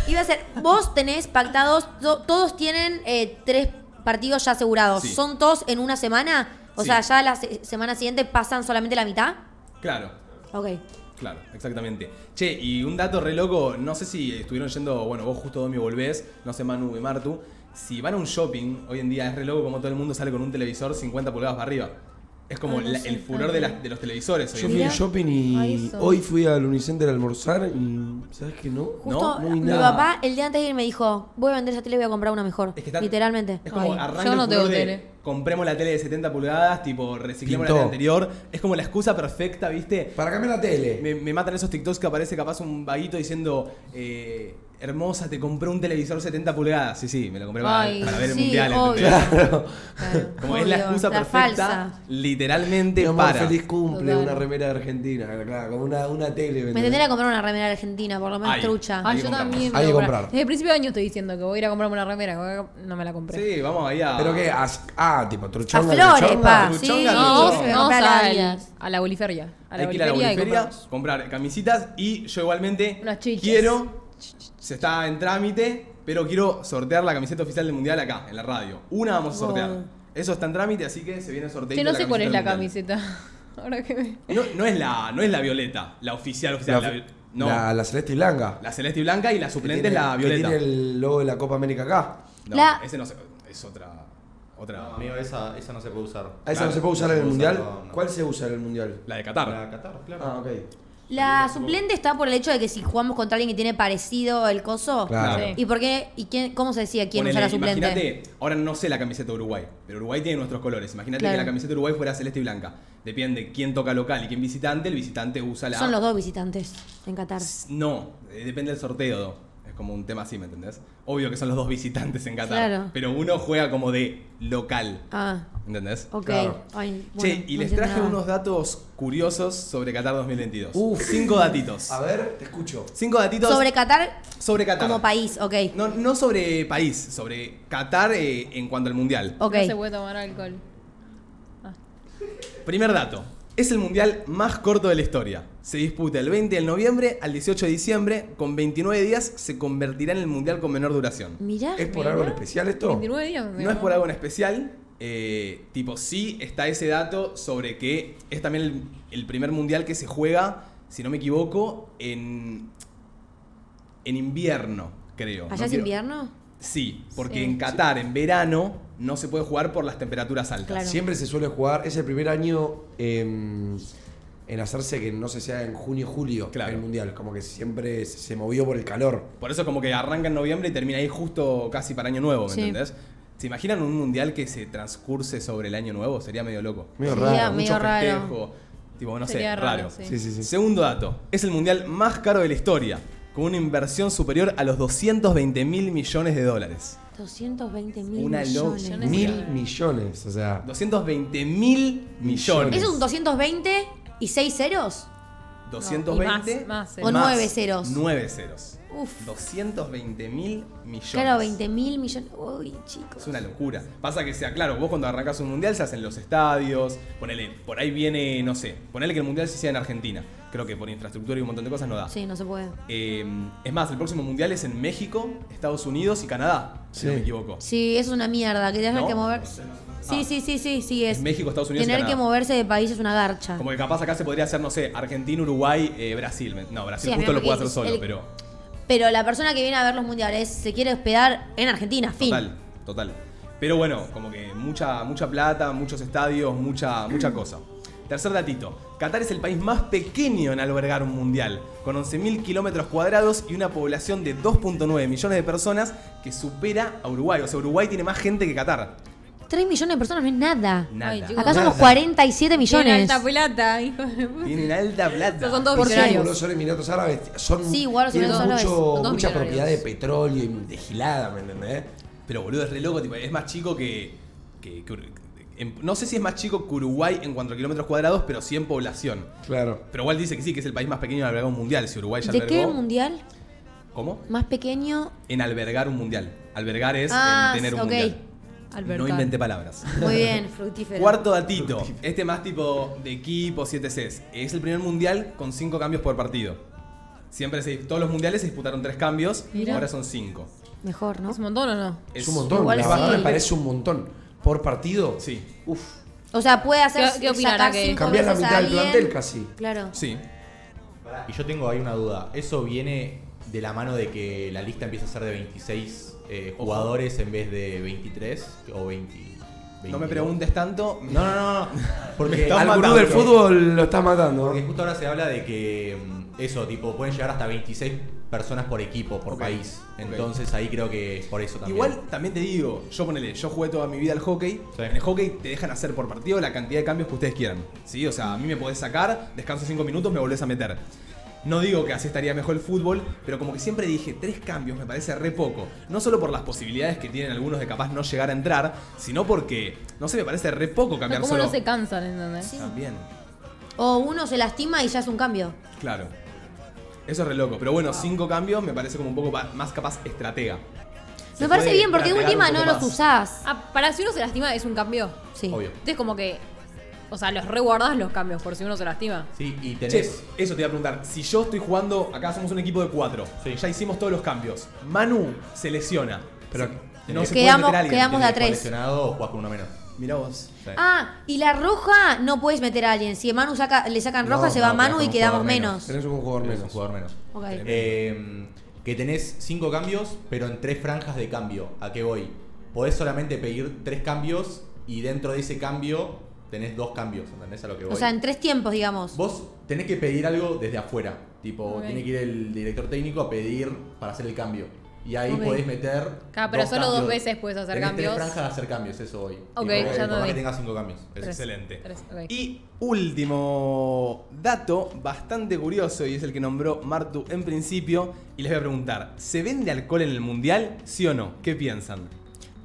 [SPEAKER 3] Iba a ser, vos tenés pactados, to- todos tienen eh, tres partidos ya asegurados.
[SPEAKER 1] Sí.
[SPEAKER 3] ¿Son todos en una semana? O
[SPEAKER 1] Sí.
[SPEAKER 3] sea, ya la se- semana siguiente pasan solamente la mitad.
[SPEAKER 1] Claro,
[SPEAKER 3] Ok.
[SPEAKER 1] claro, exactamente. Che, y un dato re loco, no sé si estuvieron yendo, bueno, vos justo Domi volvés, no sé Manu y Martu. Si van a un shopping, hoy en día es re loco como todo el mundo sale con un televisor 50 pulgadas para arriba. Es como
[SPEAKER 4] Ah, no
[SPEAKER 1] la-
[SPEAKER 4] sé,
[SPEAKER 1] el furor de, las- de los televisores hoy
[SPEAKER 2] Yo
[SPEAKER 1] en
[SPEAKER 2] fui
[SPEAKER 1] día.
[SPEAKER 2] al shopping y
[SPEAKER 4] a eso.
[SPEAKER 2] hoy fui al Unicenter a almorzar y. ¿Sabes qué no?
[SPEAKER 3] Justo
[SPEAKER 2] no,
[SPEAKER 3] mi
[SPEAKER 2] nada.
[SPEAKER 3] papá el día antes de ir me dijo, voy a vender esa tele y voy a comprar una mejor.
[SPEAKER 1] Es que está-
[SPEAKER 3] Literalmente.
[SPEAKER 1] Es como
[SPEAKER 4] Ay,
[SPEAKER 1] arranca
[SPEAKER 4] yo no
[SPEAKER 1] el
[SPEAKER 4] tengo
[SPEAKER 1] furor de,
[SPEAKER 4] tele.
[SPEAKER 1] Compremos la tele de 70 pulgadas, tipo, reciclemos
[SPEAKER 2] Pintó.
[SPEAKER 1] la tele anterior. Es como la excusa perfecta, ¿viste?
[SPEAKER 2] Para cambiar la tele.
[SPEAKER 1] Me, me matan esos TikToks que aparece capaz un vaguito diciendo, eh, hermosa, te compré un televisor 70 pulgadas. Sí, sí, me lo compré para,
[SPEAKER 4] Ay,
[SPEAKER 1] para ver el
[SPEAKER 3] sí,
[SPEAKER 1] mundial. ¿entendés?
[SPEAKER 3] obvio.
[SPEAKER 2] Claro.
[SPEAKER 4] Claro.
[SPEAKER 1] Como es la
[SPEAKER 3] Obvio,
[SPEAKER 1] excusa
[SPEAKER 3] la
[SPEAKER 1] perfecta,
[SPEAKER 3] falsa.
[SPEAKER 1] literalmente
[SPEAKER 2] Mi amor,
[SPEAKER 1] para.
[SPEAKER 2] feliz cumple,
[SPEAKER 4] Total.
[SPEAKER 2] una remera de argentina. Claro, como una, una tele.
[SPEAKER 3] Me
[SPEAKER 2] ¿entendés?
[SPEAKER 3] tendría que comprar una remera argentina, por lo menos
[SPEAKER 1] Ay.
[SPEAKER 3] trucha.
[SPEAKER 1] Hay
[SPEAKER 4] Ay,
[SPEAKER 1] que
[SPEAKER 4] Ah, yo
[SPEAKER 1] comprar.
[SPEAKER 4] también. me
[SPEAKER 2] Hay
[SPEAKER 4] voy
[SPEAKER 2] que
[SPEAKER 4] a
[SPEAKER 2] comprar.
[SPEAKER 4] Desde el principio de año estoy diciendo que voy a ir a comprarme una remera. que voy a- No me la compré.
[SPEAKER 1] Sí, vamos ahí a...
[SPEAKER 2] Pero que, as- ah, tipo,
[SPEAKER 3] a
[SPEAKER 2] truchonga.
[SPEAKER 3] flores,
[SPEAKER 2] truchonga.
[SPEAKER 3] pa. Sí,
[SPEAKER 1] truchonga,
[SPEAKER 4] No,
[SPEAKER 1] truchonga.
[SPEAKER 3] sí, me
[SPEAKER 4] vamos
[SPEAKER 3] compré la
[SPEAKER 4] al-
[SPEAKER 3] Adidas.
[SPEAKER 4] a la boliferia. A la
[SPEAKER 1] Hay que ir a la
[SPEAKER 4] boliferia y
[SPEAKER 1] boliferia,
[SPEAKER 4] compramos.
[SPEAKER 1] comprar camisitas y yo igualmente
[SPEAKER 4] Unas chiches.
[SPEAKER 1] quiero, se está en trámite, pero quiero sortear la camiseta oficial del mundial acá, en la radio. Una vamos a sortear.
[SPEAKER 3] Wow.
[SPEAKER 1] Eso está en trámite, así que se viene sorteo.
[SPEAKER 4] Che, no sé cuál es la camiseta. [LAUGHS] Ahora que me.
[SPEAKER 1] No, no es la, no es la violeta, la oficial
[SPEAKER 2] La,
[SPEAKER 1] oficial. La, vi- no,
[SPEAKER 2] la-
[SPEAKER 1] la,
[SPEAKER 2] la celeste y blanca.
[SPEAKER 1] celeste y blanca y la suplente
[SPEAKER 2] Que
[SPEAKER 1] es
[SPEAKER 2] tiene-
[SPEAKER 1] la
[SPEAKER 2] que
[SPEAKER 1] violeta.
[SPEAKER 2] Tiene el logo de la Copa América acá.
[SPEAKER 1] No,
[SPEAKER 3] La-
[SPEAKER 1] ese no sé, es otra, otra.
[SPEAKER 5] No, amigo, esa, esa no se puede usar.
[SPEAKER 2] Ah, esa
[SPEAKER 1] Claro,
[SPEAKER 2] no se puede usar en el
[SPEAKER 5] no se
[SPEAKER 2] mundial.
[SPEAKER 5] puede usar, no, no.
[SPEAKER 2] ¿Cuál se usa en el mundial?
[SPEAKER 1] la de Qatar.
[SPEAKER 5] La Qatar, claro.
[SPEAKER 2] Ah, ok.
[SPEAKER 3] La suplente está por el hecho de que si jugamos contra alguien que tiene parecido el coso.
[SPEAKER 2] Claro.
[SPEAKER 4] Sí.
[SPEAKER 3] ¿Y por qué? ¿Y quién, cómo se decía quién
[SPEAKER 1] Ponele,
[SPEAKER 3] usa la suplente?
[SPEAKER 1] Imagínate, ahora no sé la camiseta de Uruguay, pero Uruguay tiene nuestros colores. Imagínate
[SPEAKER 3] Claro.
[SPEAKER 1] que la camiseta de Uruguay fuera celeste y blanca. Depende quién toca local y quién visitante, el visitante usa la.
[SPEAKER 3] Son los dos visitantes en Qatar.
[SPEAKER 1] No, eh, depende del sorteo. Es como un tema así, ¿me entendés? Obvio que son los dos visitantes en Qatar.
[SPEAKER 3] Claro.
[SPEAKER 1] Pero uno juega como de local.
[SPEAKER 3] Ah,
[SPEAKER 1] ¿Entendés?
[SPEAKER 3] ok.
[SPEAKER 2] Claro.
[SPEAKER 3] Ay, bueno,
[SPEAKER 1] che,
[SPEAKER 3] no
[SPEAKER 1] y les
[SPEAKER 3] entiendo
[SPEAKER 1] traje
[SPEAKER 3] nada.
[SPEAKER 1] unos datos curiosos sobre Qatar 2022.
[SPEAKER 2] Uf.
[SPEAKER 1] Cinco datitos.
[SPEAKER 2] A ver, te escucho.
[SPEAKER 1] Cinco datitos
[SPEAKER 3] Sobre Qatar
[SPEAKER 1] sobre Qatar.
[SPEAKER 3] como país, ok.
[SPEAKER 1] No, no sobre país, sobre Qatar eh, en cuanto al mundial.
[SPEAKER 3] Ok.
[SPEAKER 4] No se puede tomar alcohol.
[SPEAKER 1] Primer dato. Es el mundial más corto de la historia. Se disputa el 20 de noviembre al 18 de diciembre. Con 29 días se convertirá en el mundial con menor duración.
[SPEAKER 3] Mirá.
[SPEAKER 2] ¿Es por algo en especial esto?
[SPEAKER 4] 29 días.
[SPEAKER 1] No es por algo en especial. eh, tipo, sí está ese dato sobre que es también el, el primer mundial que se juega, si no me equivoco, en, en invierno, creo.
[SPEAKER 3] ¿Allá
[SPEAKER 1] No
[SPEAKER 3] es
[SPEAKER 1] quiero-
[SPEAKER 3] invierno?
[SPEAKER 1] Sí, porque
[SPEAKER 4] Sí.
[SPEAKER 1] en Qatar, en verano, no se puede jugar por las temperaturas altas.
[SPEAKER 3] Claro.
[SPEAKER 2] Siempre se suele jugar, es el primer año eh, en hacerse que no se sea en junio julio
[SPEAKER 1] Claro.
[SPEAKER 2] el mundial, como que siempre se- se movió por el calor.
[SPEAKER 1] Por eso como que arranca en noviembre y termina ahí justo casi para Año Nuevo, ¿me
[SPEAKER 3] Sí.
[SPEAKER 1] entendés? ¿Se imaginan un mundial que se transcurse sobre el Año Nuevo? Sería medio loco.
[SPEAKER 2] Medio
[SPEAKER 3] Sí,
[SPEAKER 2] raro.
[SPEAKER 1] Mucho
[SPEAKER 3] ya, Ah, medio raro.
[SPEAKER 1] festejo, Tipo, no sé,
[SPEAKER 4] Sería
[SPEAKER 1] raro.
[SPEAKER 4] raro, sí.
[SPEAKER 2] Sí, sí, sí.
[SPEAKER 1] Segundo dato, es el mundial más caro de la historia. con una inversión superior a los 220 mil millones de dólares.
[SPEAKER 3] 220 mil
[SPEAKER 1] Una
[SPEAKER 3] millones.
[SPEAKER 1] locura.
[SPEAKER 2] Mil millones, o sea.
[SPEAKER 1] 220 mil millones.
[SPEAKER 3] ¿Es un 220 y 6 ceros?
[SPEAKER 1] 220
[SPEAKER 4] No, y más, más,
[SPEAKER 3] O nueve ceros.
[SPEAKER 1] 9 eh. ceros.
[SPEAKER 3] Uf.
[SPEAKER 1] 220 mil millones.
[SPEAKER 3] Claro, 20 mil millones. Uy, chicos.
[SPEAKER 1] Es una locura. Pasa que sea, claro, vos cuando arrancas un mundial se hacen los estadios, ponele, por ahí viene, no sé, ponele que el mundial se sea en Argentina. Creo que por infraestructura y un montón de cosas no da.
[SPEAKER 3] Sí, no se puede.
[SPEAKER 1] Eh, es más, el próximo mundial es en México, Estados Unidos y Canadá, si
[SPEAKER 2] Sí.
[SPEAKER 1] no me equivoco.
[SPEAKER 3] Sí, eso es una mierda. Que tenés
[SPEAKER 1] ¿No?
[SPEAKER 3] que mover. Sí,
[SPEAKER 1] Ah.
[SPEAKER 3] sí, sí, sí, sí. Es
[SPEAKER 1] En México, Estados Unidos y
[SPEAKER 3] tener que
[SPEAKER 1] Canadá.
[SPEAKER 3] moverse de país es una garcha.
[SPEAKER 1] Como que capaz acá se podría hacer, no sé, Argentina, Uruguay, eh, Brasil. Me- No, Brasil
[SPEAKER 3] Sí,
[SPEAKER 1] justo
[SPEAKER 3] mira,
[SPEAKER 1] lo puede
[SPEAKER 3] porque
[SPEAKER 1] hacer solo,
[SPEAKER 3] el-
[SPEAKER 1] pero.
[SPEAKER 3] Pero la persona que viene a ver los mundiales se quiere hospedar en Argentina, fin.
[SPEAKER 1] Total, total. Pero bueno, como que mucha, mucha plata, muchos estadios, mucha, mucha cosa. Tercer datito, Qatar es el país más pequeño en albergar un mundial, con 11.000 kilómetros cuadrados y una población de 2.9 millones de personas que supera a Uruguay. O sea, Uruguay tiene más gente que Qatar.
[SPEAKER 3] 3 millones de personas no es nada.
[SPEAKER 1] Nada.
[SPEAKER 4] Ay, chicos.
[SPEAKER 3] Acá somos
[SPEAKER 2] Nada.
[SPEAKER 3] 47 millones.
[SPEAKER 4] alta plata, hijo de puta.
[SPEAKER 1] Tienen alta plata.
[SPEAKER 4] Estos son todos
[SPEAKER 3] ¿Por qué?
[SPEAKER 2] Sí,
[SPEAKER 4] millonarios.
[SPEAKER 2] boludo, son Emiratos Árabes. Son,
[SPEAKER 3] Sí, igual los
[SPEAKER 2] tienen
[SPEAKER 3] Emiratos
[SPEAKER 2] mucho-
[SPEAKER 3] Árabes.
[SPEAKER 4] Son dos
[SPEAKER 2] mucha
[SPEAKER 4] millonarios.
[SPEAKER 2] propiedad de petróleo y de gilada, ¿me entendés?
[SPEAKER 1] Pero boludo, es re loco, tipo, es más chico que. que- que Ur- en- no sé si es más chico que Uruguay en cuanto a kilómetros cuadrados, pero sí en población.
[SPEAKER 2] Claro.
[SPEAKER 1] Pero igual dice que sí, que es el país más pequeño en albergar un mundial. Si Uruguay ya
[SPEAKER 3] ¿De
[SPEAKER 1] albergó.
[SPEAKER 3] qué mundial?
[SPEAKER 1] ¿Cómo?
[SPEAKER 3] Más pequeño.
[SPEAKER 1] En albergar un mundial. Albergar es
[SPEAKER 3] Ah,
[SPEAKER 1] en tener un
[SPEAKER 3] ok.
[SPEAKER 1] mundial. No inventé palabras. [LAUGHS]
[SPEAKER 3] Muy bien, fructífero.
[SPEAKER 1] Cuarto datito. Este más tipo de equipo 7 Cs. Es el primer mundial con 5 cambios por partido. Siempre se, todos los mundiales se disputaron 3 cambios,
[SPEAKER 4] Mirá.
[SPEAKER 1] ahora son 5.
[SPEAKER 3] Mejor, ¿no?
[SPEAKER 4] ¿Es un montón o no?
[SPEAKER 2] Es, un montón.
[SPEAKER 3] igual
[SPEAKER 2] la
[SPEAKER 3] sí.
[SPEAKER 2] verdad me parece un montón. Por partido,
[SPEAKER 1] Sí,
[SPEAKER 2] uf,
[SPEAKER 3] O sea, puede hacer.
[SPEAKER 4] ¿Qué- qué opinará
[SPEAKER 3] sacar
[SPEAKER 4] que-
[SPEAKER 3] cinco
[SPEAKER 2] cambiar la
[SPEAKER 3] veces a
[SPEAKER 2] mitad del
[SPEAKER 3] alguien.
[SPEAKER 2] plantel casi.
[SPEAKER 3] Claro.
[SPEAKER 1] sí.
[SPEAKER 5] Y yo tengo ahí una duda. ¿Eso viene de la mano de que la lista empieza a ser de 26 eh, jugadores en vez de 23 o 20?
[SPEAKER 1] No me
[SPEAKER 5] 22?
[SPEAKER 1] preguntes tanto. No, no, no.
[SPEAKER 5] Porque-
[SPEAKER 1] Porque
[SPEAKER 2] Al gurú del fútbol lo estás matando. ¿eh?
[SPEAKER 5] Porque justo ahora se habla de que mm, eso, tipo, pueden llegar hasta 26 personas por equipo, por
[SPEAKER 1] Ok.
[SPEAKER 5] país.
[SPEAKER 1] Ok.
[SPEAKER 5] Entonces ahí creo que es por eso también.
[SPEAKER 1] Igual también te digo, yo ponele, yo jugué toda mi vida al hockey.
[SPEAKER 5] Sí.
[SPEAKER 1] En el hockey te dejan hacer por partido la cantidad de cambios que ustedes quieran. ¿sí? O sea, a mí me podés sacar, descanso 5 minutos, me volvés a meter. No digo que así estaría mejor el fútbol, pero como que siempre dije, tres cambios me parece re poco. No solo por las posibilidades que tienen algunos de capaz no llegar a entrar, sino porque, no sé, me parece re poco cambiar
[SPEAKER 4] ¿Cómo
[SPEAKER 1] solo.
[SPEAKER 4] no se cansan, entendés?
[SPEAKER 3] Sí.
[SPEAKER 1] También,
[SPEAKER 3] O uno se lastima y ya es un cambio.
[SPEAKER 1] claro. Eso es re loco. Pero bueno, cinco cambios me parece como un poco pa- más capaz estratega.
[SPEAKER 3] Me parece bien, porque de
[SPEAKER 1] un
[SPEAKER 3] última no
[SPEAKER 1] poco
[SPEAKER 3] los
[SPEAKER 1] más.
[SPEAKER 3] usás.
[SPEAKER 4] Ah, para si uno se lastima es un cambio.
[SPEAKER 3] Sí.
[SPEAKER 5] Obvio.
[SPEAKER 4] Entonces como que, o sea, los reguardás los cambios por si uno se lastima.
[SPEAKER 5] Sí, y
[SPEAKER 1] Che,
[SPEAKER 5] tenés.
[SPEAKER 1] eso te iba a preguntar. Si yo estoy jugando, acá somos un equipo de cuatro.
[SPEAKER 5] Sí.
[SPEAKER 1] Ya hicimos todos los cambios. Manu se lesiona. Pero no se puede
[SPEAKER 3] Quedamos-
[SPEAKER 1] meter a alguien.
[SPEAKER 3] quedamos- Vamos de a
[SPEAKER 5] tenés
[SPEAKER 3] tres.
[SPEAKER 5] lesionado o jugás con uno menos.
[SPEAKER 1] Mirá vos.
[SPEAKER 5] Sí.
[SPEAKER 3] Ah, y la roja no puedes meter a alguien. Si Manu saca, le sacan roja,
[SPEAKER 2] No,
[SPEAKER 3] se va
[SPEAKER 5] no,
[SPEAKER 3] Manu
[SPEAKER 5] quedás
[SPEAKER 3] y
[SPEAKER 5] con un
[SPEAKER 3] quedamos
[SPEAKER 5] jugador
[SPEAKER 3] menos.
[SPEAKER 5] menos.
[SPEAKER 2] Tenés un jugador
[SPEAKER 5] Tenés un
[SPEAKER 2] menos.
[SPEAKER 5] jugador menos.
[SPEAKER 3] Ok.
[SPEAKER 5] Eh, que tenés cinco cambios, pero en tres franjas de cambio. ¿A qué voy? Podés solamente pedir tres cambios y dentro de ese cambio tenés dos cambios. ¿Entendés a lo que voy?
[SPEAKER 3] O sea, en tres tiempos, digamos.
[SPEAKER 5] Vos tenés que pedir algo desde afuera. Tipo,
[SPEAKER 4] Ok.
[SPEAKER 5] tiene que ir el director técnico a pedir para hacer el cambio. Y ahí
[SPEAKER 3] Ok.
[SPEAKER 5] podés meter.
[SPEAKER 4] Claro, pero solo dos
[SPEAKER 5] cambios.
[SPEAKER 4] veces puedes hacer
[SPEAKER 5] Tenés
[SPEAKER 4] cambios.
[SPEAKER 5] Tres franjas de hacer cambios, eso hoy.
[SPEAKER 4] Ok,
[SPEAKER 5] Tipo,
[SPEAKER 4] ya
[SPEAKER 5] por más
[SPEAKER 4] entendí.
[SPEAKER 5] que tengas cinco cambios. Eso.
[SPEAKER 1] Es
[SPEAKER 4] Tres.
[SPEAKER 1] excelente.
[SPEAKER 4] Tres, ok.
[SPEAKER 1] Y último dato bastante curioso y es el que nombró Martu en principio. Y les voy a preguntar: ¿se vende alcohol en el mundial? ¿Sí o no? ¿Qué piensan?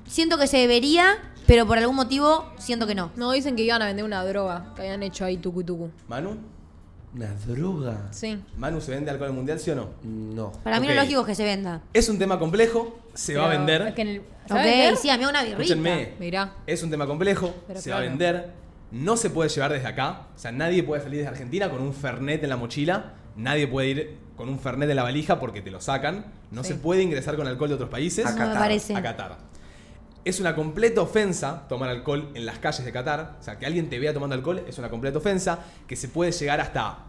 [SPEAKER 3] Siento que se debería, pero por algún motivo siento que no.
[SPEAKER 4] No, dicen que iban a vender una droga que habían hecho ahí tucu tucu.
[SPEAKER 1] ¿Manu?
[SPEAKER 2] ¿Una droga?
[SPEAKER 4] Sí.
[SPEAKER 1] ¿Manu se vende alcohol en el mundial? ¿Sí o no?
[SPEAKER 2] No.
[SPEAKER 3] Para mí
[SPEAKER 1] Ok.
[SPEAKER 3] lo lógico es que se venda.
[SPEAKER 1] Es un tema complejo, se va a
[SPEAKER 4] Pero
[SPEAKER 1] vender.
[SPEAKER 4] es que en el-
[SPEAKER 3] Ok,
[SPEAKER 4] ¿se va a vender?
[SPEAKER 3] sí, a mí una birrita.
[SPEAKER 1] Escúchenme.
[SPEAKER 4] Mirá.
[SPEAKER 1] Es un tema complejo,
[SPEAKER 4] Pero
[SPEAKER 1] se va
[SPEAKER 4] claro.
[SPEAKER 1] a vender, no se puede llevar desde acá, o sea, nadie puede salir desde Argentina con un Fernet en la mochila, nadie puede ir con un Fernet en la valija porque te lo sacan, no
[SPEAKER 4] Sí.
[SPEAKER 1] se puede ingresar con alcohol de otros países
[SPEAKER 3] No me parece.
[SPEAKER 1] a Qatar. Es una completa ofensa tomar alcohol en las calles de Qatar, o sea, que alguien te vea tomando alcohol es una completa ofensa, que se puede llegar hasta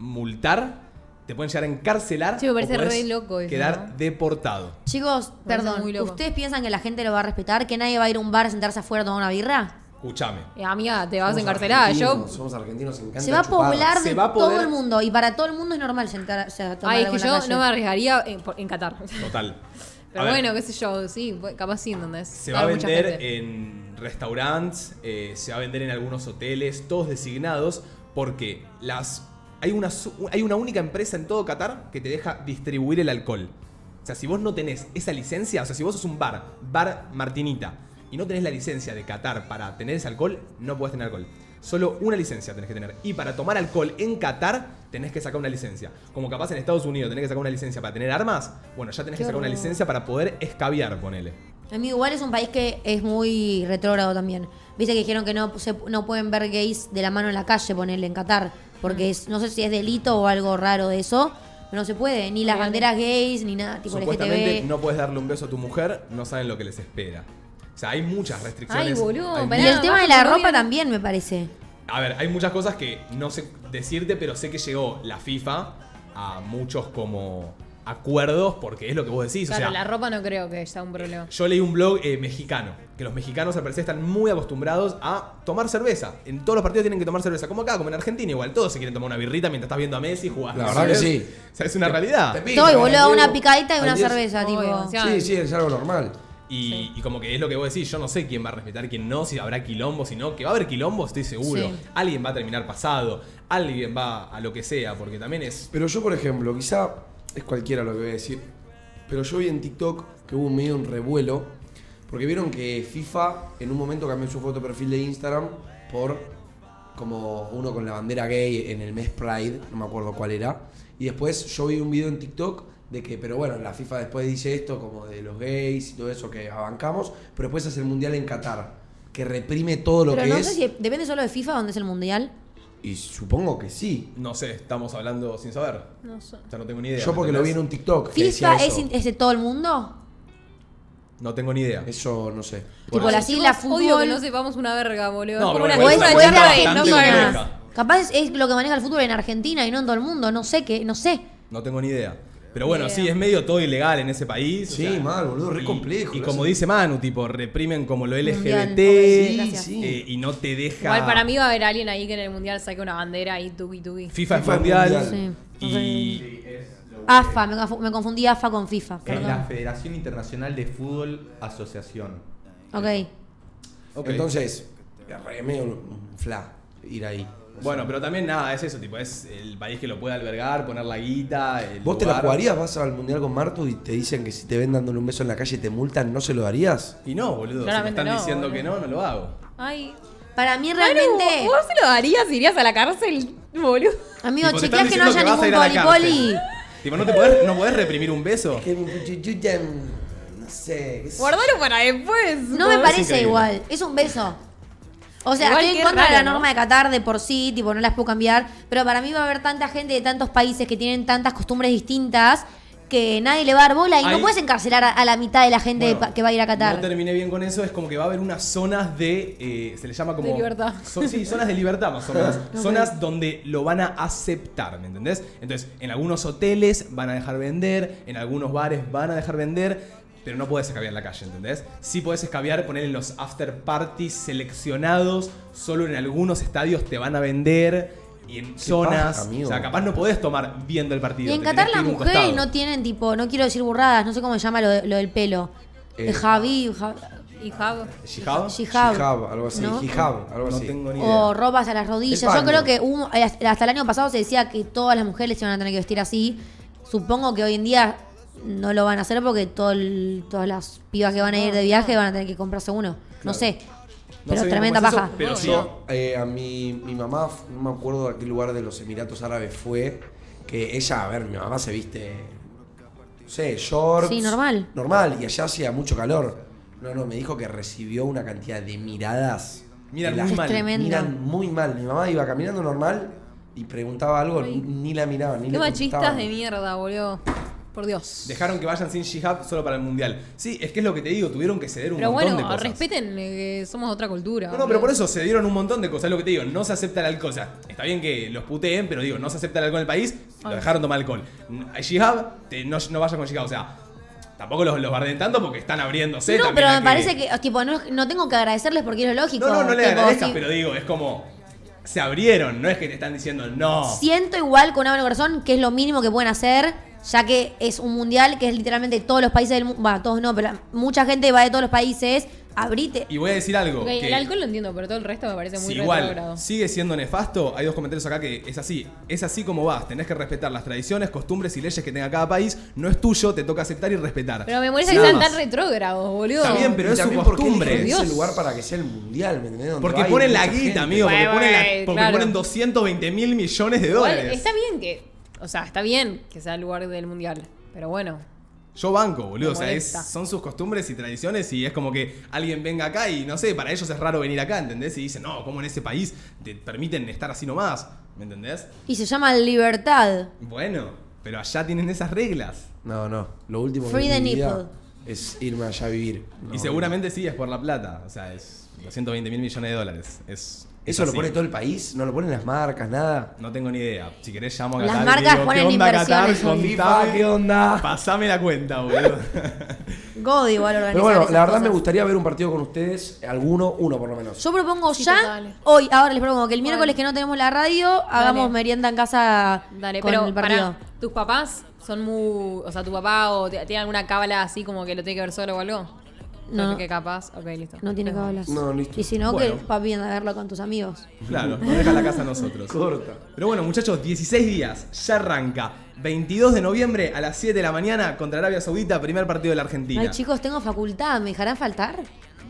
[SPEAKER 1] multar, te pueden llegar a encarcelar,
[SPEAKER 4] Sí, me parece
[SPEAKER 1] o podés
[SPEAKER 4] re loco eso,
[SPEAKER 1] quedar
[SPEAKER 4] ¿no?
[SPEAKER 1] deportado.
[SPEAKER 3] Chicos,
[SPEAKER 4] parece
[SPEAKER 3] perdón,
[SPEAKER 4] muy loco.
[SPEAKER 3] ¿ustedes piensan que la gente lo va a respetar? ¿Que nadie va a ir a un bar a sentarse afuera a tomar una birra?
[SPEAKER 1] Escúchame.
[SPEAKER 4] Eh, amiga, te vas
[SPEAKER 2] Somos
[SPEAKER 4] encarcelada. Yo.
[SPEAKER 2] argentinos, Somos argentinos, encanta
[SPEAKER 3] Se va a
[SPEAKER 2] chupar.
[SPEAKER 3] poblar
[SPEAKER 1] Se
[SPEAKER 3] de
[SPEAKER 1] va a
[SPEAKER 3] todo
[SPEAKER 1] poder-
[SPEAKER 3] el mundo y para todo el mundo es normal sentarse a tomar
[SPEAKER 4] Ay, es
[SPEAKER 3] algo en
[SPEAKER 4] que
[SPEAKER 3] la
[SPEAKER 4] yo
[SPEAKER 3] calle.
[SPEAKER 4] no me arriesgaría en, por- en Qatar. [LAUGHS]
[SPEAKER 1] Total.
[SPEAKER 4] Pero
[SPEAKER 1] A ver.
[SPEAKER 4] bueno, qué sé yo, sí, bu- capaz sí, ¿entendés?
[SPEAKER 1] Se va
[SPEAKER 4] Claro,
[SPEAKER 1] a
[SPEAKER 4] mucha
[SPEAKER 1] vender
[SPEAKER 4] gente.
[SPEAKER 1] en eh, restaurantes, eh, se va a vender en algunos hoteles, todos designados, porque las hay una, su- hay una única empresa en todo Qatar que te deja distribuir el alcohol. O sea, si vos no tenés esa licencia, o sea, si vos sos un bar, bar Martinita, y no tenés la licencia de Qatar para tener ese alcohol, no podés tener alcohol. Solo una licencia tenés que tener. Y para tomar alcohol en Qatar, tenés que sacar una licencia. Como capaz en Estados Unidos tenés que sacar una licencia para tener armas, bueno, ya tenés
[SPEAKER 3] Qué
[SPEAKER 1] que sacar una
[SPEAKER 3] horror.
[SPEAKER 1] licencia para poder escabiar, ponele.
[SPEAKER 3] A mí igual es un país que es muy retrógrado también. Viste que dijeron que no, se- no pueden ver gays de la mano en la calle, ponerle en Qatar, porque es- no sé si es delito o algo raro de eso, pero no se puede, ni las
[SPEAKER 4] Bien.
[SPEAKER 3] banderas gays, ni nada, tipo
[SPEAKER 1] Supuestamente
[SPEAKER 3] LGTB.
[SPEAKER 1] no puedes darle un beso a tu mujer, no saben lo que les espera. O sea, hay muchas restricciones.
[SPEAKER 4] Ay, boludo,
[SPEAKER 1] hay
[SPEAKER 4] pará.
[SPEAKER 3] y el tema de la
[SPEAKER 4] Bajo
[SPEAKER 3] ropa
[SPEAKER 4] novia.
[SPEAKER 3] también me parece.
[SPEAKER 1] A ver, hay muchas cosas que no sé decirte, pero sé que llegó la FIFA a muchos como acuerdos, porque es lo que vos decís.
[SPEAKER 4] Claro,
[SPEAKER 1] o sea,
[SPEAKER 4] la ropa no creo que sea un problema.
[SPEAKER 1] yo leí un blog eh, mexicano, que los mexicanos al parecer están muy acostumbrados a tomar cerveza. En todos los partidos tienen que tomar cerveza, como acá, como en Argentina, igual todos se quieren tomar una birrita mientras estás viendo a Messi jugar.
[SPEAKER 2] La verdad que sí. Eh,
[SPEAKER 1] O sea, es una realidad.
[SPEAKER 2] Te pica,
[SPEAKER 3] Estoy, boludo,
[SPEAKER 2] Diego.
[SPEAKER 3] una picadita y
[SPEAKER 2] Al
[SPEAKER 3] una
[SPEAKER 2] diez-
[SPEAKER 3] cerveza,
[SPEAKER 4] Obvio,
[SPEAKER 3] tipo.
[SPEAKER 4] o sea,
[SPEAKER 2] Sí, sí, es algo normal.
[SPEAKER 1] Y, y como que es lo que vos decís, yo no sé quién va a respetar, quién no, si habrá quilombo, si no, que va a haber quilombo, estoy seguro.
[SPEAKER 3] Sí.
[SPEAKER 1] Alguien va a terminar pasado, alguien va a lo que sea, porque también es...
[SPEAKER 2] Pero yo, por ejemplo, quizá es cualquiera lo que voy a decir, pero yo vi en TikTok que hubo medio un revuelo, porque vieron que FIFA en un momento cambió su foto de perfil de Instagram por como uno con la bandera gay en el mes Pride, no me acuerdo cuál era, y después yo vi un video en TikTok de que, pero bueno, la FIFA después dice esto como de los gays y todo eso que abancamos, pero después hace el Mundial en Qatar, que reprime todo lo
[SPEAKER 3] Pero
[SPEAKER 2] que
[SPEAKER 3] no
[SPEAKER 2] es,
[SPEAKER 3] sé si depende solo de FIFA, donde es el mundial.
[SPEAKER 2] y supongo que sí.
[SPEAKER 1] No sé, estamos hablando sin saber.
[SPEAKER 4] No sé.
[SPEAKER 1] Ya no tengo ni idea.
[SPEAKER 2] Yo porque lo vi en un TikTok. que decía
[SPEAKER 3] ¿FIFA es,
[SPEAKER 2] eso.
[SPEAKER 3] in- es de todo el mundo?
[SPEAKER 1] No tengo ni idea.
[SPEAKER 2] Eso no sé.
[SPEAKER 3] Tipo
[SPEAKER 1] ahí.
[SPEAKER 3] la sigla
[SPEAKER 4] Chicos, Odio que
[SPEAKER 3] fútbol.
[SPEAKER 4] no sepamos una verga, boludo.
[SPEAKER 1] No,
[SPEAKER 4] Es como
[SPEAKER 1] pero
[SPEAKER 4] una
[SPEAKER 1] bueno,
[SPEAKER 3] O es,
[SPEAKER 4] es
[SPEAKER 1] esa
[SPEAKER 4] una
[SPEAKER 3] o es
[SPEAKER 1] charla
[SPEAKER 3] la
[SPEAKER 4] charla de
[SPEAKER 1] bastante
[SPEAKER 4] no
[SPEAKER 3] Argentina.
[SPEAKER 1] compleja.
[SPEAKER 4] sabemos.
[SPEAKER 3] Capaz es, es lo que maneja el fútbol en Argentina y no en todo el mundo. No sé qué, no sé.
[SPEAKER 1] No tengo ni idea. Pero bueno,
[SPEAKER 4] Ni idea.
[SPEAKER 1] sí, es medio todo ilegal en ese país.
[SPEAKER 2] Sí, mal, boludo, re
[SPEAKER 1] y-
[SPEAKER 2] complejo,
[SPEAKER 1] Y
[SPEAKER 2] lo
[SPEAKER 1] como
[SPEAKER 2] hacen.
[SPEAKER 1] dice Manu, tipo, reprimen como lo
[SPEAKER 3] Mundial,
[SPEAKER 1] LGBT
[SPEAKER 3] pobrecito,
[SPEAKER 2] gracias. Sí, sí.
[SPEAKER 1] eh, y no te deja...
[SPEAKER 4] Igual para mí va a haber alguien ahí que en el mundial saque una bandera y tuki tuki.
[SPEAKER 1] FIFA, es
[SPEAKER 2] FIFA es
[SPEAKER 1] mundial.
[SPEAKER 2] mundial.
[SPEAKER 3] Sí.
[SPEAKER 1] Y,
[SPEAKER 3] AFA, me, confu- me confundí AFA con FIFA.
[SPEAKER 5] Es
[SPEAKER 3] Perdón.
[SPEAKER 5] la Federación Internacional de Fútbol Asociación.
[SPEAKER 3] Ok.
[SPEAKER 1] Ok.
[SPEAKER 2] Entonces, re- medio un fla ir ahí.
[SPEAKER 1] Bueno, pero también nada, es eso, tipo, es el país que lo puede albergar, poner la guita. el
[SPEAKER 2] ¿Vos te la
[SPEAKER 1] lugar.
[SPEAKER 2] jugarías? ¿Vas al mundial con Martu y te dicen que si te ven dándole un beso en la calle te multan? ¿No se lo darías?
[SPEAKER 1] Y no, boludo. Si me
[SPEAKER 4] Claramente
[SPEAKER 1] están
[SPEAKER 4] no,
[SPEAKER 1] diciendo
[SPEAKER 4] boludo.
[SPEAKER 1] que no, no lo hago.
[SPEAKER 4] Ay.
[SPEAKER 3] Para mí
[SPEAKER 4] Realmente.
[SPEAKER 3] realmente.
[SPEAKER 4] ¿Vos se lo darías? ¿Irías a la cárcel, boludo?
[SPEAKER 3] Amigo,
[SPEAKER 1] Tipo, te
[SPEAKER 3] chequeás
[SPEAKER 1] están
[SPEAKER 3] que no
[SPEAKER 1] diciendo
[SPEAKER 3] haya ningún
[SPEAKER 1] vas a ir a la
[SPEAKER 3] poli-poli.
[SPEAKER 1] cárcel. Tipo, ¿no, te podés, ¿no podés reprimir un beso?
[SPEAKER 2] Que yo ya, no sé. qué sé-
[SPEAKER 4] Guardalo para después.
[SPEAKER 3] No me
[SPEAKER 4] boludo.
[SPEAKER 3] parece
[SPEAKER 1] increíble.
[SPEAKER 3] igual. Es un beso. O sea,
[SPEAKER 4] Igual
[SPEAKER 3] estoy en
[SPEAKER 4] qué
[SPEAKER 3] contra de la
[SPEAKER 4] raro, ¿no?
[SPEAKER 3] norma de Qatar de por sí, tipo, no las puedo cambiar. Pero para mí va a haber tanta gente de tantos países que tienen tantas costumbres distintas que nadie le va a dar bola y no
[SPEAKER 1] Ahí-
[SPEAKER 3] puedes encarcelar a, a la mitad de la gente de
[SPEAKER 1] Bueno,
[SPEAKER 3] pa- que va a ir a Qatar.
[SPEAKER 1] No terminé bien con eso, es como que va a haber unas zonas de. eh, se le llama como.
[SPEAKER 4] De libertad.
[SPEAKER 1] so- sí, zonas de libertad más o
[SPEAKER 3] [LAUGHS]
[SPEAKER 1] menos. Zonas donde lo van a aceptar, ¿me entendés? Entonces, en algunos hoteles van a dejar vender, en algunos bares van a dejar vender. Pero no podés escabiar en la calle, ¿entendés? Sí podés escabiar, poner en los after parties seleccionados, solo en algunos estadios te van a vender y en zonas.
[SPEAKER 2] paja, amigo.
[SPEAKER 1] o sea, capaz no podés tomar viendo el partido.
[SPEAKER 3] y en
[SPEAKER 1] te
[SPEAKER 3] Qatar
[SPEAKER 1] tenés que
[SPEAKER 3] las
[SPEAKER 1] ir a un
[SPEAKER 3] mujeres
[SPEAKER 1] costado.
[SPEAKER 3] no tienen, tipo, no quiero decir burradas, no sé cómo se llama lo, de- lo del pelo.
[SPEAKER 2] Eh,
[SPEAKER 3] de Javi, ja-
[SPEAKER 4] Y Javo.
[SPEAKER 1] ¿Hijab?
[SPEAKER 3] Hijab.
[SPEAKER 2] Hijab, algo así.
[SPEAKER 3] ¿No?
[SPEAKER 2] Hijab, algo
[SPEAKER 1] No
[SPEAKER 2] así.
[SPEAKER 1] tengo ni idea.
[SPEAKER 3] O ropas a las rodillas.
[SPEAKER 2] El
[SPEAKER 3] Yo
[SPEAKER 2] paño.
[SPEAKER 3] creo que hubo- hasta el año pasado se decía que todas las mujeres se iban a tener que vestir así. Supongo que hoy en día no lo van a hacer porque todo el- todas las pibas que van a ir de viaje van a tener que comprarse uno. No sé.
[SPEAKER 1] No
[SPEAKER 3] pero
[SPEAKER 1] sé bien
[SPEAKER 3] tremenda
[SPEAKER 1] cómo es eso,
[SPEAKER 3] paja.
[SPEAKER 1] pero sí.
[SPEAKER 2] Yo, eh, a mi, mi mamá, f- no me acuerdo a qué lugar de los Emiratos Árabes fue, que ella, a ver, mi mamá se viste, no sé, shorts.
[SPEAKER 3] Sí, normal.
[SPEAKER 2] Normal, y allá hacía mucho calor. No, no, me dijo que recibió una cantidad de miradas.
[SPEAKER 1] Miran
[SPEAKER 2] Y la
[SPEAKER 1] muy
[SPEAKER 2] gente
[SPEAKER 1] mal.
[SPEAKER 3] tremendo.
[SPEAKER 2] Miran muy mal. Mi mamá iba caminando normal y preguntaba algo, ni- ni la miraban, ni
[SPEAKER 4] Qué
[SPEAKER 2] le
[SPEAKER 4] machistas
[SPEAKER 2] contestaban.
[SPEAKER 4] de mierda, boludo. Por Dios.
[SPEAKER 1] Dejaron que vayan sin Shihab solo para el mundial. Sí, es que es lo que te digo, tuvieron que ceder un
[SPEAKER 4] Pero
[SPEAKER 1] montón
[SPEAKER 4] bueno,
[SPEAKER 1] de cosas.
[SPEAKER 4] respeten eh, que somos otra cultura.
[SPEAKER 1] No, no, pero por eso se dieron un montón de cosas, es lo que te digo, no se acepta el alcohol. O sea, está bien que los puteen, pero digo, no se acepta el alcohol en el país, lo dejaron tomar alcohol. A Shihab, te- no, no vayas con Shihab, o sea, tampoco los, los barden tanto porque están abriéndose.
[SPEAKER 3] no,
[SPEAKER 1] también
[SPEAKER 3] pero
[SPEAKER 1] a
[SPEAKER 3] me parece que, tipo, no, no tengo que agradecerles porque es lo lógico.
[SPEAKER 1] No, no, no le
[SPEAKER 3] Tipo,
[SPEAKER 1] agradezcas,
[SPEAKER 3] si-
[SPEAKER 1] pero digo, es como... Se abrieron, no es que te están diciendo no.
[SPEAKER 2] Oh.
[SPEAKER 3] Siento igual con Álvaro Garzón que es lo mínimo que pueden hacer. ya que es un mundial que es literalmente todos los países del mundo, va, todos no, pero la- mucha gente va de todos los países, abrite.
[SPEAKER 1] Y voy a decir algo.
[SPEAKER 4] Ok,
[SPEAKER 1] que
[SPEAKER 4] el alcohol lo entiendo, pero todo el resto me parece muy
[SPEAKER 1] si igual
[SPEAKER 4] retrógrado.
[SPEAKER 1] sigue siendo nefasto, hay dos comentarios acá que es así. Es así como vas. Tenés que respetar las tradiciones, costumbres y leyes que tenga cada país. No es tuyo, te toca aceptar y respetar.
[SPEAKER 4] Pero me molesta que
[SPEAKER 1] Nada
[SPEAKER 4] sean
[SPEAKER 1] más.
[SPEAKER 4] tan retrógrados, boludo.
[SPEAKER 1] Está bien, pero
[SPEAKER 2] Y
[SPEAKER 1] es su
[SPEAKER 2] también porque
[SPEAKER 1] costumbre.
[SPEAKER 2] eligen ese
[SPEAKER 4] Dios.
[SPEAKER 2] lugar para que sea el mundial, ¿me entendés? Donde
[SPEAKER 1] Porque
[SPEAKER 2] va a ir
[SPEAKER 1] ponen la
[SPEAKER 2] mucha
[SPEAKER 1] guita,
[SPEAKER 2] gente.
[SPEAKER 1] amigo. Porque,
[SPEAKER 4] Bueno,
[SPEAKER 1] ponen, la-
[SPEAKER 4] bueno,
[SPEAKER 1] porque
[SPEAKER 4] claro.
[SPEAKER 1] ponen 220 mil millones de
[SPEAKER 4] Igual,
[SPEAKER 1] dólares.
[SPEAKER 4] está bien que. O sea, está bien que sea el lugar del mundial. Pero bueno.
[SPEAKER 1] Yo banco, boludo.
[SPEAKER 4] Me
[SPEAKER 1] O sea, es-
[SPEAKER 4] molesta.
[SPEAKER 1] son sus costumbres y tradiciones y es como que alguien venga acá y no sé, para ellos es raro venir acá, ¿entendés? Y dicen, no, ¿cómo en ese país te permiten estar así nomás? ¿Me entendés?
[SPEAKER 3] Y se llama libertad.
[SPEAKER 1] Bueno, pero allá tienen esas reglas.
[SPEAKER 2] No, no. Lo último que
[SPEAKER 3] Free
[SPEAKER 2] vi en
[SPEAKER 3] the
[SPEAKER 2] mi vida
[SPEAKER 3] nipple.
[SPEAKER 2] es irme allá a vivir. No,
[SPEAKER 1] y seguramente sí es por la plata. O sea, es 220 mil millones de dólares. Es, es
[SPEAKER 2] ¿Eso lo
[SPEAKER 1] así.
[SPEAKER 2] pone todo el país? ¿no lo ponen las marcas, nada?
[SPEAKER 1] No tengo ni idea. Si querés llamo a
[SPEAKER 3] Las
[SPEAKER 1] Qatar. y
[SPEAKER 3] marcas
[SPEAKER 1] digo,
[SPEAKER 3] ponen
[SPEAKER 1] ¿qué onda, Qatar?
[SPEAKER 3] inversiones en
[SPEAKER 1] Contame,
[SPEAKER 2] FIFA, ¿qué onda?
[SPEAKER 1] Pasame la cuenta,
[SPEAKER 2] [LAUGHS]
[SPEAKER 1] boludo.
[SPEAKER 3] God igual organizar
[SPEAKER 2] Pero bueno,
[SPEAKER 3] esas
[SPEAKER 2] la verdad
[SPEAKER 3] cosas.
[SPEAKER 2] me gustaría ver un partido con ustedes, alguno, uno por
[SPEAKER 1] [LAUGHS]
[SPEAKER 2] lo menos.
[SPEAKER 3] Yo propongo
[SPEAKER 4] Sí,
[SPEAKER 3] ya,
[SPEAKER 4] total.
[SPEAKER 3] hoy, ahora les propongo que el miércoles
[SPEAKER 4] Dale.
[SPEAKER 3] que no tenemos la radio, hagamos merienda en casa
[SPEAKER 4] Dale,
[SPEAKER 3] con
[SPEAKER 4] pero
[SPEAKER 3] el partido.
[SPEAKER 4] pará, tus papás son muy. O sea, tu papá o te- tiene alguna cábala así como que lo tiene que ver solo o algo.
[SPEAKER 3] No.
[SPEAKER 4] Creo que capaz. Ok, listo.
[SPEAKER 3] No tiene que hablar.
[SPEAKER 2] No, listo.
[SPEAKER 3] Y si no,
[SPEAKER 2] Bueno.
[SPEAKER 3] que papi anda a verlo con tus amigos.
[SPEAKER 1] Claro, nos deja la casa a nosotros.
[SPEAKER 2] Corta.
[SPEAKER 1] Pero bueno, muchachos, 16 días, ya arranca. 22 de noviembre a las 7 de la mañana contra Arabia Saudita, primer partido de la Argentina.
[SPEAKER 3] Ay, chicos, tengo facultad, ¿me dejarán faltar?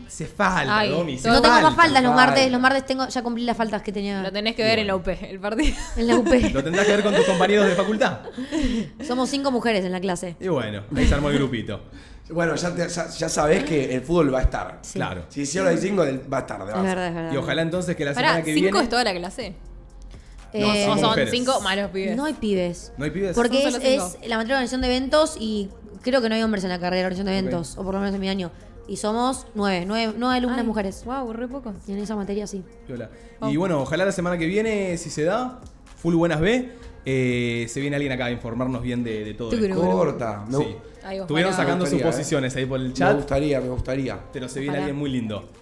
[SPEAKER 1] Se falta,
[SPEAKER 4] Ay,
[SPEAKER 1] Domi, se
[SPEAKER 3] No tengo más faltas los
[SPEAKER 2] falta.
[SPEAKER 3] martes, los martes tengo, ya cumplí las faltas que tenía
[SPEAKER 4] Lo tenés que ver en la UP, el partido.
[SPEAKER 3] en la
[SPEAKER 1] Lo
[SPEAKER 2] [LAUGHS]
[SPEAKER 3] UP.
[SPEAKER 1] tendrás que ver con tus compañeros de facultad.
[SPEAKER 3] Somos cinco mujeres en la clase.
[SPEAKER 1] Y bueno, ahí se armó el grupito.
[SPEAKER 2] Bueno, ya, te- ya, ya sabés que el fútbol va a estar.
[SPEAKER 3] Sí.
[SPEAKER 1] Claro.
[SPEAKER 2] Si hicieron el 5, va a estar. de
[SPEAKER 3] Es
[SPEAKER 2] base.
[SPEAKER 3] verdad, es verdad.
[SPEAKER 1] Y ojalá entonces que la semana
[SPEAKER 4] Pará,
[SPEAKER 1] que
[SPEAKER 4] cinco
[SPEAKER 1] viene.
[SPEAKER 4] es toda la clase.
[SPEAKER 1] No,
[SPEAKER 3] Eh,
[SPEAKER 4] o
[SPEAKER 1] somos
[SPEAKER 4] son
[SPEAKER 1] mujeres.
[SPEAKER 4] cinco malos pibes.
[SPEAKER 3] no hay pibes.
[SPEAKER 1] ¿No hay pibes?
[SPEAKER 3] Porque
[SPEAKER 4] Son
[SPEAKER 3] es,
[SPEAKER 4] solo
[SPEAKER 3] es
[SPEAKER 4] cinco.
[SPEAKER 3] la materia de organización de eventos y creo que no hay hombres en la carrera de organización de eventos, o por lo menos en mi año. Y somos nueve, nueve, nueve alumnas
[SPEAKER 4] Ay,
[SPEAKER 3] mujeres.
[SPEAKER 4] Wow, re poco.
[SPEAKER 3] Y en esa materia sí.
[SPEAKER 1] Hola. Y bueno, ojalá la semana que viene, si se da, full buenas B. eh, se viene alguien acá a informarnos bien de, de todo.
[SPEAKER 4] Tú
[SPEAKER 1] esto.
[SPEAKER 4] creo.
[SPEAKER 2] Corta. Me,
[SPEAKER 1] Sí.
[SPEAKER 4] Ay, ojalá.
[SPEAKER 1] Estuvieron sacando
[SPEAKER 2] Me gustaría, eh.
[SPEAKER 1] suposiciones ahí por el
[SPEAKER 2] me
[SPEAKER 1] chat,
[SPEAKER 2] gustaría, me gustaría.
[SPEAKER 1] pero se viene
[SPEAKER 4] Ojalá.
[SPEAKER 1] alguien muy lindo.